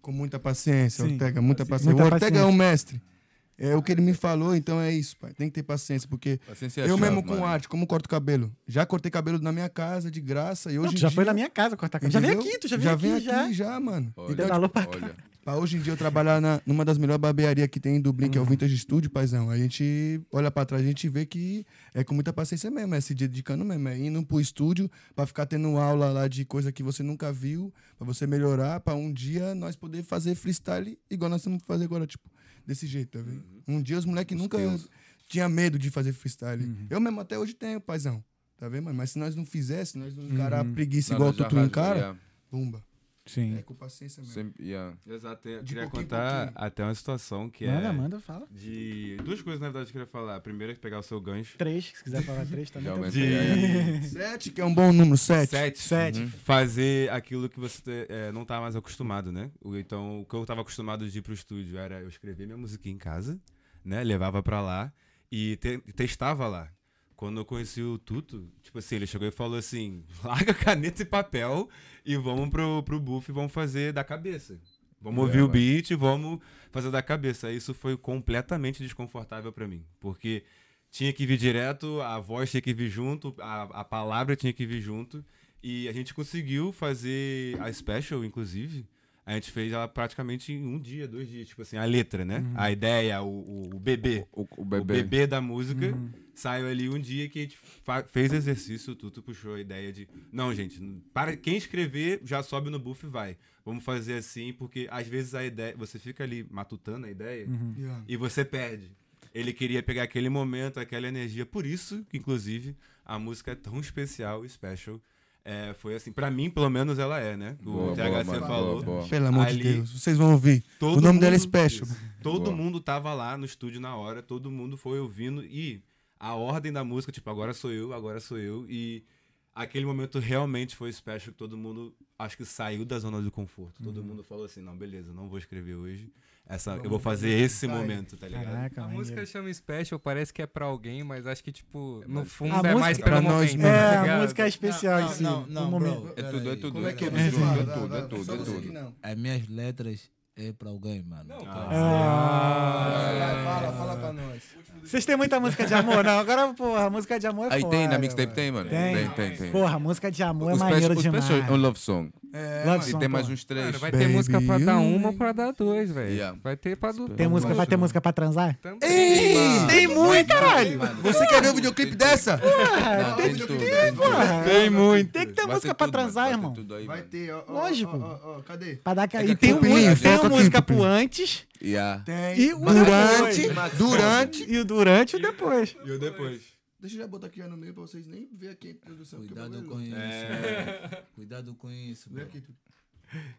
Com muita paciência,
Sim.
Ortega, muita paciência.
Muita
o Ortega
paciência.
é um mestre. É o que ele me falou, então é isso, pai. Tem que ter paciência, porque
Paciência é a
eu
chave,
mesmo com
mano.
arte, como corto cabelo? Já cortei cabelo na minha casa, de graça, e hoje
Não, tu
em
já
dia-
foi na minha casa cortar cabelo. Já veio
entendeu?
aqui, tu já veio aqui,
vem
já.
já, mano. Então,
Olha,
deu na lupa.
olha.
Pra hoje em dia eu trabalhar na, numa das melhores barbearias que tem em Dublin, que é o Vintage Studio, paizão. A gente olha pra trás, a gente vê que é com muita paciência mesmo, é se dedicando mesmo, é indo pro estúdio pra ficar tendo aula lá de coisa que você nunca viu, pra você melhorar, pra um dia nós poder fazer freestyle igual nós temos que fazer agora, tipo, desse jeito, tá vendo? Um dia os moleques nunca
teus.
tinha medo de fazer freestyle. Eu mesmo até hoje tenho, paizão. Tá vendo, mano? Mas se nós não fizesse, nós não encarar a preguiça
Não,
igual
nós já
tu, tu
rasga,
encara,
yeah.
bumba.
Sim.
É com paciência mesmo.
Sempre, yeah.
Exato, eu
De
queria
pouquinho em
contar
pouquinho.
até uma situação que
Manda,
é.
manda, fala.
De. Duas coisas, na verdade, que eu queria falar. A primeira é pegar o seu gancho.
Três, se quiser falar três também.
Já
tá bom.
aumentei, yeah, yeah.
Sete, que é um bom número, sete.
Sete. Uhum.
Sete.
Fazer aquilo que você eh, não tá mais acostumado, né? O- Então, o que eu tava acostumado de ir pro estúdio era eu escrever minha musiquinha em casa, né? Levava pra lá e te- testava lá. Quando eu conheci o Tuto, tipo assim, ele chegou e falou assim: larga caneta e papel e vamos pro, pro buff e vamos fazer da cabeça. Vamos ouvir o
Leva.
beat, vamos fazer da cabeça. Isso foi completamente desconfortável pra mim, porque tinha que vir direto, a voz tinha que vir junto, a, a palavra tinha que vir junto. E a gente conseguiu fazer a special, inclusive. A gente fez ela praticamente em um dia, dois dias. Tipo assim, a letra, né? A ideia, o, o, o bebê.
O, Uhum. o
O
bebê. Uhum.
bebê da música saiu ali um dia que a gente fa- fez exercício, o Tuto puxou a ideia de. Não, gente, para quem escrever já sobe no buff e vai. Vamos fazer assim, porque às vezes a ideia. Você fica ali matutando a ideia
Uhum.
Yeah.
e você perde. Ele queria pegar aquele momento, aquela energia. Por isso, que, inclusive, a música é tão especial e special. É, foi assim, pra mim, pelo menos, ela é, né? O
Boa,
THC
boa, mano,
falou.
boa, boa.
Pelo amor
Ali-
de Deus, vocês vão ouvir.
Todo
o nome dela é
mundo-
Special.
Isso. Todo
Boa.
mundo tava lá no estúdio na hora, todo mundo foi ouvindo e a ordem da música, tipo, agora sou eu, agora sou eu. E aquele momento realmente foi special que todo mundo, acho que saiu da zona de conforto. Todo
Uhum.
mundo falou assim: não, beleza, não vou escrever hoje. Essa, eu vou fazer esse
vai.
momento, tá ligado?
Caraca,
A
maneiro.
música chama Special, parece que é pra alguém, mas acho que, tipo, no
A
fundo é mais
música-
Pra
pelo
nós
momento.
mesmo.
tá
É, a
ligado?
música é especial em si.
Não, não,
um
não,
momento.
bro.
É tudo, é
peraí.
tudo.
Como é que é? um
É tudo,
Fala,
é
vai,
tudo, é
vai,
tudo,
só
é
você
tudo.
que não.
As minhas letras é pra alguém, mano.
é.
Vai, fala, fala pra nós.
Ah. Vocês têm muita música de amor? Não, agora, porra, a música de amor é
Aí
foda,
tem, na mixtape tem, mano.
Tem.
Tem, tem, tem.
Porra, a música de amor é
O
maneiro
special- o
demais.
special é um love song.
Love
E
song,
tem mais
porra.
uns três.
Cara, vai ter
Baby,
música pra dar
you
uma,
make-
pra dar duas, velho.
Yeah.
Vai ter pra
um
do.
Tem música, vai ter música pra transar?
também.
Tem muito, caralho!
Você quer ver o videoclipe dessa?
Não, tem tudo, tem tudo.
Porra,
Tem muito.
tem que ter
Vai
música
ter
pra
tudo,
transar,
vai ter
irmão.
tudo aí,
Vai
mano.
ter, ó. ó,
Lógico.
Ó, ó, ó, cadê?
Pra dar aquela...
É que
E tem, um,
Tupi,
tem
foca
uma
aqui,
música
Tupi.
pro antes
Yeah.
e o
Durante,
depois.
durante.
E o durante e o depois.
E o depois?
Deixa eu já botar aqui já no meio pra vocês nem ver aqui a introdução. porque o
Cuidado
bagulho é
com
louco.
isso. mano. Cuidado com isso,
Vem
bro.
aqui, Tupi.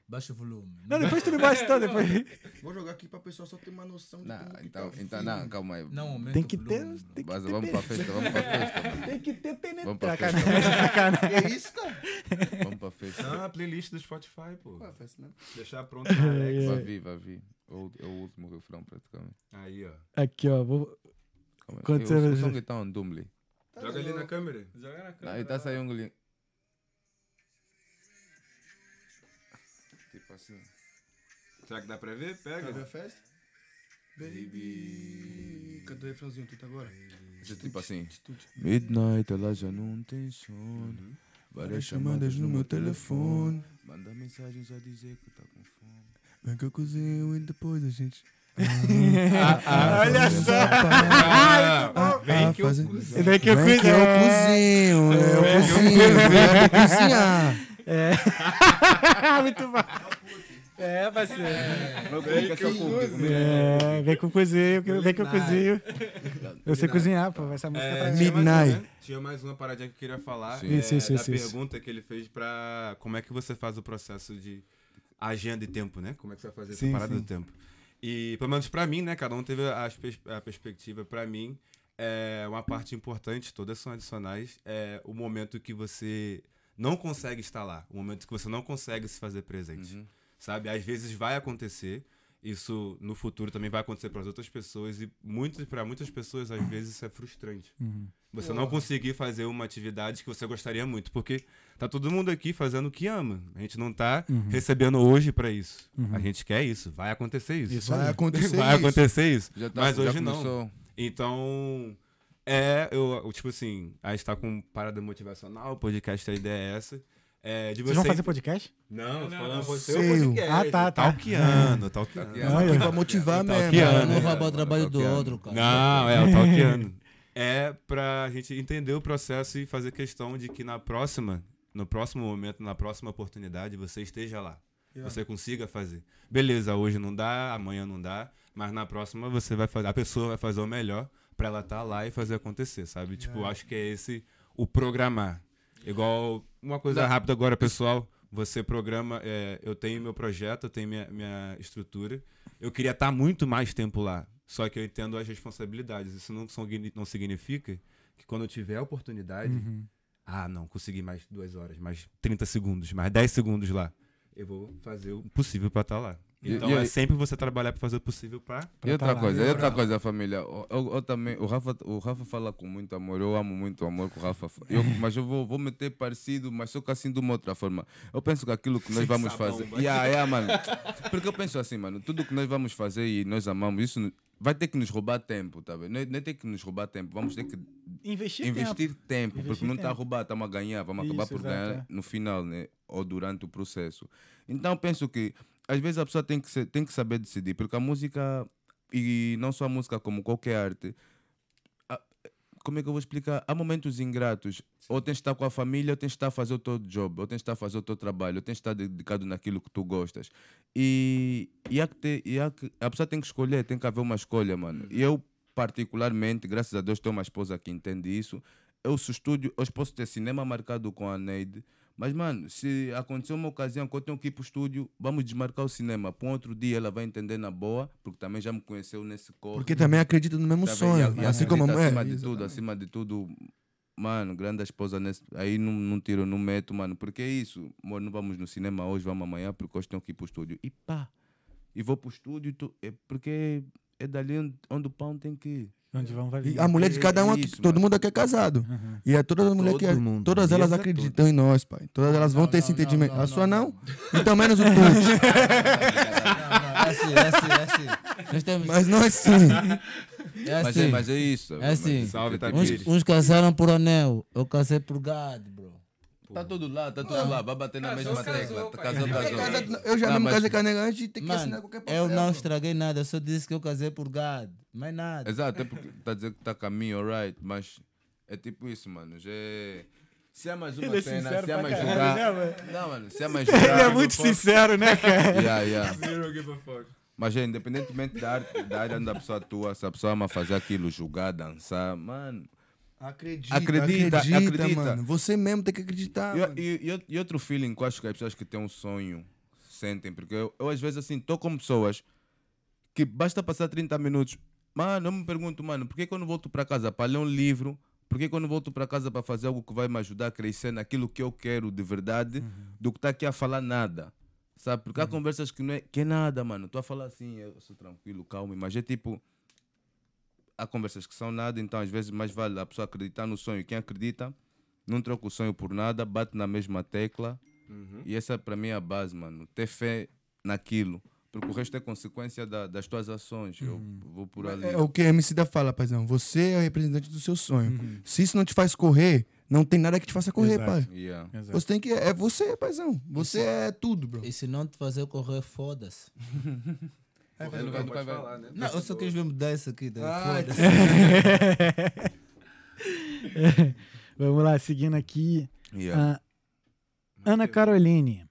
Baixa o volume.
Não, depois tu me bastou, depois.
Vou jogar aqui pra pessoa só ter uma noção de
Não,
como que
então,
tá o
então,
fim.
não, calma aí.
Não aumenta
Tem que
o
ter...
volume.
Tem que
Baza,
ter,
vamos pra festa, vamos pra festa. mano.
tem que ter penetra-
Vamos pra
Sacanagem,
Que isso, cara?
Vamos pra festa.
Não, é a playlist do Spotify, pô.
Pô, festa, né?
Deixar pronto na Alexa.
Vai vir, vai vir. É o é o último refrão, praticamente.
Aí, ó.
Aqui, ó. Vou...
Calma aí.
Quando
Ei,
você-
O som que tá on Dumbly.
Joga ali na câmera. Joga na
Aí tá saindo um link. Tipo assim.
Será que dá pra ver?
Quer ver a
Pega.
festa? Baby. Canta o refrãozinho, Tuta, agora.
Isso é tipo assim.
Tuti.
Midnight, ela já não tem sono.
Bah,
Várias chamadas no meu telefone. Manda mensagem já dizer que tá com fome.
Vem que eu cozinho e depois a gente. Ah,
Olha só!
Vem que eu
fazer-
cozinho.
Vem que eu
Vem que eu cozinho, eu cozinho, eu cozinhar.
Ah, muito bom.
É, vai ser.
Meu comunicação com o público. né?
É, vem que eu cozinho, que- vem que eu cozinho. Eu sei cozinhar, pô, vai ser a música pra mim.
É, tinha mais
Midnight.
uma, né? Tinha mais uma paradinha que eu queria falar.
Sim.
É,
Isso, isso,
da
isso, isso.
pergunta que ele fez pra como é que você faz o processo de agenda e tempo, né? Como é que você vai fazer
Sim,
essa parada
sim.
do tempo. E, pelo menos pra mim, né? Cada um teve as pers- a perspectiva. Pra mim, é uma parte importante, todas são adicionais, é o momento que você não consegue estar lá. O momento que você não consegue se fazer presente.
Uhum.
Sabe? Às vezes vai acontecer. Isso no futuro também vai acontecer para as outras pessoas e muitas para muitas pessoas às vezes isso é frustrante.
Uhum.
Você não conseguir fazer uma atividade que você gostaria muito, porque tá todo mundo aqui fazendo o que ama. A gente não tá
Uhum.
recebendo hoje para isso. A gente quer isso, vai acontecer isso.
Isso
Vai
aí.
acontecer
vai
isso.
acontecer isso.
Já tá,
mas
já
hoje não.
começou.
Então, é, eu, eu, tipo assim, a gente tá com parada motivacional, o podcast, a ideia é essa. É, de
Vocês vão fazer podcast?
Não, tô falando você,
Seu.
o podcast.
Ah, tá, tá.
Talkiano, talkiano.
Olha.
Aqui pra motivar mesmo.
Talkiano.
Não
né?
roubar o trabalho do outro, cara.
Não, é, o talkiano. É pra gente entender o processo e fazer questão de que na próxima, no próximo momento, na próxima oportunidade, você esteja lá. Você consiga fazer. Beleza, hoje não dá, amanhã não dá, mas na próxima você vai fazer, a pessoa vai fazer o melhor pra ela estar lá e fazer acontecer, sabe? Tipo, acho que é esse o programar. Igual uma coisa rápida agora, pessoal. Você programa. é, eu tenho meu projeto, eu tenho minha, minha estrutura. Eu queria estar muito mais tempo lá. Só que eu entendo as responsabilidades. Isso não, são- não significa que quando eu tiver a oportunidade. Ah, não, consegui mais duas horas, mais 30 segundos, mais 10 segundos lá. Eu vou fazer o possível pra estar lá.
E-
Então
e
é
aí-
sempre você trabalhar pra fazer o possível pra.
E outra
tá lá,
coisa,
né?
e outra coisa, família. Eu, eu- eu também, o Rafa, o Rafa fala com muito amor, eu amo muito o amor que o Rafa fa- eu- Mas eu vou, vou meter parecido, mas só que assim de uma outra forma. Eu penso que aquilo que nós vamos
sabão,
fazer.
vai.
Yeah, yeah, mano. Porque eu penso assim, mano, tudo que nós vamos fazer e nós amamos, isso no- vai ter que nos roubar tempo, tá vendo? Não é- não é ter que nos roubar tempo, vamos ter que
Investir,
investir tempo, porque
Investir
não está a
tempo.
roubar, estamos a ganhar, vamos
Isso,
acabar por
exato,
ganhar
é.
no final, né? Ou durante o processo. Então penso que às vezes a pessoa tem que, ser- tem que saber decidir, porque a música, e não só a música, como qualquer arte, a- como é que eu vou explicar? Há momentos ingratos. Ou tens de estar com a família, ou tens de estar a fazer o teu job, ou tens de estar a fazer o teu trabalho, ou tens de estar dedicado naquilo que tu gostas. E, e, há que ter, e há que, a pessoa tem que escolher, tem que haver uma escolha, mano. E eu, particularmente, graças a Deus, tenho uma esposa que entende isso. Eu, se estúdio, hoje posso ter cinema marcado com a Neide. Mas, mano, se acontecer uma ocasião que eu tenho que ir para o estúdio, vamos desmarcar o cinema. Para um outro dia ela vai entender na boa, porque também já me conheceu nesse corpo.
Porque também acredita no mesmo
Tá bem,
sonho.
e- e
assim
acredita
como a mulher.
Acima de tudo, acima de tudo, mano, grande a esposa nesse. Aí não, não tiro, não meto, mano. Porque é isso. Amor, não vamos no cinema hoje, vamos amanhã, porque hoje tenho que ir pro estúdio. E pá! E vou pro estúdio, tu- é porque é dali onde, onde o pão tem que ir.
Onde vão, vai vir.
E a mulher de cada um,
É
aqui,
isso,
todo
mano.
mundo aqui é casado. E é toda mulher que é,
Todo mundo.
todas elas
Beleza,
acreditam em nós, pai. Todas elas vão
Não,
ter esse
não, não,
entendimento.
não,
a sua
não,
não? Então menos o Tuti.
É assim, é assim, é assim. Nós temos.
Mas nós sim.
É
Mas, é,
assim.
mas é isso. sabe?
É
Mas
assim.
Salve,
tem que-
Taquiri.
Uns, uns casaram por anel, eu casei por gado, bro.
Tá tudo lá, tá tudo lá. Vai bater na mesma
casou,
tecla. Tá
pai.
casando,
Tá
casou.
casado,
Eu já
Não,
não, me
mas-
casei com a nega antes de ter que assinar
Mano, é
qualquer papel.
eu não
pô.
estraguei nada, eu só disse que eu casei por gado. Mais nada.
Exato, é porque tá dizendo que tá caminho, alright, mas é tipo isso, mano. Já é... Se há mais
é
uma cena, se há mais jogar. Não, mano, se há mais jogar.
né, Ele é muito sincero, né, cara?
Yeah, yeah. Mas é, independentemente da, arte, da área onde a pessoa atua, se a pessoa ama fazer aquilo, jogar, dançar, mano.
Acredita,
Acredita,
acredita,
acredita.
mano. Você mesmo tem que acreditar.
E,
mano.
e- e- e outro feeling que eu acho que as pessoas que têm um sonho sentem, porque eu, eu, às vezes assim, tô com pessoas que basta passar 30 minutos. Mano, eu me pergunto, mano, por que quando volto para casa para ler um livro, por que quando volto para casa para fazer algo que vai me ajudar a crescer naquilo que eu quero de verdade, do que tá aqui a falar nada? Sabe? Porque há conversas que não é, que é nada, mano. Tô a falar assim, eu sou tranquilo, calmo, mas é tipo. Há conversas que são nada, então às vezes mais vale a pessoa acreditar no sonho. Quem acredita, não troca o sonho por nada, bate na mesma tecla. E essa para mim é a base, mano. Ter fé naquilo. Porque o resto é consequência da- das tuas ações. Eu vou por ali.
É o que a MC da fala, paizão. Você é o representante do seu sonho. Se isso não te faz correr, não tem nada que te faça correr,
Exato.
pai.
Yeah.
Exato.
Você tem que. É você, paizão. Você é tudo, bro.
E se não te fazer correr, foda-se.
Ele não vai- não vai- vai-
Não, eu só quis me mudar isso aqui, tá?
Ah,
foda-se.
Vamos lá, seguindo aqui.
Yeah.
Ah, Ana Caroline.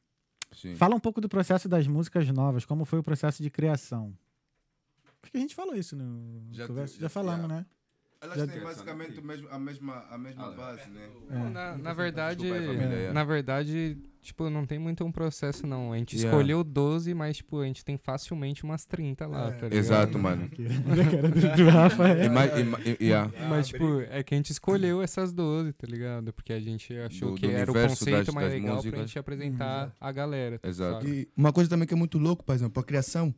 Sim.
Fala um pouco do processo das músicas novas, como foi o processo de criação. Acho que a gente falou isso no
Já
já conversa,
tu-
já
já-
falamos,
já.
né?
Elas
Já-
têm basicamente o mesmo- a mesma, a mesma Ah, é.
É,
base, né?
do-
É.
na, na verdade,
Desculpa aí, família, é.
na verdade, tipo, não tem muito um processo, não. A gente
Yeah.
escolheu 12, mas, tipo, a gente tem facilmente umas 30
É.
lá, tá ligado?
Exato, mano.
Que- a cara do, do Rafa é-
E mais- e ma- e- yeah.
Mas, tipo, é que a gente escolheu essas 12, tá ligado? Porque a gente achou
Do-
que
do
era o
universo
conceito
das-
mais
das
legal pra
músicas.
gente
Uhum.
apresentar a galera. tá
Exato.
ligado?
E uma coisa também que é muito louco, paizão, pra criação,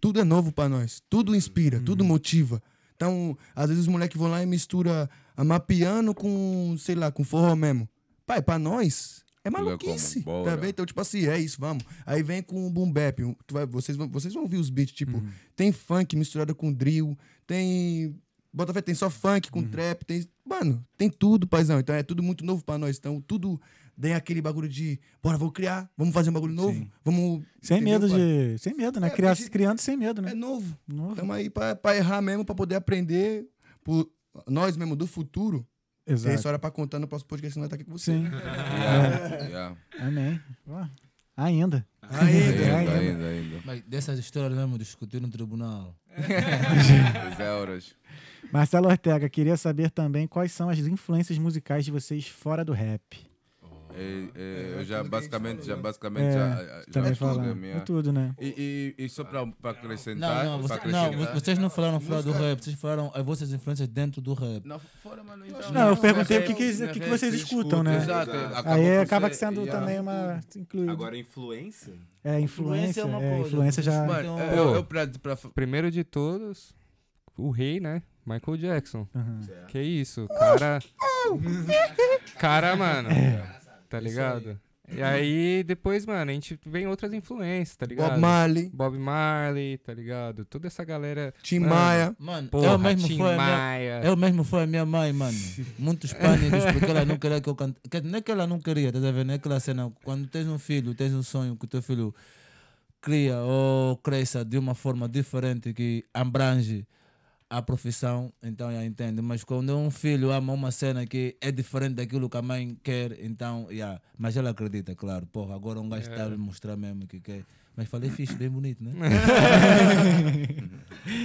tudo é novo pra nós. Tudo inspira,
Uhum.
tudo motiva. Então, às vezes os moleques vão lá e mistura amapiano com, sei lá, com forró mesmo. Pai, pra nós é
Tudo é
maluquice.
como, bora.
tá vendo? Então, tipo assim, é isso, vamos. Aí vem com o boom bap. um- tu vai- vocês, vão, vocês vão ouvir os beats, tipo,
Uhum.
tem funk misturado com drill, tem. Bota fé, tem só funk
Uhum.
com trap, tem. Mano, tem tudo, paizão. Então é tudo muito novo pra nós. Então, tudo tem aquele bagulho de, bora, vou criar, vamos fazer um bagulho novo,
Sim.
vamos.
Sem
entendeu,
medo
pai?
de. Sem medo, né?
É,
Criar,
porque-
Criando sem medo, né?
É novo.
Novo.
Estamos aí pra, pra errar mesmo, pra poder aprender por nós mesmo do futuro. Tem
Exato.
história pra contar no próximo podcast, não vai estar aqui com você. né?
Sim. É.
Yeah, yeah.
Amém. Ó, Ainda.
Ainda,
ainda.
ainda, ainda.
Mas dessas histórias mesmo, discutir no tribunal.
As horas.
Marcelo Ortega, queria saber também quais são as influências musicais de vocês fora do rap.
É, é,
É,
eu
é
já
tudo que a gente
basicamente,
falou,
já
né?
basicamente,
É,
já, já
Também
já
falar.
tudo, minha-
É tudo, né?
E, e, e só pra, pra acrescentar.
Não, não,
pra
você- não,
acrescentar
né?
vo- vocês não falaram fora do rap, vocês falaram as vossas influências dentro do rap.
Não, fora, mano.
Não, eu perguntei o que, que, o que que vocês escutam, né?
Exato. é,
Aí
Aí
por
acaba
ser-
que sendo
yeah.
também uma. Incluído.
Agora, influência?
é, influência.
Influência é uma
é,
coisa,
influência já.
mas-
Mano,
Então-
eu, eu pra, pra,
Primeiro de todos, o rei, né? Michael Jackson.
Aham.
Uhum. é.
Que isso, cara. cara, mano.
É.
Tá ligado? E aí, depois, mano, a gente vem outras influências, tá ligado?
Bob Marley,
Bob Marley, tá ligado? Toda essa galera.
Tim
Mano,
Hum.
Maia.
Então, Mano, eu
Porra,
mesmo
Tim
fui a minha-
Maia.
É. Eu mesmo fui a minha mãe, mano. Muitos pânicos, porque ela não queria que eu cantasse. Não é que ela não queria, tá vendo? Não é aquela cena. Quando tens um filho, tens um sonho que o teu filho cria ou cresça de uma forma diferente que abrange a profissão, então já entendo. Mas quando um filho ama uma cena que é diferente daquilo que a mãe quer, então, já. Mas ela acredita, claro. Porra, agora um gajo
É.
está a lhe mostrar mesmo que quer. Mas falei fixe, bem bonito, né?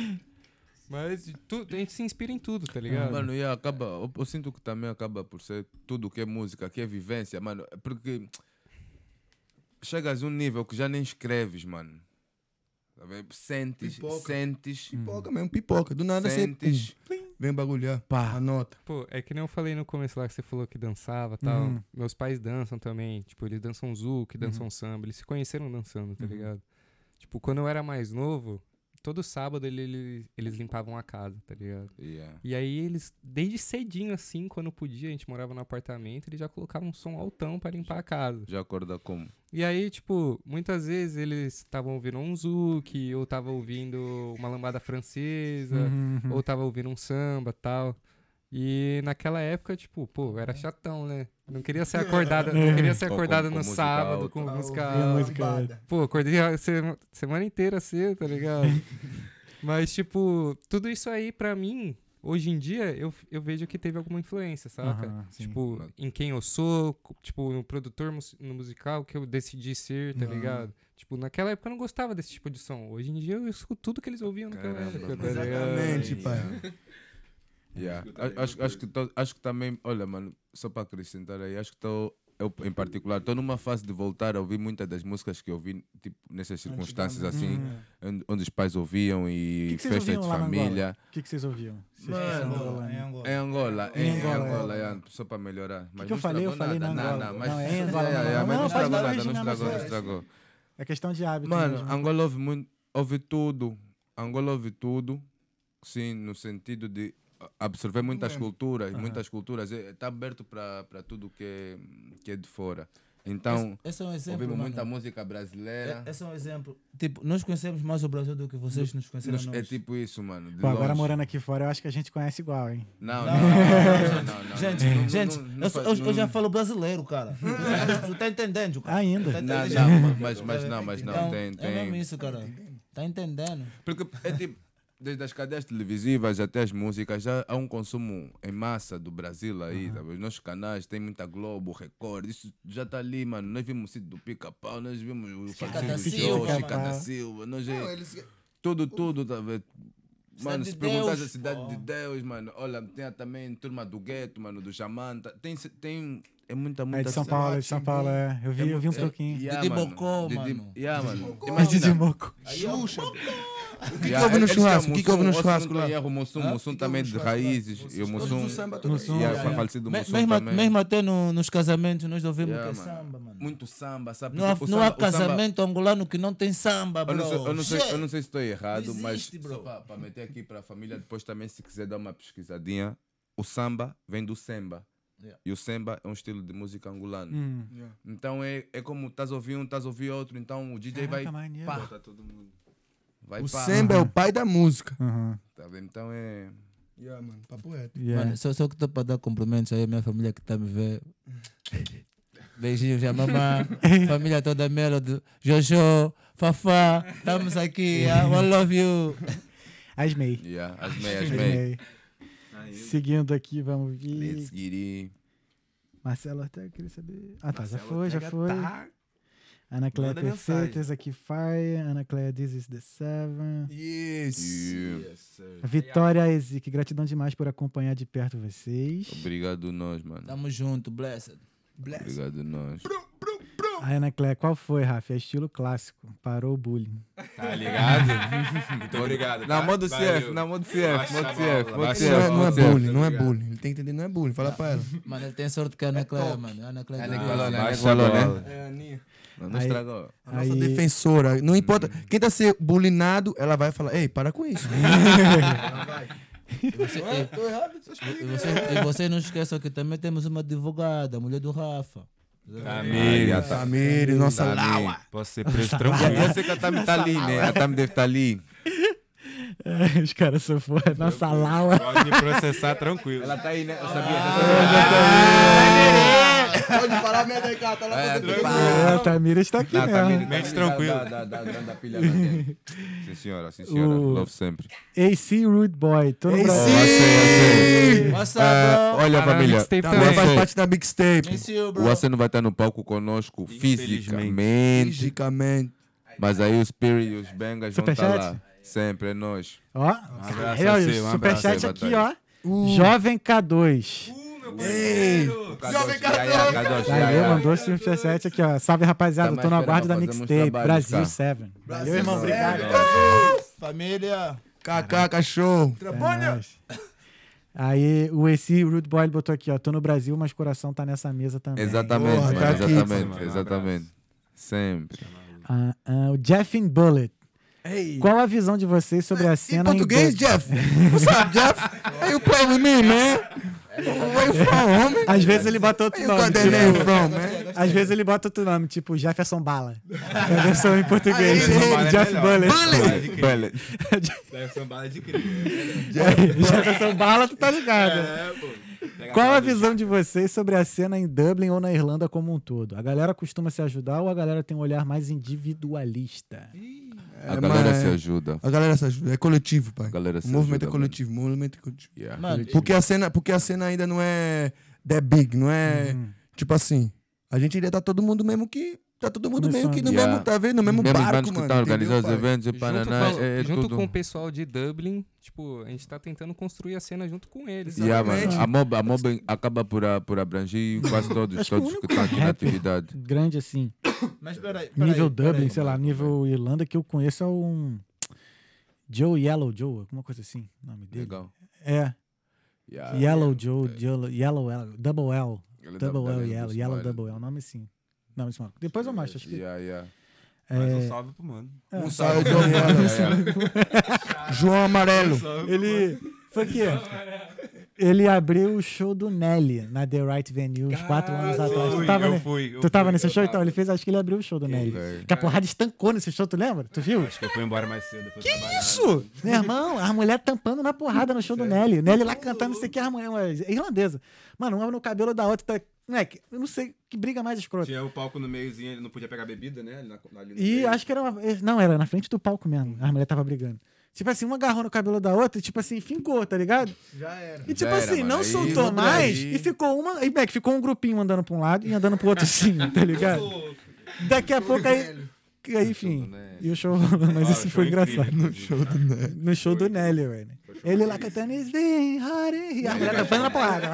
Mas tu- a gente se inspira em tudo, tá ligado?
Mano, e acaba, eu, eu sinto que também acaba por ser tudo que é música, que é vivência, mano. é Porque chegas a um nível que já nem escreves, mano. Tá vendo? Sentes,
Pipoca.
sentes,
Pipoca mesmo, pipoca. Do nada você
sentes.
pum, vem bagulhar. Pá. Anota.
Pô, é que nem eu falei no começo lá que você falou que dançava e tal.
Uhum.
Meus pais dançam também. Tipo, eles dançam zouk, dançam samba. Eles se conheceram dançando, tá ligado? Tipo, quando eu era mais novo, todo sábado ele, ele- eles limpavam a casa, tá ligado?
Yeah.
E aí eles, desde cedinho assim, quando podia, a gente morava no apartamento, eles já colocavam um som altão pra limpar a casa.
Já acorda como?
E aí, tipo, muitas vezes eles estavam ouvindo um zouk, ou tava ouvindo uma lambada francesa,
Uhum,
ou tava ouvindo um samba tal. E naquela época, tipo, pô, era chatão, né? Não queria ser acordado, não queria ser
Com-
acordado
com
no
música
sábado
alta.
com música.
ouvir a
alta.
música.
Pô, acordei a sema- semana inteira cedo, tá ligado? Mas, tipo, tudo isso aí, pra mim, hoje em dia, eu, eu vejo que teve alguma influência, saca?
Aham, sim.
tipo, em quem eu sou, co- tipo, no produtor mus- no musical que eu decidi ser, tá ligado? Tipo, naquela época eu não gostava desse tipo de som. Hoje em dia eu escuto tudo que eles ouviam naquela
Caramba,
época, tá
mano. é,
ligado?
Exatamente, pai.
Yeah. A- Acho, acho, que tô- acho que também, olha, mano, só para acrescentar aí, acho que estou, eu em particular, estou numa fase de voltar a ouvir muitas das músicas que eu ouvi, tipo, nessas circunstâncias assim, onde- onde os pais ouviam
O
e
Hum. que, que vocês
festa
ouviam
de
lá na
família.
Angola? O que, que vocês ouviam? Vocês
Mano,
que são angolanos.
É Angola, é
Em
em
Angola,
Angola,
é.
é, só para melhorar.
que eu falei? Eu falei na Angola.
mas
Não, é em Angola,
É, é,
não,
é,
não,
mas
não,
não
faz
estragou
barulho,
nada, não
não, mas
estragou, não
é.
estragou.
É questão de hábito.
Mano,
mesmo.
Angola ouve muito, ouve tudo, Angola ouve tudo, sim, no sentido de a- absorver muitas culturas, muitas culturas, está aberto para tudo que é, que é de fora. Então,
Esse, esse é um exemplo.
ouvimos
mano.
muita música brasileira,
É, esse é um exemplo. Tipo, nós conhecemos mais o Brasil do que vocês nos conheceram.
Nos-
a
é
nós.
tipo isso, mano, de
Pô, agora
longe.
morando aqui fora, eu acho que a gente conhece igual, hein?
Não,
Não,
não, não, não, não, não,
Gente,
não, não,
gente,
não, não
eu, sou-
faz-
eu- eu já
não-
falo brasileiro, cara. tu tá entendendo, cara?
Ainda.
Tá
Não,
entendendo?
não, mas, mas não, mas não,
Então,
tem,
É mesmo
tem.
isso, cara. Tá entendendo?
Porque é tipo, Desde as cadeias televisivas até as músicas, já há um consumo em massa do Brasil aí, tá vendo? Os nossos canais tem muita Globo, Record, isso já tá ali, mano. Nós vimos o Cid do Pica-Pau, nós vimos o Francisco
da
Silva,
Silva,
Chica da
pá.
Silva, nós é-
Não, eles...
tudo, tudo, tá vendo? Mano,
de
se perguntar
Deus.
a cidade de Deus, mano, olha, tem também Turma do Gueto, mano, do Jamanta, tem, tem, é muita, muita...
É de São Paulo, é de São Paulo, é. Eu vi, eu vi um pouquinho.
Yeah,
Didi
mano.
Bocó,
Didi-
mano.
Yeah, mano. um
Mas de
Imagina,
Moco.
Xuxa. O
que houve no churrasco? O que que houve no churrasco lá?
um O Mussum,
Hã?
Mussum
O que que
também
houve
de
no churrasco lá?
raízes. E o
Todos
Mussum.
do samba, Ah, é. todos.
Mussum.
E
Yeah,
a
yeah.
falecido
Me-
Mussum
mesmo,
também.
mesmo até no- nos casamentos nós ouvimos
Yeah,
que é
mano.
samba, mano.
Muito samba, sabe?
Não,
Porque
há- não
o samba-
há
o samba-
casamento angolano que não tem samba,
Eu
bro.
não, sou- eu não sei,
Shit.
eu não sei se estou errado,
Não existe,
mas
bro.
só para meter aqui para a família, depois também se quiser dar uma pesquisadinha, o samba vem do samba.
Yeah.
E o samba é um estilo de música angolano.
Hum.
Então é, é como estás a ouvir um, estás a ouvir outro, então o DJ
Caraca,
vai
maneiro.
pá, vai
O
pá.
samba é o pai da música.
Aham.
Tá vendo? Então é
Yeah, mano, papo reto.
Uhum. Yeah.
Mano, só, só que estou para dar cumprimentos aí à minha família que está a me ver. Beijinhos à mamã, família toda Melody, Jojo, Fafá, estamos aqui, ah, I love you.
Asmei.
yeah, as meias, meias.
Asmei. Seguindo aqui, vamos
Let's
ver.
get it.
Marcelo Ortega, queria saber. Ah, tá, já
Marcelo
foi, já
Ortega
foi.
tá-
Ana Cléia
Manda mensagem.
Perfeitas, aqui Fire. Ana Cléia, This is the Seven.
Yes.
Yeah.
Vitória Ezique, gratidão demais por acompanhar de perto vocês.
Obrigado nós, mano.
Tamo junto, blessed.
Obrigado nós.
A Ana Cléia, qual foi, Rafa? É estilo clássico. Parou o bullying.
Tá ligado? Muito obrigado.
Na
tá?
modo
Valeu.
CF, na modo CF, modo
Baixa a
CF,
bola,
modo
baixa
Ele não é,
CF,
não é
modo CF.
bullying, não é bullying. Ele tem que entender, não é bullying. Fala pra ela.
Mano, ele tem sorte que
É
a Ana Clara, mano. A Ana Clara.
Ana
Ah,
Clara, Ana
Baixa a
Clara,
bola.
né?
É, Aninha.
Não não
Aí-
estragou.
A nossa
Aí-
defensora. Não importa. Quem tá sendo bullyingado, ela vai falar: Ei, para com isso.
você- e, vocês, e vocês não esqueçam que também temos uma advogada, a mulher do Rafa.
Família, tá.
Tamires, nossa
Tá
lá.
bem.
Posso ser preso tranquilo.
Eu sei que a Tami tá ali, né? A Tami deve estar ali.
Os caras são foda. Nossa Laura.
Pode me processar tranquilo.
Ela tá aí, né? Eu sabia.
Pode falar merda aí, cara. Tá lá
É,
fazendo
tá-
É, a Tamira está aqui
Não,
mesmo.
Tami, Tami
Mente
dá-
tranquila.
dá- dá- dá- dá- dá pilha na gente. Sim, senhora, sim, senhora.
O-
Love sempre.
AC Rude Boy. Tô no Brasil.
What's up,
Ah,
bro?
olha,
Tá na
família.
mixtape
o
Ela
também.
faz
Acen-
parte da mixtape.
Miss you, bro.
O Aceno vai estar no palco conosco fisicamente.
Logicamente.
Mas aí o Spirit e os Bangers vão estar
Superchat?
lá. Sempre, é nós.
Ó,
abraço
é,
a
olha,
você, um abraço
superchat
aí,
aqui, ó.
batalha.
Jovem K2.
Jovem Cadão!
Valeu, mandou o superchat aqui, ó. Salve, rapaziada.
Tá
tô na
mais
guarda da
fazendo uns
mixtape.
trabalhos,
Brasil
cara.
7. Valeu, irmão.
Seven.
Obrigado.
Família.
Kaká, cachorro.
É nóis. Aí, o AC Rude Boy ele botou aqui, ó. Tô no Brasil, mas coração tá nessa mesa também.
Exatamente,
Porra,
mano,
tá aqui.
exatamente, exatamente. Sempre.
Ah, ah, o Jeffin Bullet.
Ei.
Qual a visão de vocês sobre a
Em
cena
português,
Bo-
Jeff? né? What's up, Jeff? é Hey, you play with me, man? Where you from, homem?
Às vezes ele bota outro
You
nome.
got that name
Tipo,
from, man?
às vezes ele bota outro nome, tipo Jefferson Bala. É a versão em português.
Aí, ele-
ele-
Jeff
é melhor.
Bullet.
Bele.
Deve ser bala de crime.
Jefferson Bala, tu tá ligado.
É, pô. Pega
Qual a
bala de-
visão de vocês sobre a cena em Dublin ou na Irlanda como um todo? A galera costuma se ajudar ou a galera tem um olhar mais individualista?
A
É,
galera
mas-
se ajuda.
A galera se ajuda. É coletivo, pai.
A galera
O
se
movimento é
ajuda, mano.
coletivo. O movimento é coletivo.
Yeah.
Mano,
Porque a cena, porque a cena ainda não é the big, não é tipo assim. A gente ainda tá todo mundo mesmo que tá todo mundo meio que no
Começando.
mesmo, tá vendo? No mesmo
Mesmo os
barco,
bandos que
mano.
estão organizando os
entendeu, pai?
eventos em Paraná,
junto com,
é, é
junto
tudo.
com o pessoal de Dublin, tipo, a gente tá tentando construir a cena junto com eles.
Yeah,
sabe?
mano. A mob, a mob acaba por, a- por abrangir quase todos, todos que estão aqui na atividade.
Grande assim.
Mas peraí, peraí.
Nível Dublin,
peraí.
sei lá, nível Irlanda que eu conheço é um. Joe Yellow Joe, alguma coisa assim, o nome dele.
Legal. Ah,
É,
Yeah.
Yellow Joe, Yellow, Yellow L, Double L,
Ele tá dá-
Double
dá
L,
ali
Yellow,
do
Yellow
smile.
Double L, nome assim. Não, isso não. Depois eu mostro, acho que.
Yeah, yeah.
Mas um
é,
salve pro mano.
Um salve, João Amarelo. João Amarelo.
Ele. Foi aqui. Ele abriu o show do Nelly na The Right Venue uns quatro anos atrás. Tu tava, ne-
fui. eu
tu tava
fui,
nesse
eu
show?
tava.
Então, ele fez, acho que ele abriu o show do Nelly. Que a porrada estancou nesse show, tu lembra? Tu viu?
Acho que eu fui embora mais cedo. Que
Isso! Meu irmão, a mulher tampando na porrada no show do Nelly. O Nelly lá cantando, não sei o que, a mulher uma irlandesa. Mano, uma no cabelo da outra. Tá... Moleque, eu não sei que briga mais escrota.
Tinha o palco no meiozinho,
É
ele não podia pegar bebida, né? Ali na- ali no
E
meio.
é, acho que era uma. Não, era na frente do palco mesmo. A mulher tava brigando. Tipo assim, uma agarrou no cabelo da outra e, tipo assim, fincou, tá ligado?
Já era.
E tipo
era,
assim,
mano.
não
Aí
soltou
outra
mais
aí.
e ficou uma. E Beck, ficou um grupinho andando pra um lado e andando pro outro assim, tá ligado? Daqui a pouco aí. que aí, Enfim. E o show. Mas
Ah,
isso foi
o show incrível.
engraçado. No show do Nelly. No show do Nelly, velho. Ele lá cantando Slim, Harry. E a mulher cantando na porrada.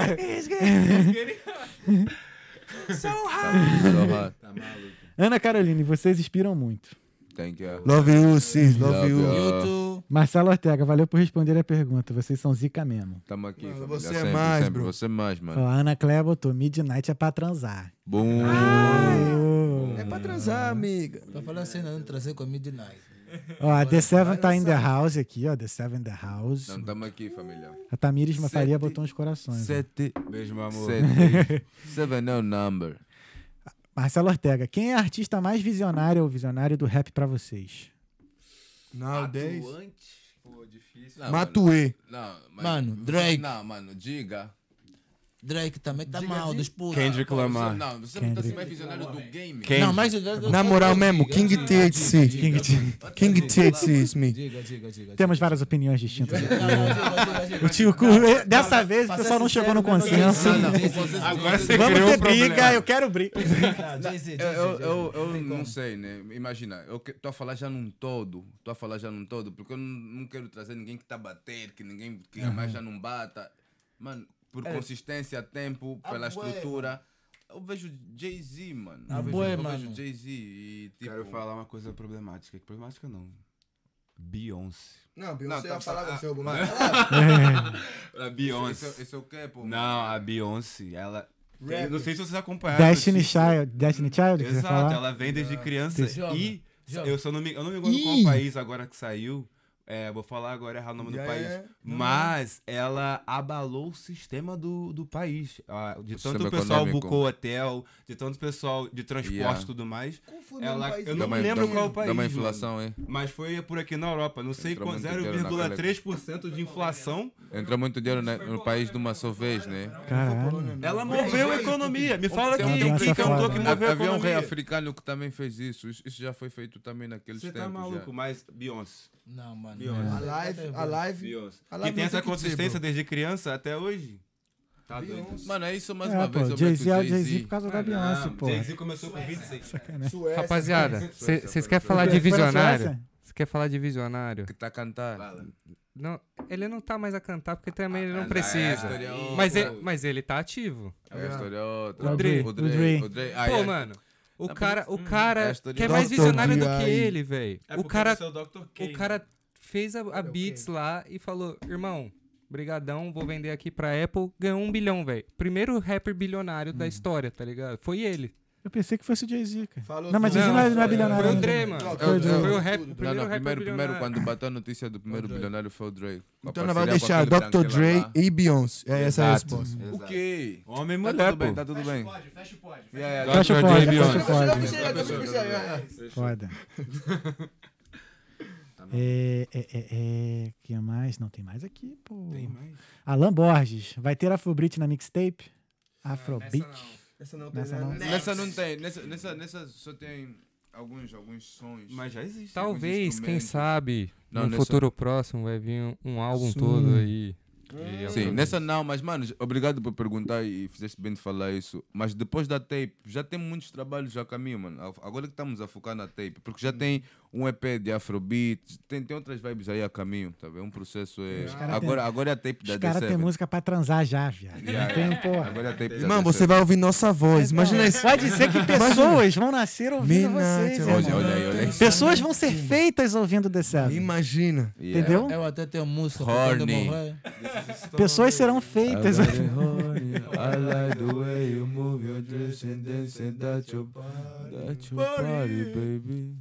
Tá,
Ana Caroline, vocês inspiram muito.
Thank you.
Love you, sis. Love
Love
you.
you.
YouTube.
Marcelo Ortega, valeu por responder a pergunta. Vocês são zica mesmo.
Tamo aqui,
Mano,
família.
você é
sempre,
mais,
sempre.
bro.
Você é mais,
Ó,
mano.
a Ana Clea botou Midnight é pra transar.
Bom.
Ô.
É pra transar,
Uhum.
amiga. Pra falar assim, não, não trazer com a Midnight.
Ó, a The Seven tá in the house aqui, ó. The Seven in the house.
Não, tamo aqui, família.
A Tamires Mafaria
Sete-
botou uns corações.
é.
ó.
Sete. Beijo, meu amor. Sete. Seven no
um
number.
Marcelo Ortega, quem é a artista mais visionária ou visionário do rap pra vocês?
Nowadays.
Atuante? Pô, difícil.
Não,
Matuê.
Mano, não, mas-
Mano, Drake.
Não, mano, diga.
Drake também tá
Diga
mal,
de-
dos putos.
Kendrick Lamar.
Não, você não tá
Kendrick.
sendo mais visionário do game.
Kendrick.
Não, mas... eu- eu-
Na moral
é
mesmo, King THC.
King T.
King THC is me.
Diga, diga, diga.
Temos várias opiniões distintas.
Não, não, diga, diga,
O
diga.
tio Cu, eh, dessa vez o
pra
pessoal
ser
não chegou no
sincero, eu não
consenso.
sei.
Agora você
Vamos
criou
ter
um problema.
briga, eu quero briga.
Não, Jay-Z, Jay-Z,
Eu, eu, eu,
Jay-Z.
eu não sei, né? Imagina, eu que- tô a falar já num todo, tô a falar já num todo, porque eu não, não quero trazer ninguém que tá a bater, que ninguém que mais já não bata. Mano, por consistência, tempo,
Ah,
pela
É. bué,
estrutura. Eu vejo Jay-Z, mano.
Ah,
eu vejo,
bué,
eu
mano.
vejo Jay-Z e tipo.
Quero falar uma coisa problemática. que Problemática não. Beyoncé.
Não,
Não,
Beyoncé
tá-
ia falar
ah,
com o seu
mano.
A
Isso, isso,
Beyoncé.
isso é o quê, pô?
Não, a Beyoncé, ela.
Rapper.
Não sei se vocês acompanharam.
Destiny
tipo,
Child, Destiny Child, que você vai
Exato,
falar?
ela vem desde criança.
Joga,
E
joga.
eu só não me, eu não me engano qual país agora que saiu. É, vou falar agora errar o nome
Já
do país.
é.
Mas ela abalou o sistema do, do país. Ah, De
O
tanto
sistema
o pessoal
econômico.
bucou hotel, de tanto pessoal de transporte e
Yeah.
tudo mais.
é
Confundiu
um
o
Ela,
país
eu não
Dá
me
uma-
lembro
dá uma-
qual país.
Dá uma
mano.
inflação, hein?
Mas foi por aqui na Europa. Não sei
Entrou
com
muito dinheiro na
0,3% de inflação.
Entra muito dinheiro na- no país de uma só vez, né?
Caralho.
Ela moveu a economia. Me fala
tem um-
quem
tem um
tá
quem cantou
safado.
que
Hav-
moveu a
Havia um rei
economia.
africano que também fez isso. Isso, isso já foi feito também naqueles
Você
tempos.
tá maluco,
já.
mas Beyoncé.
Não, mano. tá
Beyoncé.
não.
A live, a live.
Beyoncé.
Ah, lá
Que tem
não
essa
tem que dizer,
consistência desde criança até hoje. Tá doido.
Mano, é isso mais
É,
uma vez.
pô,
eu
Jay-Z é
meto
o Jay-Z por causa da Beyoncé, pô.
Jay-Z começou com 26.
Tá
Suécia.
Tipo,
é
Rapaziada, vocês querem falar de
Foi na
visionário?
Suécia?
Você quer falar de visionário?
Que tá cantando.
Não, ele não tá mais a cantar porque também ele
Ah,
não
é,
precisa.
é outra.
Mas ele, mas ele tá ativo.
É a história é outra.
O
O
Dre,
Dre.
o Dre.
o Dre. Ah,
Pô,
é.
mano, o
Tá
cara, o
é a
cara
história
que é
de-
mais
Dr.
visionário do
Dre.
que ele, velho. O cara,
é o Dr. K.
o cara fez a, a Beats lá e falou: "Irmão, brigadão, vou vender aqui pra Apple, ganhou um bilhão, velho. Primeiro rapper bilionário
Hum.
da história, tá ligado? Foi ele.
Eu pensei que fosse o Jay-Z, cara.
Falou
Não, mas
tudo.
Jay-Z não é- não é
Foi
bilionário.
o
ainda.
Dre, mano.
Foi o Dre.
Foi o rap, o primeiro
Não, é, não,
rapper
primeiro, primeiro
bilionário.
quando bateu a notícia do primeiro bilionário foi o Dre. Com a
Então nós vamos
parceria com
deixar
aquele
Dr.
branquelo
Dre
lá.
e Beyoncé. É essa é a
Exato.
resposta.
O quê?
Homem e
Tá
mulher,
tudo
é, pô.
bem, tá tudo bem.
Pode, fecha o pod. fecha
Yeah, yeah,
Fecha o
Dr.
pod,
Dre
fecha o
Beyoncé.
o pod.
pod.
Puxa, puxa, puxa, puxa.
Foda. É, é, é, é, que mais? Não tem mais aqui, pô. Tem mais. Alan Borges, vai ter Afrobeat na mixtape? Afrobeat.
Essa não tem
Nessa
nada.
não.
Next.
Nessa não tem, nessa, nessa, nessa só tem alguns, alguns sons.
Mas já existe.
Talvez, quem
instrumentos.
sabe,
Não,
no
nessa-
futuro próximo vai vir um, um álbum
Sim.
todo aí. E
Sim,
outra-
nessa não, mas mano, obrigado por perguntar e fizeste bem de falar isso. Mas depois da tape, já tem muitos trabalhos a caminho, mano. A- Agora que estamos a focar na tape, porque
Hum.
já tem um EP de Afrobeat, tem, tem outras vibes aí a caminho, tá vendo? Um processo é.
cara
Agora, agora é a tape da
Os caras têm
D7.
música pra transar já, viado.
Yeah,
Não tem,
yeah.
porra.
Agora é a tape da
Irmão, você
D7.
vai ouvir nossa voz. Imagina isso.
Pode ser que pessoas vão nascer ouvindo
Midnight,
vocês.
olha,
irmão.
Olha aí, olha aí.
Pessoas vão ser feitas ouvindo The Seven.
Imagina.
Yeah.
Entendeu?
Eu até tenho música
Horny.
pra quando eu morrer.
Pessoas serão feitas.
Tá é I like the way you move your dress and dance and that your that your body, baby.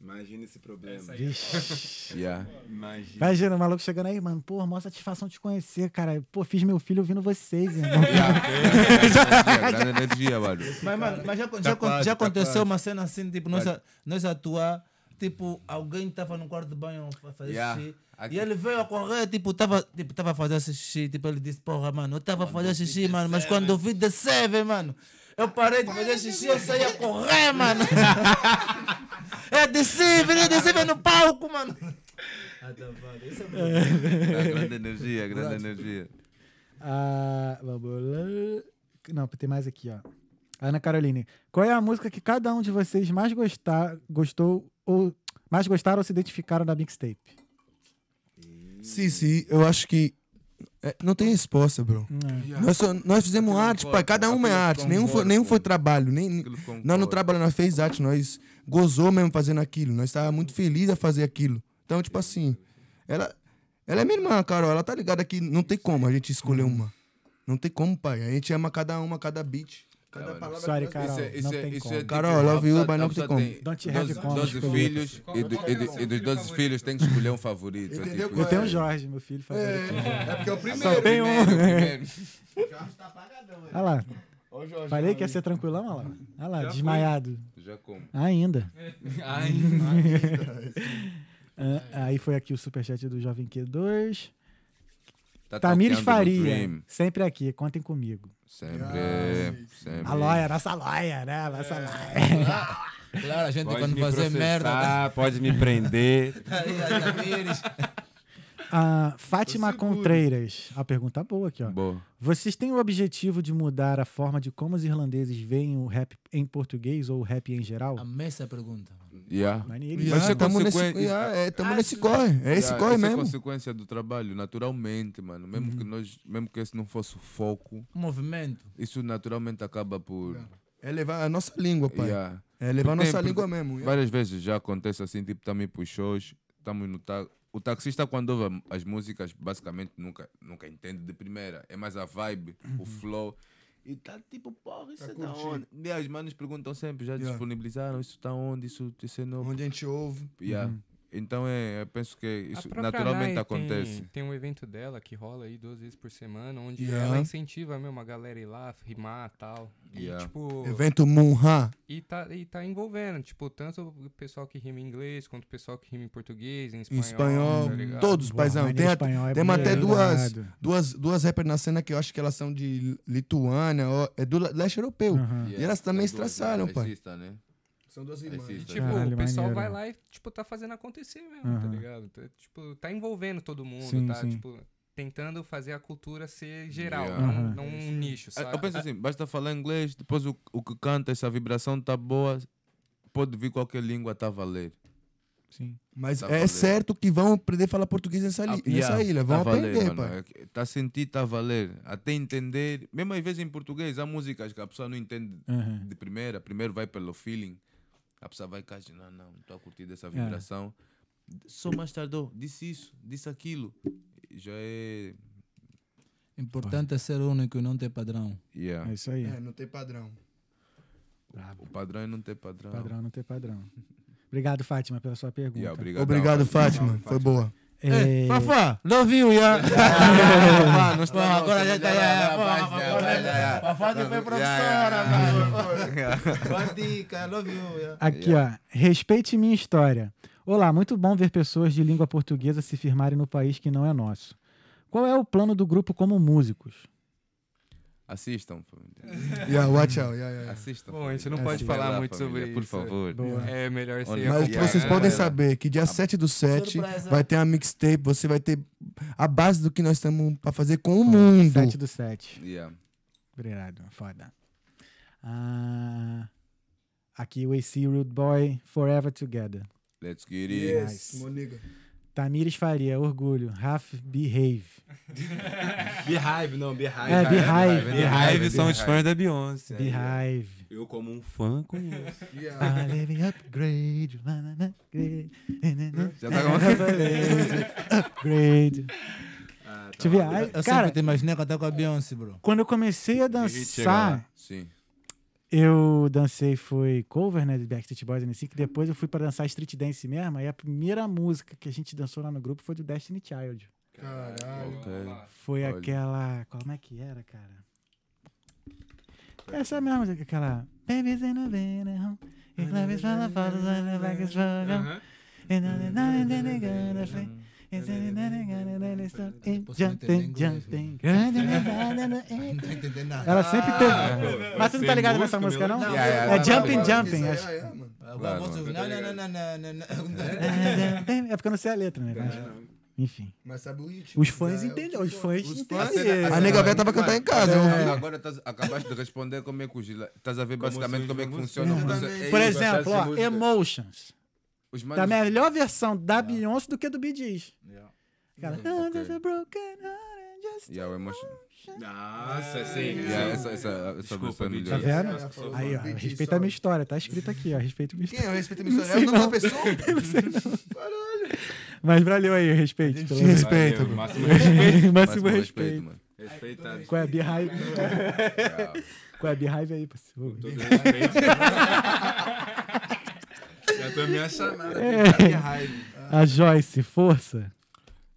Imagina esse problema.
Vixe.
Yeah.
Imagina.
Imagina o maluco chegando aí, mano. Porra, maior satisfação te conhecer, cara. Pô, fiz meu filho ouvindo vocês, irmão.
yeah. Grande energia, mano.
Mas, mano, mas já, já,
Tá
acon-
quase,
já
tá
aconteceu
quase.
uma cena assim, tipo, nós, a- nós atuar, tipo, alguém estava no quarto de banho a fazer
Yeah.
xixi.
Aqui-
E ele veio a correr, tipo, estava tipo, tava a fazer xixi. Tipo, ele disse, porra, mano, eu estava a fazer xixi, mano, mas quando eu vi The Seven, mano, eu parei de fazer xixi, eu saí a correr, mano. é The Seven, é The Seven no palco, mano. Isso é bom.
A grande energia, a grande energia.
Ah, vamos lá. Não, tem mais aqui, ó. Ana Caroline, qual é a música que cada um de vocês mais gostar, gostou ou mais gostaram ou se identificaram da mixtape?
Sim, sim, eu acho que. é, não tem resposta, bro. Nós, só- nós fizemos
Aquilo
arte,
não
pai.
importa,
Cada uma é
aquilo
arte.
não
Nenhum foi,
importa,
nenhum foi
pô.
trabalho. Nem,
Aquilo ficou um
nós não
corte.
trabalhamos, nós fez arte. Nós gozou mesmo fazendo aquilo. Nós estávamos muito felizes a fazer aquilo. Então, tipo assim, ela, ela é minha irmã, Carol. Ela tá ligada que não tem como a gente escolher uma. Não tem como, pai. A gente ama cada uma, cada beat. Cada
Cara,
palavra.
Sorry,
que nós-
Carol, não tem como.
é, Carol, love you, but não tem como.
Don't you have como escolher.
filhos, e, do, e, do, e dos 12 filhos tem que escolher um favorito.
Entendeu
tipo,
qual
Eu tenho o
é?
Jorge, meu filho. favorito.
É, é porque é o primeiro.
Só tem um.
primeiro.
O Jorge tá apagadão aí.
Olha lá. Falei que ia ser tranquilão, olha lá. Olha lá, desmaiado.
Já como?
Ainda.
Ai,
Ah, aí foi aqui o superchat do Jovem Q2.
Tá
Tamires
talqueando do
Faria,
Dream.
sempre aqui, contem comigo.
Sempre, sempre.
A loia, nossa loia, né? A Nossa loia.
Claro, a gente
Pode
quando
me
tá.
fazer
processar,
merda.
pode me prender.
tá- Aí, aí, Tamires.
Ah, Fátima Contreiras, a pergunta boa aqui, ó.
Boa.
Vocês têm o objetivo de mudar a forma de como os irlandeses veem o rap em português ou o rap em geral?
Amei essa pergunta.
Yeah.
Maneiro.
Mas tá
isso é
estamos ah, nesse,
consequência-
yeah, é, tamo nesse corre. É esse
Yeah,
corre
isso é
mesmo. Uhum.
consequência do trabalho, naturalmente, mano. Mesmo que nós, mesmo que esse não fosse o foco,
Movimento.
isso naturalmente acaba por.
É levar a nossa língua, pai.
Yeah.
É levar a
Porque-
nossa língua
porque
mesmo. yeah.
Várias vezes já acontece assim, tipo, também pros shows, estamos no ta... O taxista, quando ouve a- as músicas, basicamente nunca, nunca entende de primeira. É mais a vibe,
Uhum.
o flow. E tá tipo, porra, isso é da onde? E as manos perguntam sempre, já
Yeah.
disponibilizaram, isso tá onde, isso, isso é novo.
Onde Uhum. a gente ouve.
Yeah. Então é, eu penso que
A
isso
própria
naturalmente
Nai
acontece.
Tem, tem um evento dela que rola aí duas vezes por semana, onde
Yeah.
ela incentiva mesmo a galera a ir lá, rimar tal. e
Yeah.
tipo.
Evento Munha.
E tá, e tá envolvendo, tipo, tanto o pessoal que rima em inglês, quanto o pessoal que rima em português, em
Em
espanhol.
espanhol.
tá ligado?
todos,
Boa,
paizão.
mania
Tem, a-
espanhol é
temos até
maneiro,
duas,
danado.
duas, duas rappers na cena que eu acho que elas são de Lituânia. ó, é do le- leste europeu.
Aham.
E elas também se traçaram, pai.
Racista, né?
São duas
irmãs.
E,
Racista.
tipo,
Caralho,
o pessoal
maneiro.
vai lá e, tipo, tá fazendo acontecer mesmo, tá
Aham.
ligado? Tá, tipo, tá envolvendo todo mundo,
Sim,
tá?
sim.
Tipo, tentando fazer a cultura ser geral,
Yeah.
não,
Aham.
não um nicho,
Ah,
sabe?
Eu penso assim, basta falar inglês, depois o, o que canta, se a vibração tá boa, pode vir qualquer língua, tá a valer.
Sim.
Mas
Tá
é
valendo.
certo que vão aprender a falar português nessa, li-
Ah,
nessa
yeah,
ilha.
tá
Vão
a valer,
aprender,
mano.
pai.
É que Tá a sentir, tá a valer. Até entender. Mesmo às vezes em português, há músicas que a pessoa não entende
Aham.
de primeira. Primeiro vai pelo feeling. A pessoa vai cá e diz, não, não, estou a curtir dessa
É.
vibração. Só mais tarde, oh, disse isso, disse aquilo. Já é...
Importante é ser único e não ter padrão.
Yeah.
É isso aí.
não tem padrão.
O padrão é não ter padrão.
Padrão é não tem padrão. Obrigado, Fátima, pela sua pergunta.
Yeah, obrigado,
Obrigado, Fátima. Foi boa.
É,
Fafá, love you, ya.
Fafá, não está
Pô,
não,
agora
está
já tá,
melhorando,
já, já,
rapaz,
pô,
já,
agora já,
vai, já, já.
Fafá já foi
Já,
professora,
já,
mano,
já.
Boa dica, love you, ya.
Aqui, ó. Respeite minha história. Olá, muito bom ver pessoas de língua portuguesa se firmarem no país que não é nosso. Qual é o plano do grupo como músicos?
Assistam, família.
Yeah, watch out. yeah, yeah, yeah.
Assistam.
Bom, a gente não
família.
pode falar
Vai lá,
muito
família,
sobre
Por
isso.
favor.
Boa.
É melhor ser
Olha,
Mas
Yeah,
vocês
yeah,
podem
yeah. Tá
saber que dia 7 do 7
Surpresa.
vai ter a mixtape, você vai ter a base do que nós estamos pra fazer com É
Tá
o mundo.
7 do 7.
Yeah.
Obrigado, foda. Ah, aqui, We See Rude Boy, Forever Together.
Let's get it.
Yes, Tamires Faria, Orgulho. Raf Behave.
Behive, não, Behive.
É, Behive.
Behive são
é
os fãs da Beyoncé.
Behive.
Eu, como um fã, conheço.
I live in upgrade. na, na, na, upgrade, na, na, na,
Já tá com
Upgrade.
Ah, tá
Deixa eu ver. Ai,
Eu
Cara,
sempre te imaginei cantar com a Beyoncé, bro.
quando eu comecei a
chega
dançar,
lá.
Sim.
eu dancei foi cover, né, de Backstreet Boys NC, que depois eu fui pra dançar street dance mesmo, aí a primeira música que a gente dançou lá no grupo foi do Destiny Child.
Ok.
Foi
Olha.
aquela, como é que era, cara? Essa mesma, aquela Baby's in a van at home. If love is all I follow, love is like it's broken. And all the night and then they gotta flee. And then they gotta let it stop. And
Posso entender
Jumping, jumping.
inglês, Não tô entendendo nada.
É. Ela sempre teve. Mas tu não tá ligado nessa música, não?
Não, Yeah, yeah,
é
não,
Jumping
não.
É
Jumping. acho.
Agora
Claro,
posso-
mano.
Não, não, não, não, não, não.
É, É porque eu não sei a letra, né? Mas, enfim.
Mas sabe o ritmo.
Os fãs entenderam. Os fãs
Os fãs-
tá
entenderam.
A nega velha tava cantando em casa. eu ouvi.
é Agora estás- acabaste de responder como é que os. Estás a ver basicamente como é que funciona o
Exatamente.
processo. é
Por
o processo
exemplo,
de
ó,
música.
Emotions.
Os
Tá a
manos-
melhor versão da Beyoncé do que do Bee Gees.
Yeah.
Cara,
Hum,
"Ah, there's
ok.
a broken heart and just
Yeah, o emotion.
Nossa, sim.
Yeah, essa, essa, essa
Desculpa,
versão é
Bee
Tá
melhor.
Gees.
vendo?
Ela falou
Aí, ó,
do Bee Gees,
respeita a minha
sabe?
história, tá escrito aqui, ó. Respeita a minha história.
Quem é o respeito missão?
Não
É o
sei
nome da
não.
pessoa?
Mas valeu aí o respeito. Pelo menos.
Respeita, mano.
Valeu, máximo
Máximo
Máximo
respeito.
mano.
respeitado.
Qual é a Beehive?
Yeah.
Qual é a Beehive aí, parceiro?
Todo respeito. Já tô me
é
achando.
É. A Joyce, força.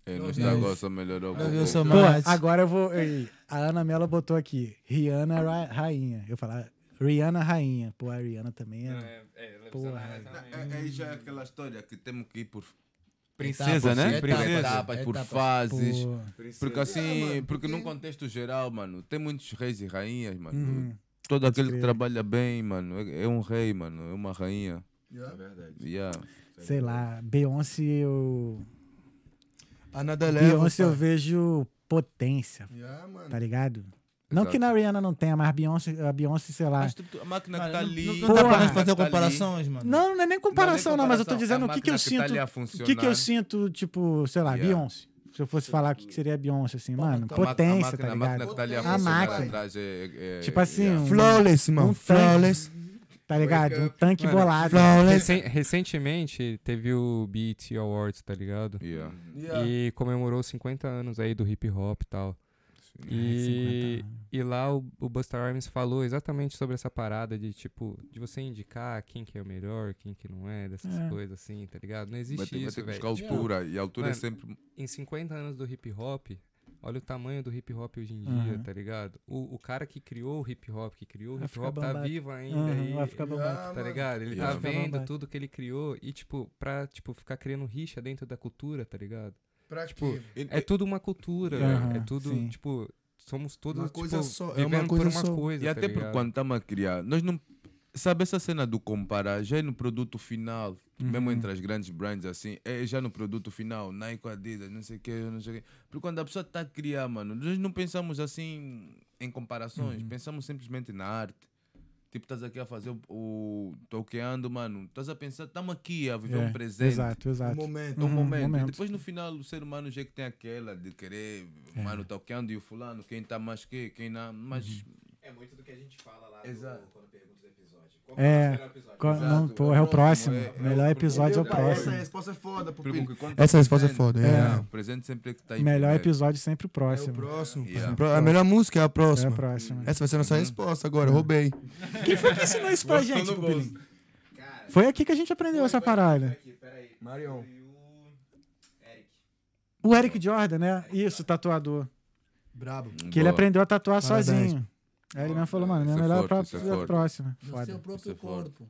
É, não está agora, só melhorou. um
Eu vi o seu
Pô,
mais.
agora eu vou. ei, a Ana Mello botou aqui. Rihanna Ra- Rainha. Eu falar Rihanna Rainha. Pô, a Rihanna também é.
É, é, é,
Porra.
É, aí já é aquela história que temos que ir por,
Princesa, né?
por
Princesa.
etapas, É por
Etapa.
fases.
Pô, hum,
Porque assim, porque num contexto geral, mano, tem muitos reis e rainhas, mano.
Uhum.
Todo aquele que
crer.
trabalha bem, mano, é, é um rei, mano, é uma rainha.
Yeah.
Yeah.
sei lá, Beyoncé eu.
Ana da Leva.
Beyoncé eu vejo potência,
Yeah, mano.
tá ligado? Não
Exato.
que na Rihanna não tenha, mas Beyoncé, a Beyoncé, sei lá.
Mas tu- a máquina que
Mano,
tá
não-
ali.
Não dá pra
Porra.
nós fazer
Tá ali.
comparações, mano.
Não, não é nem comparação, não, mas eu tô
comparação,
dizendo
a
o que, que eu
máquina que tá
sinto.
ali a
o que, que eu
funcionar.
sinto, tipo, sei lá,
Yeah.
Beyoncé. Se eu fosse falar o que que seria Beyoncé, assim, mano,
A ma- a
potência,
máquina-
tá
A máquina
ligado?
que tá ali a
A
funcionar
máquina.
atrás é- é- é-
Tipo assim,
yeah.
um-
Flawless, mano.
Um tanque.
Flawless.
Tá ligado? Um tanque
Mano,
bolado.
Flawless.
Recen- recentemente teve o BET Awards, tá ligado?
Yeah.
Yeah.
E comemorou 50 anos aí do hip hop e tal.
50
E,
É, anos.
e lá o, o Busta Rhymes falou exatamente sobre essa parada de tipo, de você indicar quem que é o melhor, quem que não é, dessas
É.
coisas assim, tá ligado? Não
Vai
existe
ter, vai ter
isso,
que buscar
velho. Tipo,
altura, e a altura é
mano,
sempre.
em 50 anos do hip hop, olha o tamanho do hip hop hoje em dia,
Aham.
tá ligado? O, o cara que criou o hip hop, que criou o
Uhum. Vai
hip
ficar
hop, tá
bombado.
vivo ainda
Aham,
aí.
vai ficar bombado.
Ah,
Tá
mano.
ligado? Ele
Yeah.
tá
Vai
vendo
bombar.
tudo que ele criou e, tipo, pra tipo, ficar criando rixa dentro da cultura, tá ligado?
Pra
Tipo,
quê?
É tudo uma cultura,
Aham,
velho. É tudo,
sim.
tipo, somos todos,
Uma
tipo,
coisa só, é uma
vivendo
coisa
por uma
só.
coisa,
E até
tá
porque
ligado?
quando estamos a criar, nós não. Sabe essa cena do comparar já é no produto final, tipo, mesmo
Uhum.
entre as grandes brands assim, é já no produto final, Nike, Adidas, não sei o que, não sei o que. Porque quando a pessoa está a criar, mano, nós não pensamos assim em comparações,
Uhum.
pensamos simplesmente na arte. Tipo, estás aqui a fazer o, o toqueando, mano, estás a pensar, estamos aqui a viver
É,
um presente.
Exato,
Um
exato.
momento.
Então, um
Uhum,
momento.
momento.
E depois no final o ser humano já é que tem aquela de querer,
É.
mano, toqueando e o fulano, quem está mais que, quem não, mas
Uhum.
É muito do que a gente fala lá
Exato.
quando pergunta do episódio. Qual
É,
melhor episódio?
Qual- não,
Exato,
pô,
é
é o
o
próximo.
próximo, é- é o
Melhor episódio é o
Entendeu? Essa
próximo.
resposta é foda, pro
Porque
Pino.
quando
Essa
tá
resposta é
presente-
foda, é.
É, o presente sempre é que tá em
Melhor
primeiro.
episódio sempre
É
o
o
próximo.
próximo.
Yeah.
Pro- A melhor música é a
É o
próxima.
próximo.
Essa vai ser a
Uhum.
nossa resposta agora, roubei.
Quem foi que ensinou isso pra gente, Pupilim?
Cara,
Foi aqui que a gente aprendeu essa parada.
aqui, peraí.
Marion.
E o Eric.
O Eric Jordan, né? Isso, tatuador.
Brabo.
Que ele é
Boa.
aprendeu a tatuar
Parabéns.
sozinho. Aí ele mesmo falou, mano, minha
Isso é
melhor
forte,
pra
isso é
a
forte.
próxima.
No seu
Foda.
próprio
Isso é foda.
corpo.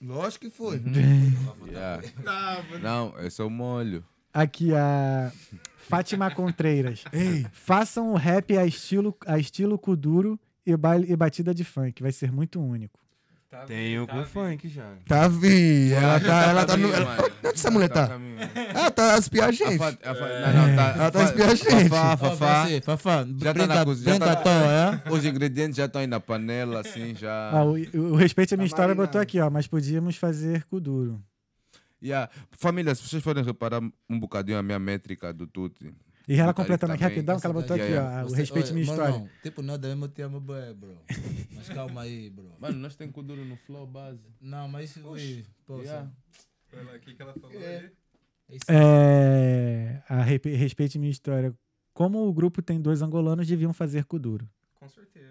Lógico que foi.
Uhum.
Yeah. Não, é só o molho.
Aqui a Fátima Contreiras.
Ei,
Façam o rap a estilo, a estilo Kuduro e, baile, e batida de funk. Vai ser muito único.
Tá
Tem
vivo,
o
tá
com
vivo.
funk já.
tá vi. Ela
já
tá, ela tá
caminho,
no. ela-
mano.
Onde essa
Já
mulher
tá
tá?
caminho.
Ela tá a espiar a gente.
A fa- a fa-
É.
Não, não, tá.
Ela tá
fa-
espiando a gente.
Fafá,
Ó,
fafá.
Franci, Fafá,
Já tá na
brinca-
cozinha. já
brinca à
tá
toa, é?
na- Os ingredientes já estão aí na panela, assim,
Ah,
já.
o, o Respeite a
Tá
Minha História
marinado.
botou aqui, ó. Mas podíamos fazer Kuduro.
Yeah. Família, se vocês forem reparar um bocadinho a minha métrica do Tuti.
E ela
Tá,
completando
tá
aqui
bem.
rapidão, que ela botou
Tá,
aqui,
já,
ó. O
Você-
Respeite a
olha,
Ah, Minha
mano,
História.
não, tipo, nós devemos te amo, bué, bro. Mas calma aí, bro.
Mano, nós temos Kuduro no flow base.
Não, mas isso aí, pô,
Yeah.
só- é isso.
É, a Rep- Respeite a Minha História. Como o grupo tem dois angolanos, deviam fazer Kuduro.
Com certeza.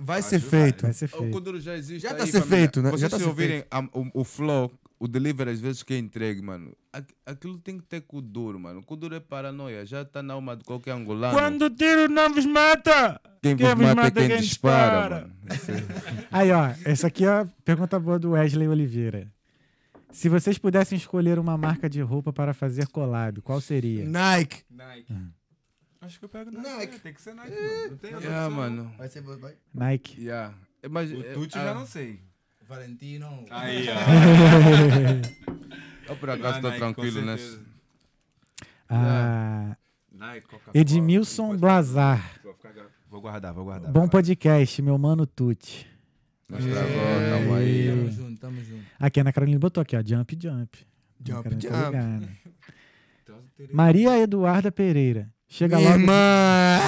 Vai ser feito.
Vai ser
O
feito.
Kuduro já existe.
Já tá
aí,
a ser
família.
feito, né?
Vocês
Já tá a
se
ser
ouvirem a- o, o flow, o delivery às vezes que é entregue, mano. aqu- Aquilo tem que ter Kuduro, mano. Kuduro é paranoia. Já tá na alma de qualquer angolano.
o tiro não vos mata!
quem
quem
vos
vos
mata,
mata
é quem,
quem
dispara,
dispara.
mano.
Aí, ó, essa aqui é a pergunta boa do Wesley Oliveira. Se vocês pudessem escolher uma marca de roupa para fazer collab, qual seria?
Nike.
Nike.
Acho que eu pego
é
Nike.
Tem que ser Nike, mano. Não tem
É,
outra
yeah,
opção, não.
É, mano.
Vai ser. Vai.
Nike.
Yeah. É, Mas,
O
é,
Tuti
ah,
já não sei.
Valentino.
Aí, ó.
Eu por acaso tô
né,
Nike, com
tranquilo né?
certeza.
nessa.
Ah,
Nike, Coca-Cola.
Edmilson
Pode-
Blazar.
Vou ficar gra- Vou guardar, vou guardar.
Bom
Vai.
podcast, meu mano Tuti.
Nós travou, tamo aí.
Tamo junto, tamo junto.
Aqui, é a Ana Carolina botou aqui, ó. Jump, jump. Ana
Jump,
Carolina tá
jump.
ligada. Maria Eduarda Pereira. Chega
Minha
logo,
irmã!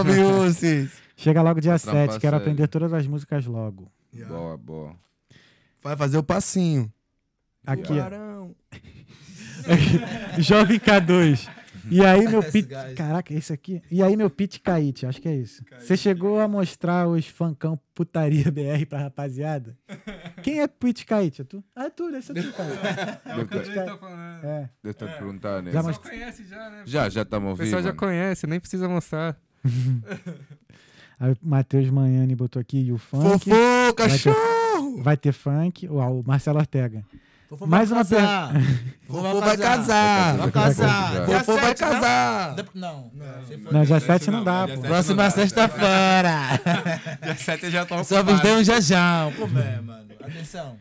Ô, Beyoncé!
chega logo dia
Atrapalha
7. Quero
sério.
aprender todas as músicas logo.
Boa, boa.
Vai fazer o passinho.
Aqui, ó.
Tubarão.
Jovem K2. E aí, meu
Esse
pit.
gajo.
Caraca, esse aqui. E aí, meu pit Caíte, acho que é isso. Você chegou a mostrar os fancão putaria BR pra rapaziada? Quem é pit Caíte? É tu? Ah, é tu, deve ser tu, cara.
É o que eu estou falando.
É.
Deve estar te perguntando, né?
Já
Só
mostrou.
conhece já, né?
Já, já estamos
O
ouvindo.
pessoal já
mano.
conhece, nem precisa mostrar.
Aí o Matheus Manhani botou aqui e o funk.
Fofô,
Vai ter,
cachorro!
vai ter funk. Uau, o Marcelo Ortega.
Fofo
Mais
vai
uma per-
casar.
Fofô vai casar!
Vai casar.
Vai
Dia
Fofô vai
sete, não?
casar!
De- Não, não. se for-
Não, é dia 7 não dá,
dia
pô.
sete
Próxima
não dá.
sexta-feira.
Dia 7 eu já
tá
tô
Só vos
ocupado.
dei um jajão. Como é, mano? Atenção.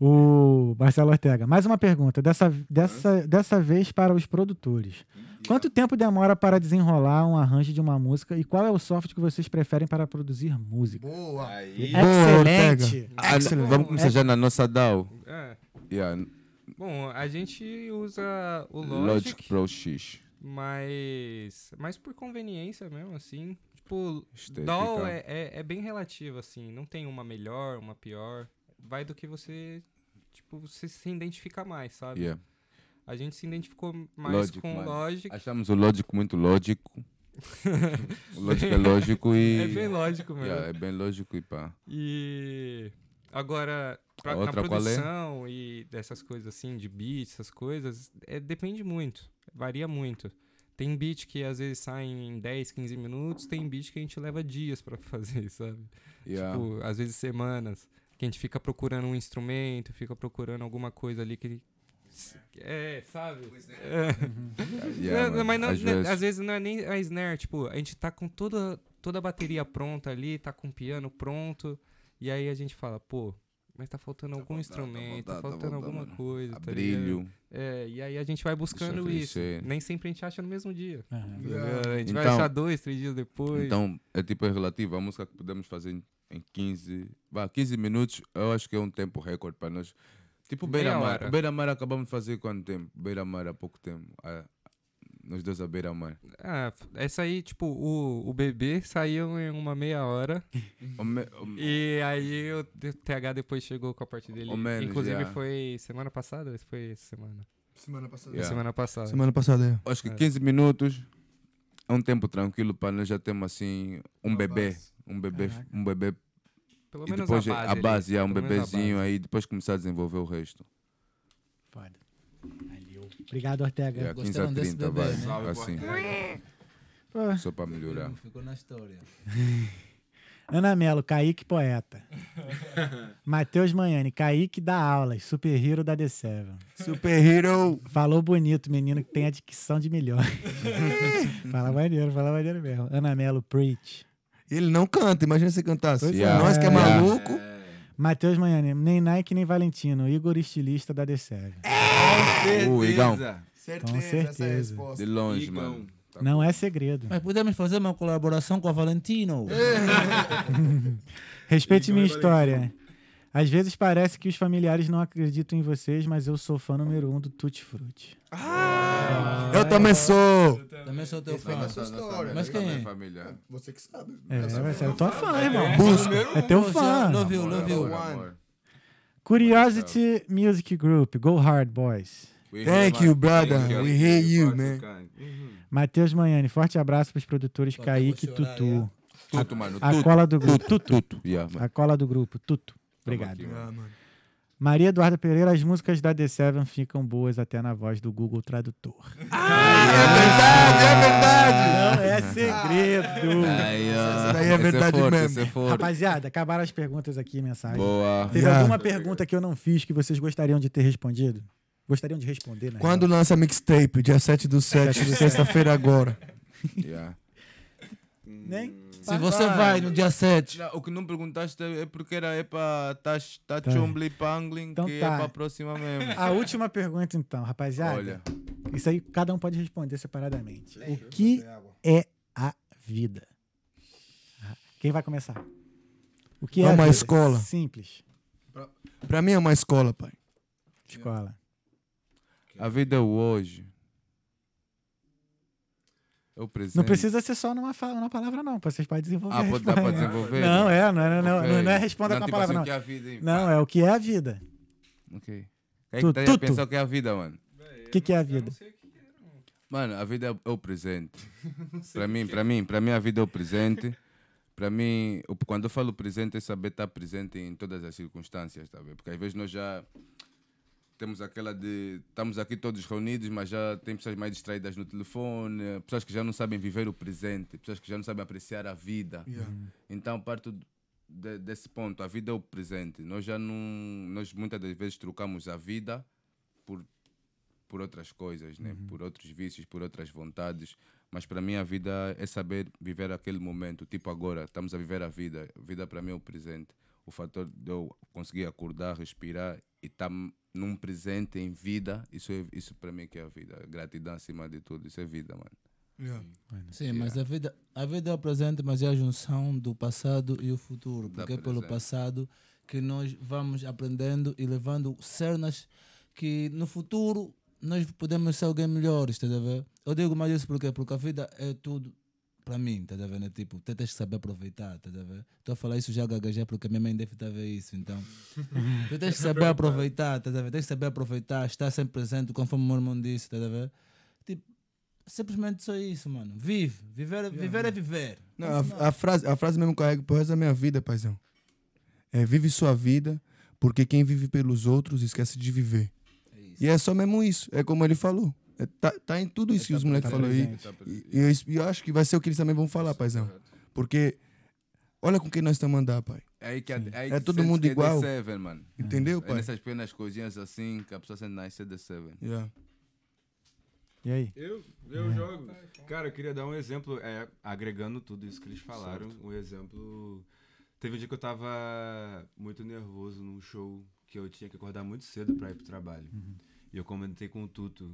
O Marcelo Ortega. Mais uma pergunta, dessa, dessa, dessa vez para os produtores. Quanto tempo demora para desenrolar um arranjo de uma música e qual é o software que vocês preferem para produzir música? É
Boa!
Aí.
Excelente!
Ah, Vamos começar já na nossa DAO.
É.
Yeah,
Bom, a gente usa o Logic,
Logic Pro X.
mas. Mas por conveniência mesmo, assim. Tipo,
Estética.
DAW é, é, é bem relativo, assim. Não tem uma melhor, uma pior. Vai do que você. Tipo, você se identifica mais, sabe?
Yeah.
A gente se identificou mais
Logic,
com o
mano.
Logic.
Achamos o Logic muito lógico. o Logic é lógico e.
É bem lógico mesmo.
Yeah, é bem lógico e pá.
E agora, pra,
A
na
outra qual é?
produção e dessas coisas assim, de beats, essas coisas, é, depende muito, varia muito. Tem beat que às vezes sai em 10, 15 minutos, tem beat que a gente leva dias pra fazer, sabe?
Yeah.
Tipo, às vezes semanas, que a gente fica procurando um instrumento, fica procurando alguma coisa ali que... É, sabe?
né?
É.
Yeah,
Não,
mano.
mas não-
às
né,
vezes.
não é nem a snare, tipo, a gente tá com toda, toda a bateria pronta ali, tá com o piano pronto, e aí a gente fala, pô, mas tá faltando algum
faltando, tá
instrumento, tá
faltando, tá
faltando,
faltando,
alguma
mano.
coisa, tá ligado?
Brilho.
É, e aí a gente vai buscando isso.
crescer.
Nem sempre a gente acha no mesmo dia.
Aham.
tá ligado? A gente vai
Então-
achar dois, três dias depois.
Então, é tipo é relativo. A música que podemos fazer em- em 15, vá, 15 minutos, eu acho que é um tempo recorde para nós. Tipo
Meia
Beira Mar.
hora.
Beira Mar acabamos de fazer quanto tempo? Beira Mar há pouco tempo. Ah, nós dois a Beira Mar.
Ah, essa aí, tipo, o, o bebê saiu em uma meia hora.
O me- o-
E aí o D- TH depois chegou com a parte dele.
Ou menos,
Inclusive
yeah.
foi semana passada? Esse Foi essa semana.
Semana passada.
Foi
Yeah.
Semana passada.
Semana passada. é.
acho que 15 minutos é um tempo tranquilo para nós já temos assim um bebê. Um bebê, um bebê.
Pelo
E
menos
depois
a
é-
base.
a
ali.
base é um
Pelo menos a
bebezinho
base.
aí, depois começar a desenvolver o resto.
Foda. Valeu. Obrigado, Ortega.
É, 15 a
Gostaram desse
30,
bebê,
vai.
né?
Salve,
Assim,
Pô.
só para melhorar.
Ficou na história.
Ana Melo, Kaique Poeta. Matheus Manhani, Kaique da aulas, super-hero da D7.
Super Hero!
Falou bonito, menino que tem a dicção de melhor. fala maneiro, fala maneiro mesmo. Ana Melo, preach.
Ele não canta, imagina se cantasse.
Pois
é. Yeah.
Nós que é
É.
maluco.
Matheus Manhani, nem Nike nem Valentino, Igor estilista da D7.
Uh, Igão.
Certeza,
Com
essa é a
certeza.
resposta.
De longe, mano.
Não é segredo.
Mas podemos fazer uma colaboração com a Valentino.
Respeite minha história. Às vezes parece que os familiares não acreditam em vocês, mas eu sou fã número um do Tutti Frutti.
Eu também sou!
Também sou teu fã.
Essa história.
Mas quem é?
Família.
Você que sabe.
É, vai ser tua fã, irmão.
Busca.
É
um.
teu fã. um.
Não viu, não
Amor,
viu.
amor, amor.
Curiosity Music Group, Go Hard Boys.
We
Thank
here,
you,
man.
brother.
Thank you.
We hear you, man.
Matheus Manhani, forte abraço para os produtores
Só
Kaique e
vou chorar,
Tutu.
Tudo, mano.
A
Tudo.
cola do grupo. Tutu.
Yeah, man.
A cola do grupo. Tutu. Obrigado.
aqui, mano.
Ah, mano.
Maria Eduarda Pereira, as músicas da D7 ficam boas até na voz do Google Tradutor. Ah, é verdade, é verdade. Não é segredo.
Aí, ó.
Essa daí é
Esse
verdade
forte,
mesmo.
esse é forte.
Rapaziada, acabaram as perguntas aqui, mensagem.
Boa.
Teve
Yeah.
alguma pergunta que eu não fiz que vocês gostariam de ter respondido? Gostariam de responder, né?
Quando lança mixtape? Dia 7 do 7, sexta-feira agora.
Yeah.
Nem.
Se você vai no dia 7.
Já, o que não perguntaste é porque era é para tá, tá
Tá.
chumbly pangling
Então
que
tá. Ah,
é para a próxima mesmo.
A última pergunta, então, rapaziada.
Olha,
Isso aí cada um pode responder separadamente. O que é a vida? Ah, Quem vai começar? O que
É
a
uma
vida?
escola.
Simples.
Pra mim é uma escola, pai.
Escola.
a vida é o hoje. É o presente.
Não precisa ser só numa, fala, numa palavra, não. Vocês podem desenvolver.
Ah, pode dar para
responda.
desenvolver?
Não, é, não é, não, não,
Ok.
não, não é responda
Não,
com a
tipo
palavra,
assim,
não.
que é a vida, hein?
Não, é o que é a vida.
Ok. Quem é
Tu-
que tá a
tudo.
pensar o que é a vida, mano?
O que, que é a vida?
Mano, a vida é é o presente. para mim, para mim, para mim a vida é o presente. Para mim, o- quando eu falo presente é saber estar presente em todas as circunstâncias, tá vendo? Porque às vezes nós já temos aquela de estamos aqui todos reunidos, mas já tem pessoas mais distraídas no telefone, eh, pessoas que já não sabem viver o presente, pessoas que já não sabem apreciar a vida. Então, parto de- desse ponto, a vida é o presente. Nós já não, nós muitas das vezes trocamos a vida por por outras coisas, né?
Uhum.
Por outros vícios, por outras vontades. Mas para mim a vida é saber viver aquele momento, tipo agora, estamos a viver a vida. A vida para mim é o presente. O fator de eu conseguir acordar, respirar e estar num presente em vida, isso é, isso para mim que é a vida. Gratidão acima de tudo, isso é vida, mano.
Sim, mas a vida, a vida é o presente, mas é a junção do passado e o futuro. Porque é pelo
presente.
passado que nós vamos aprendendo e levando cenas que no futuro nós podemos ser alguém melhor, estás a ver? Eu digo mais isso porque, porque a vida é tudo para mim, estás a ver? Né? Tipo, tu tens que saber aproveitar, estás a ver? Estou a falar isso já gaguejei porque a minha mãe deve estar a ver isso, então. tu tens que saber aproveitar, estás a ver? Tens que saber aproveitar, estar sempre presente, conforme o meu irmão disse, estás a ver? Tipo, simplesmente só isso, mano. Vive. Viver, viver é viver.
Não, a, a frase, a frase mesmo carrega pro resto da minha vida, paizão. É, vive sua vida, porque quem vive pelos outros esquece de viver. E é só mesmo isso. É como ele falou. É, tá, tá em tudo isso que tá os moleques falaram aí.
presente.
E, e eu, es- e eu acho que vai ser o que eles também vão falar, paizão. Porque olha com quem nós estamos a andar, pai.
É aí que, é aí
É
que
todo
sentes
mundo
que é The
igual.
Seven, mano.
Entendeu,
É
pai?
nessas pequenas coisinhas assim que a pessoa sente nascer The Seven.
Yeah.
E aí?
Eu, eu jogo. Cara, eu queria dar um exemplo, é, agregando tudo isso que eles falaram. Um exemplo. Teve um dia que eu tava muito nervoso num show que eu tinha que acordar muito cedo pra ir pro trabalho. E eu comentei com o Tuto.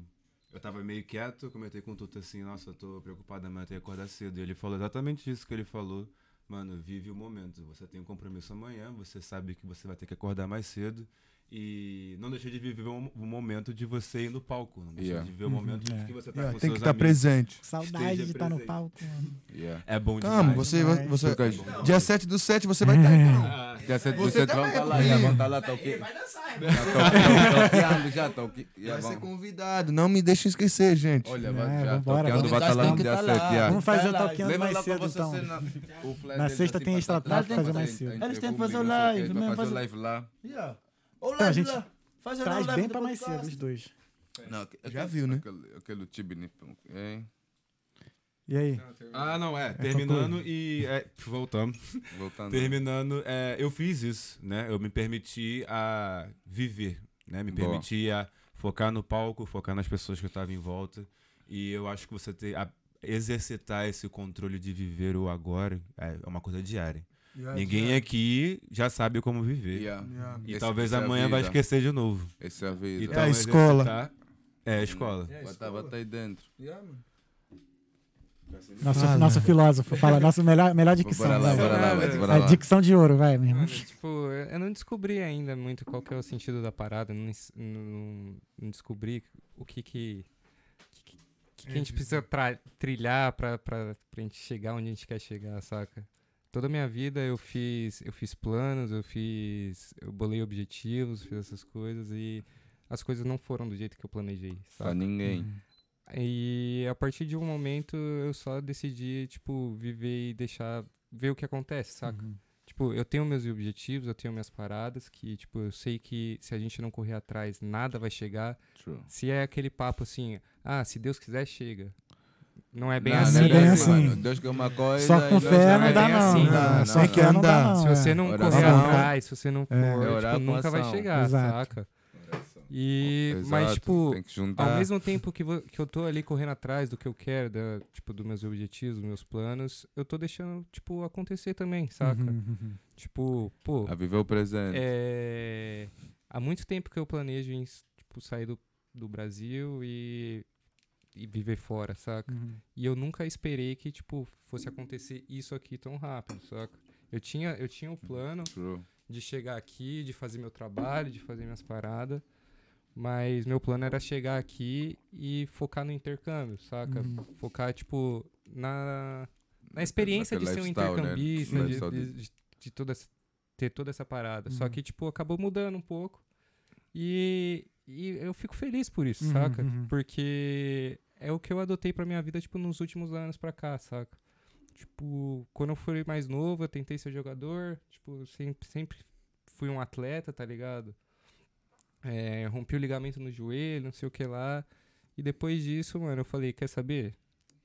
Eu tava meio quieto, comentei com o Tuto assim, nossa, eu tô preocupado, amanhã eu tenho que acordar cedo. E ele falou exatamente isso que ele falou. Mano, vive o momento. Você tem um compromisso amanhã, você sabe que você vai ter que acordar mais cedo. E não deixa de viver o o momento de você ir no palco. Não deixa
Yeah.
de viver o momento de
é.
que você tá
Yeah,
com
tem que
seus
estar
amigos.
presente.
Saudade de estar no
presente.
palco, mano.
Yeah.
É bom demais.
Calma, você, vai-
Vai.
você,
É
Porque
Dia 7 do 7 você vai estar. Tá,
Ah,
já sente
Você
você vão
também é
estar lá,
comigo.
já vão estar lá, tá ok?
Ele vai dançar,
Já
irmão.
tô toqueando, já toque. já
vai ser
vamos.
convidado. Não me deixem esquecer, gente.
Olha,
É,
vai, já
vambora,
toqueando,
vamos.
vai estar lá no dia
Tá lá.
7. já.
Vamos fazer
Vai
o
lá,
toquinho
Lembra
mais
lá pra
cedo,
você
então.
ser na- o flash
Na
deles,
sexta
assim,
tem
pra
extra
tá-
tarde,
tá-
fazer
tá-
mais
tá-
cedo.
tá-
Eles têm que
tá-
fazer o
não sei o quê,
live
vai
mesmo,
fazer o
fazer-
live lá.
Yeah. Ou
Então, a
live
gente
lá. Faz a
Traz
live
bem
do
pra mais
podcast.
cedo, os dois.
Não,
Já viu, né?
Aquele, aquele tibini, hein?
E aí?
Ah, não, é. Terminando e. É, voltando.
Voltando.
Terminando, é, eu fiz isso, né? Eu me permiti a viver, né? Me
Boa.
permiti a focar no palco, focar nas pessoas que eu tava em volta. E eu acho que você ter. a- exercitar esse controle de viver o agora é uma coisa diária. Ninguém aqui já sabe como viver.
Yeah.
E
Esse-
talvez
essa é a
amanhã vai
vida.
esquecer de novo.
Essa é a vida.
Então,
a escola.
exercitar- É, a escola.
Vai estar vai estar aí dentro.
Nosso,
Fala.
nosso filósofo, fala. Nosso melhor, melhor dicção.
Bora lá,
vai.
bora lá,
Vai,
vai,
vai.
bora
A
lá.
dicção de ouro, vai, meu irmão.
Olha, tipo, eu eu não descobri ainda muito qual que é o sentido da parada, não, ens- não, não descobri o que que, que, que- que a gente precisa tra- trilhar pra, pra, pra gente chegar onde a gente quer chegar, saca? Toda a minha vida eu fiz, eu fiz planos, eu fiz, eu bolei objetivos, fiz essas coisas e as coisas não foram do jeito que eu planejei, saca?
Pra ninguém.
E a partir de um momento eu só decidi, tipo, viver e deixar ver o que acontece, saca? Tipo, eu tenho meus objetivos, eu tenho minhas paradas, que, tipo, eu sei que se a gente não correr atrás, nada vai chegar.
True.
Se é aquele papo assim, ah, se Deus quiser, chega. Não é bem
Não,
assim.
não é bem
né?
assim,
assim.
mano. Deus quer uma coisa.
Só com
e nós
fé
também
não dá,
é
não.
assim,
né?
não,
Só
não,
com fé
não.
não dá, não.
Se
é.
você não
Oração.
correr atrás, se você não for,
É.
orar
tipo,
com
nunca vai
ação.
chegar,
Exato.
saca? E,
Exato,
mas, tipo,
tem que juntar.
ao mesmo tempo que, vo- que eu tô ali correndo atrás do que eu quero, da, tipo, dos meus objetivos, dos meus planos, eu tô deixando, tipo, acontecer também, saca?
Uhum.
Tipo, pô,
A viver o presente.
é... há muito tempo que eu planejo em, tipo, sair do, do Brasil e, e viver fora, saca? E eu nunca esperei que, tipo, fosse acontecer isso aqui tão rápido, saca? Eu tinha, eu tinha o plano,
True.
de chegar aqui, de fazer meu trabalho, de fazer minhas paradas. Mas meu plano era chegar aqui e focar no intercâmbio, saca? Focar, tipo, na, na experiência de
Uhum.
ser
naquele
um
lifestyle, né?
intercambista, de-
Lifestyle Uhum.
de, de- de toda essa- ter toda essa parada. Só que, tipo, acabou mudando um pouco. E, e eu fico feliz por isso,
Uhum,
saca?
uhum.
Porque é o que eu adotei pra minha vida, tipo, nos últimos anos pra cá, saca? Tipo, quando eu fui mais novo, eu tentei ser jogador, tipo, sempre, sempre fui um atleta, tá ligado? É, rompi o ligamento no joelho, não sei o que lá. E depois disso, mano, eu falei, quer saber?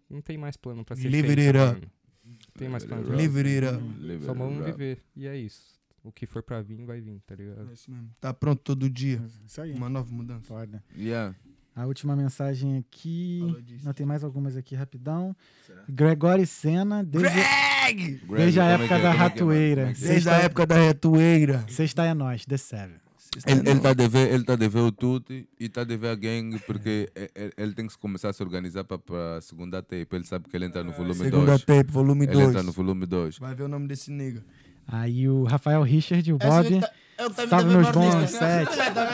Não tem mais plano pra ser
Live
feito,
it up.
mano. Não tem mais plano pra ser
Live it up.
Live
Só
it
vamos
up.
viver. E é isso. O que for pra vir, vai vir, tá ligado?
É isso mesmo. Tá pronto todo dia.
Isso aí.
Uma nova mudança.
Foda.
Yeah.
A última mensagem aqui.
Falou disso.
Não, tem mais algumas aqui rapidão.
Será?
Gregory Senna, desde,
Grammy,
desde a
como é
época
que
da
é? Como é que é, mano?
ratoeira.
Como é que
Desde
é?
Desde
a
a época da retoeira.
Sexta é nós, The Seven.
Ele, ele tá a dever, ele tá a dever o Tuti e tá a dever a gangue porque e- e- ele tem que começar a se organizar para a segunda tape. Ele sabe que ele entra no volume
Segunda
2.
tape, volume
Ele entra
2.
no volume 2.
Vai ver o nome desse nigga.
Aí o Rafael Richard, o
Essa
Bob.
que tá- é o que tá me
Salve
devendo
meus bons
artista.
sete.
Já tá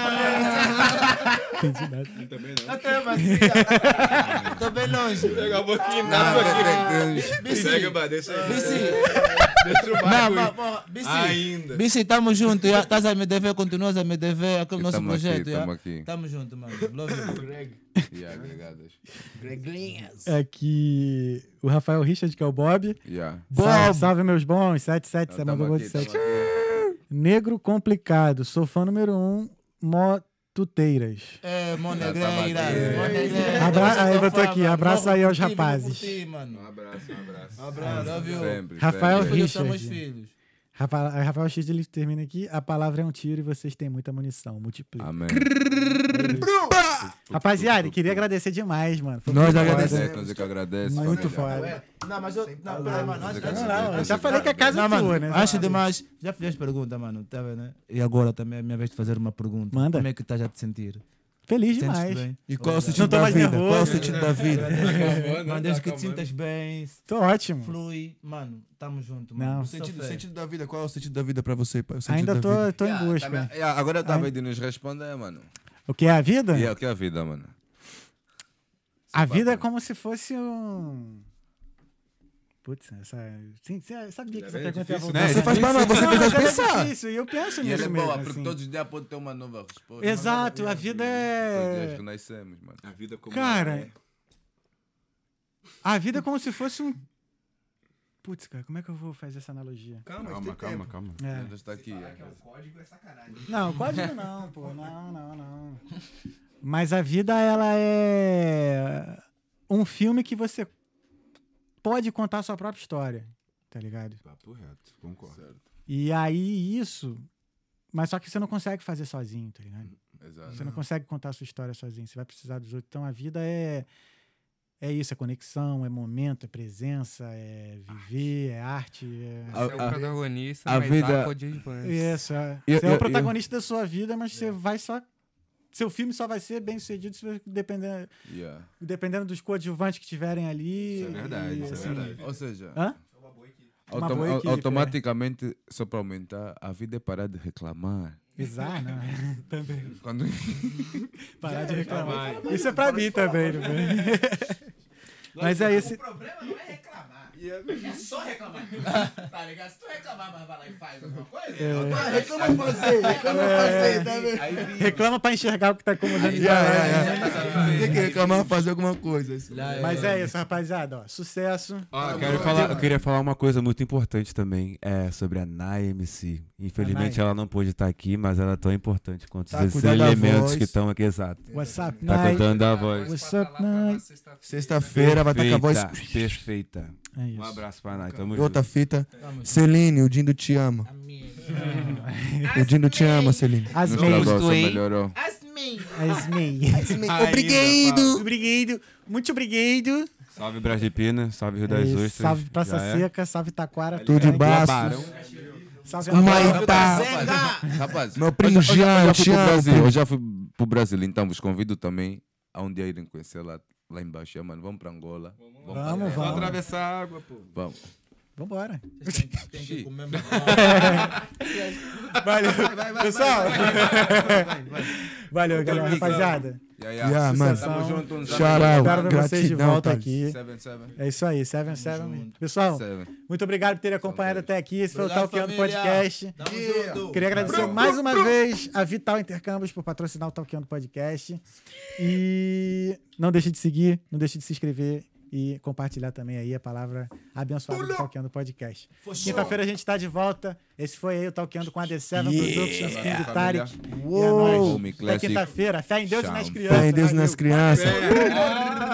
me
Entendi né? nada.
devendo artista. Tô bem longe. BC, não, não, porra, BC.
Ainda.
BC, tamo junto. já. Estás a me dever, continuas a me dever aquele nosso
Estamos aqui,
projeto. já.
estamos aqui.
Tamo junto, mano. Love you.
Yeah, agregadas.
Greglinhas.
É que o Rafael Richard, que é o Bob.
Yeah.
Salve, salve, meus bons. 77, você
Tamo
mandou gol
aqui,
de
tamo
7.
aqui.
Negro complicado. Sou fã número 1. Um, motuteiras.
É,
Tamo
Monegreira.
aqui.
Monegreira.
Abra-
Essa
aí,
tua
botou
fama.
aqui, abraço aí aos
Morro por ti, vivo por
rapazes.
ti, mano.
Um abraço, um abraço.
Um abraço, love you.
Sempre,
Rafael
sempre.
Filhos somos
Richard.
filhos.
Rafa- aí Rafael X ele termina aqui. A palavra é um tiro e vocês têm muita munição. Multiplica.
Amém.
Rapaziada, queria agradecer demais, mano. Foi
Nós
muito foda.
agradecemos.
Nós é que agradece.
Muito
família.
foda.
Não, mas eu. Não, peraí, mano. antes-
Não,
antes-
Não, eu
antes-
já falei que a casa é
Não,
tua,
mano,
né?
Antes de mais, já fizeste pergunta, mano. Tá vendo, né? E agora também é minha vez de fazer uma pergunta.
Manda.
Como é que estás a te sentir?
Feliz
Sentes-te
demais.
bem?
E qual é
Não
o sentido
tô
da
mais
vida?
nervoso.
Qual é o sentido da vida?
tipo Mano, desde
tá
que te sintas bem,
Tô ótimo.
flui. Mano, tamo junto,
Não.
mano.
O
Sou
sentido,
fé.
sentido da vida, qual é o sentido da vida pra você, pai? O sentido
Ainda
da
tô,
vida.
tô em
Yeah,
busca. né?
também- yeah, tá Ah, agora eu tava de nos responder, mano.
O que é a vida?
Yeah, o que é a vida, mano?
A vida é como se fosse um. Putz, essa. Sim, é, você sabia que essa pergunta ia voltar.
é né? Você faz mal, não, você
mas
precisa
ela é
pensar.
difícil, e eu penso
E
nisso
ela é
mesmo.
boa, porque
assim.
todos os dias pode ter uma nova resposta.
Exato, a vida
Todos os
é.
dias que nascemos, mano.
A vida como ela
Cara.
é.
A vida é como se fosse um. Putz, cara, como é que eu vou fazer essa analogia?
Calma,
Calma, calma, calma.
É.
Ainda está aqui. é.
O código é sacanagem.
Não, código não, pô. Não, não, não. Mas a vida, ela é um filme que você pode contar a sua própria história, tá ligado?
Papo reto, concordo.
E aí isso. Mas só que você não consegue fazer sozinho, tá ligado?
Uhum.
Você
Exato.
não consegue contar a sua história sozinho, você vai precisar dos outros. Então a vida é é isso, é conexão, é momento, é presença, é viver, é arte. É...
Você é o
a-
protagonista,
a
mas
vida-
há coadjuvantes.
Isso, é.
Eu-
você é o
eu-
protagonista da sua vida, mas você vai só. Seu filme só vai ser bem sucedido se você- dependendo,
Yeah.
dependendo dos coadjuvantes que tiverem ali.
Isso é
e,
verdade, isso é
assim,
verdade.
Ou seja,
Hã? Uma
autom-
boa
au-
equipe, é.
automaticamente, só para aumentar, a vida é parar de reclamar.
é. Bizarro, né? também.
Quando...
Parar de reclamar. Isso é pra mim também, né? Mas é isso.
O problema não é reclamar. É só reclamar. tá ligado? Se tu reclamar, mas vai lá e faz alguma coisa.
É.
Ah, reclama você, reclama você, tá vendo?
Reclama pra enxergar o que tá incomodando.
Yeah, yeah, yeah. Tem que reclamar, fazer alguma coisa. isso.
Mas é isso, rapaziada. Ó, sucesso.
Ó, eu, Ah, quero falar- eu queria falar uma coisa muito importante também, é sobre a Nai MC. Infelizmente
A
ela não pôde estar aqui, mas ela é tão importante quanto
Tá
esses
cuidando da
elementos
voz.
que estão aqui, exato.
What's up,
Tá
night?
cuidando da voz.
What's up, night?
Sexta-feira.
Sexta-feira vai estar com a voz.
Perfeita, perfeita.
É
Um
isso.
abraço pra nós, tamo
E outra
junto.
fita. Celine, o Dindo te ama. O Dindo te ama, Celine.
As
Nos
meias.
trabalhos só
hein?
melhorou.
As meias.
Obrigado!
Obrigado. Muito obrigado.
Salve Brasipina, salve Rio
É
das
isso.
Ostras.
Salve Praça
já é.
Seca, salve Taquara. é
Tudo de baço.
Salve
Uma
Amaral.
Itá.
Rapaz,
Meu primo
eu já- eu já-
Jean, te
eu já fui pro
amo,
Brasil.
primo.
Eu já fui pro Brasil, então vos convido também a um dia irem conhecer lá, lá embaixo. É, Mano, vamos pra Angola. Vamos,
Vamos,
Só
vamos.
atravessar a água, pô.
Vamos.
Vambora.
Tem que comer
Pessoal. Valeu, galera. Rapaziada.
Yeah,
Yeah, mano.
Tamo junto, uns
Xarau.
Espero ver vocês de
Gratidão,
volta
Thales.
aqui.
Seven, seven.
É isso aí, 77. Pessoal,
Seven.
muito obrigado por terem acompanhado até aqui. Esse foi o
Obrigado,
Talkando
família.
Podcast.
Tamo junto.
Queria agradecer mais uma vez a Vital Intercâmbios por patrocinar o Talkando Podcast. E não deixe de seguir, não deixe de se inscrever e compartilhar também aí a palavra abençoada do Talkando Podcast. Quinta-feira a gente está de volta. Esse foi aí o Talkando com a D7, Production, King
Família.
Tarek. E é
Uou.
nóis. Até quinta-feira. Fé em Deus e nas
Tchau.
crianças.
Fé em Deus e
valeu.
nas crianças.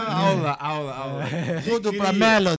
Aula, aula, aula.
tudo pra Melo.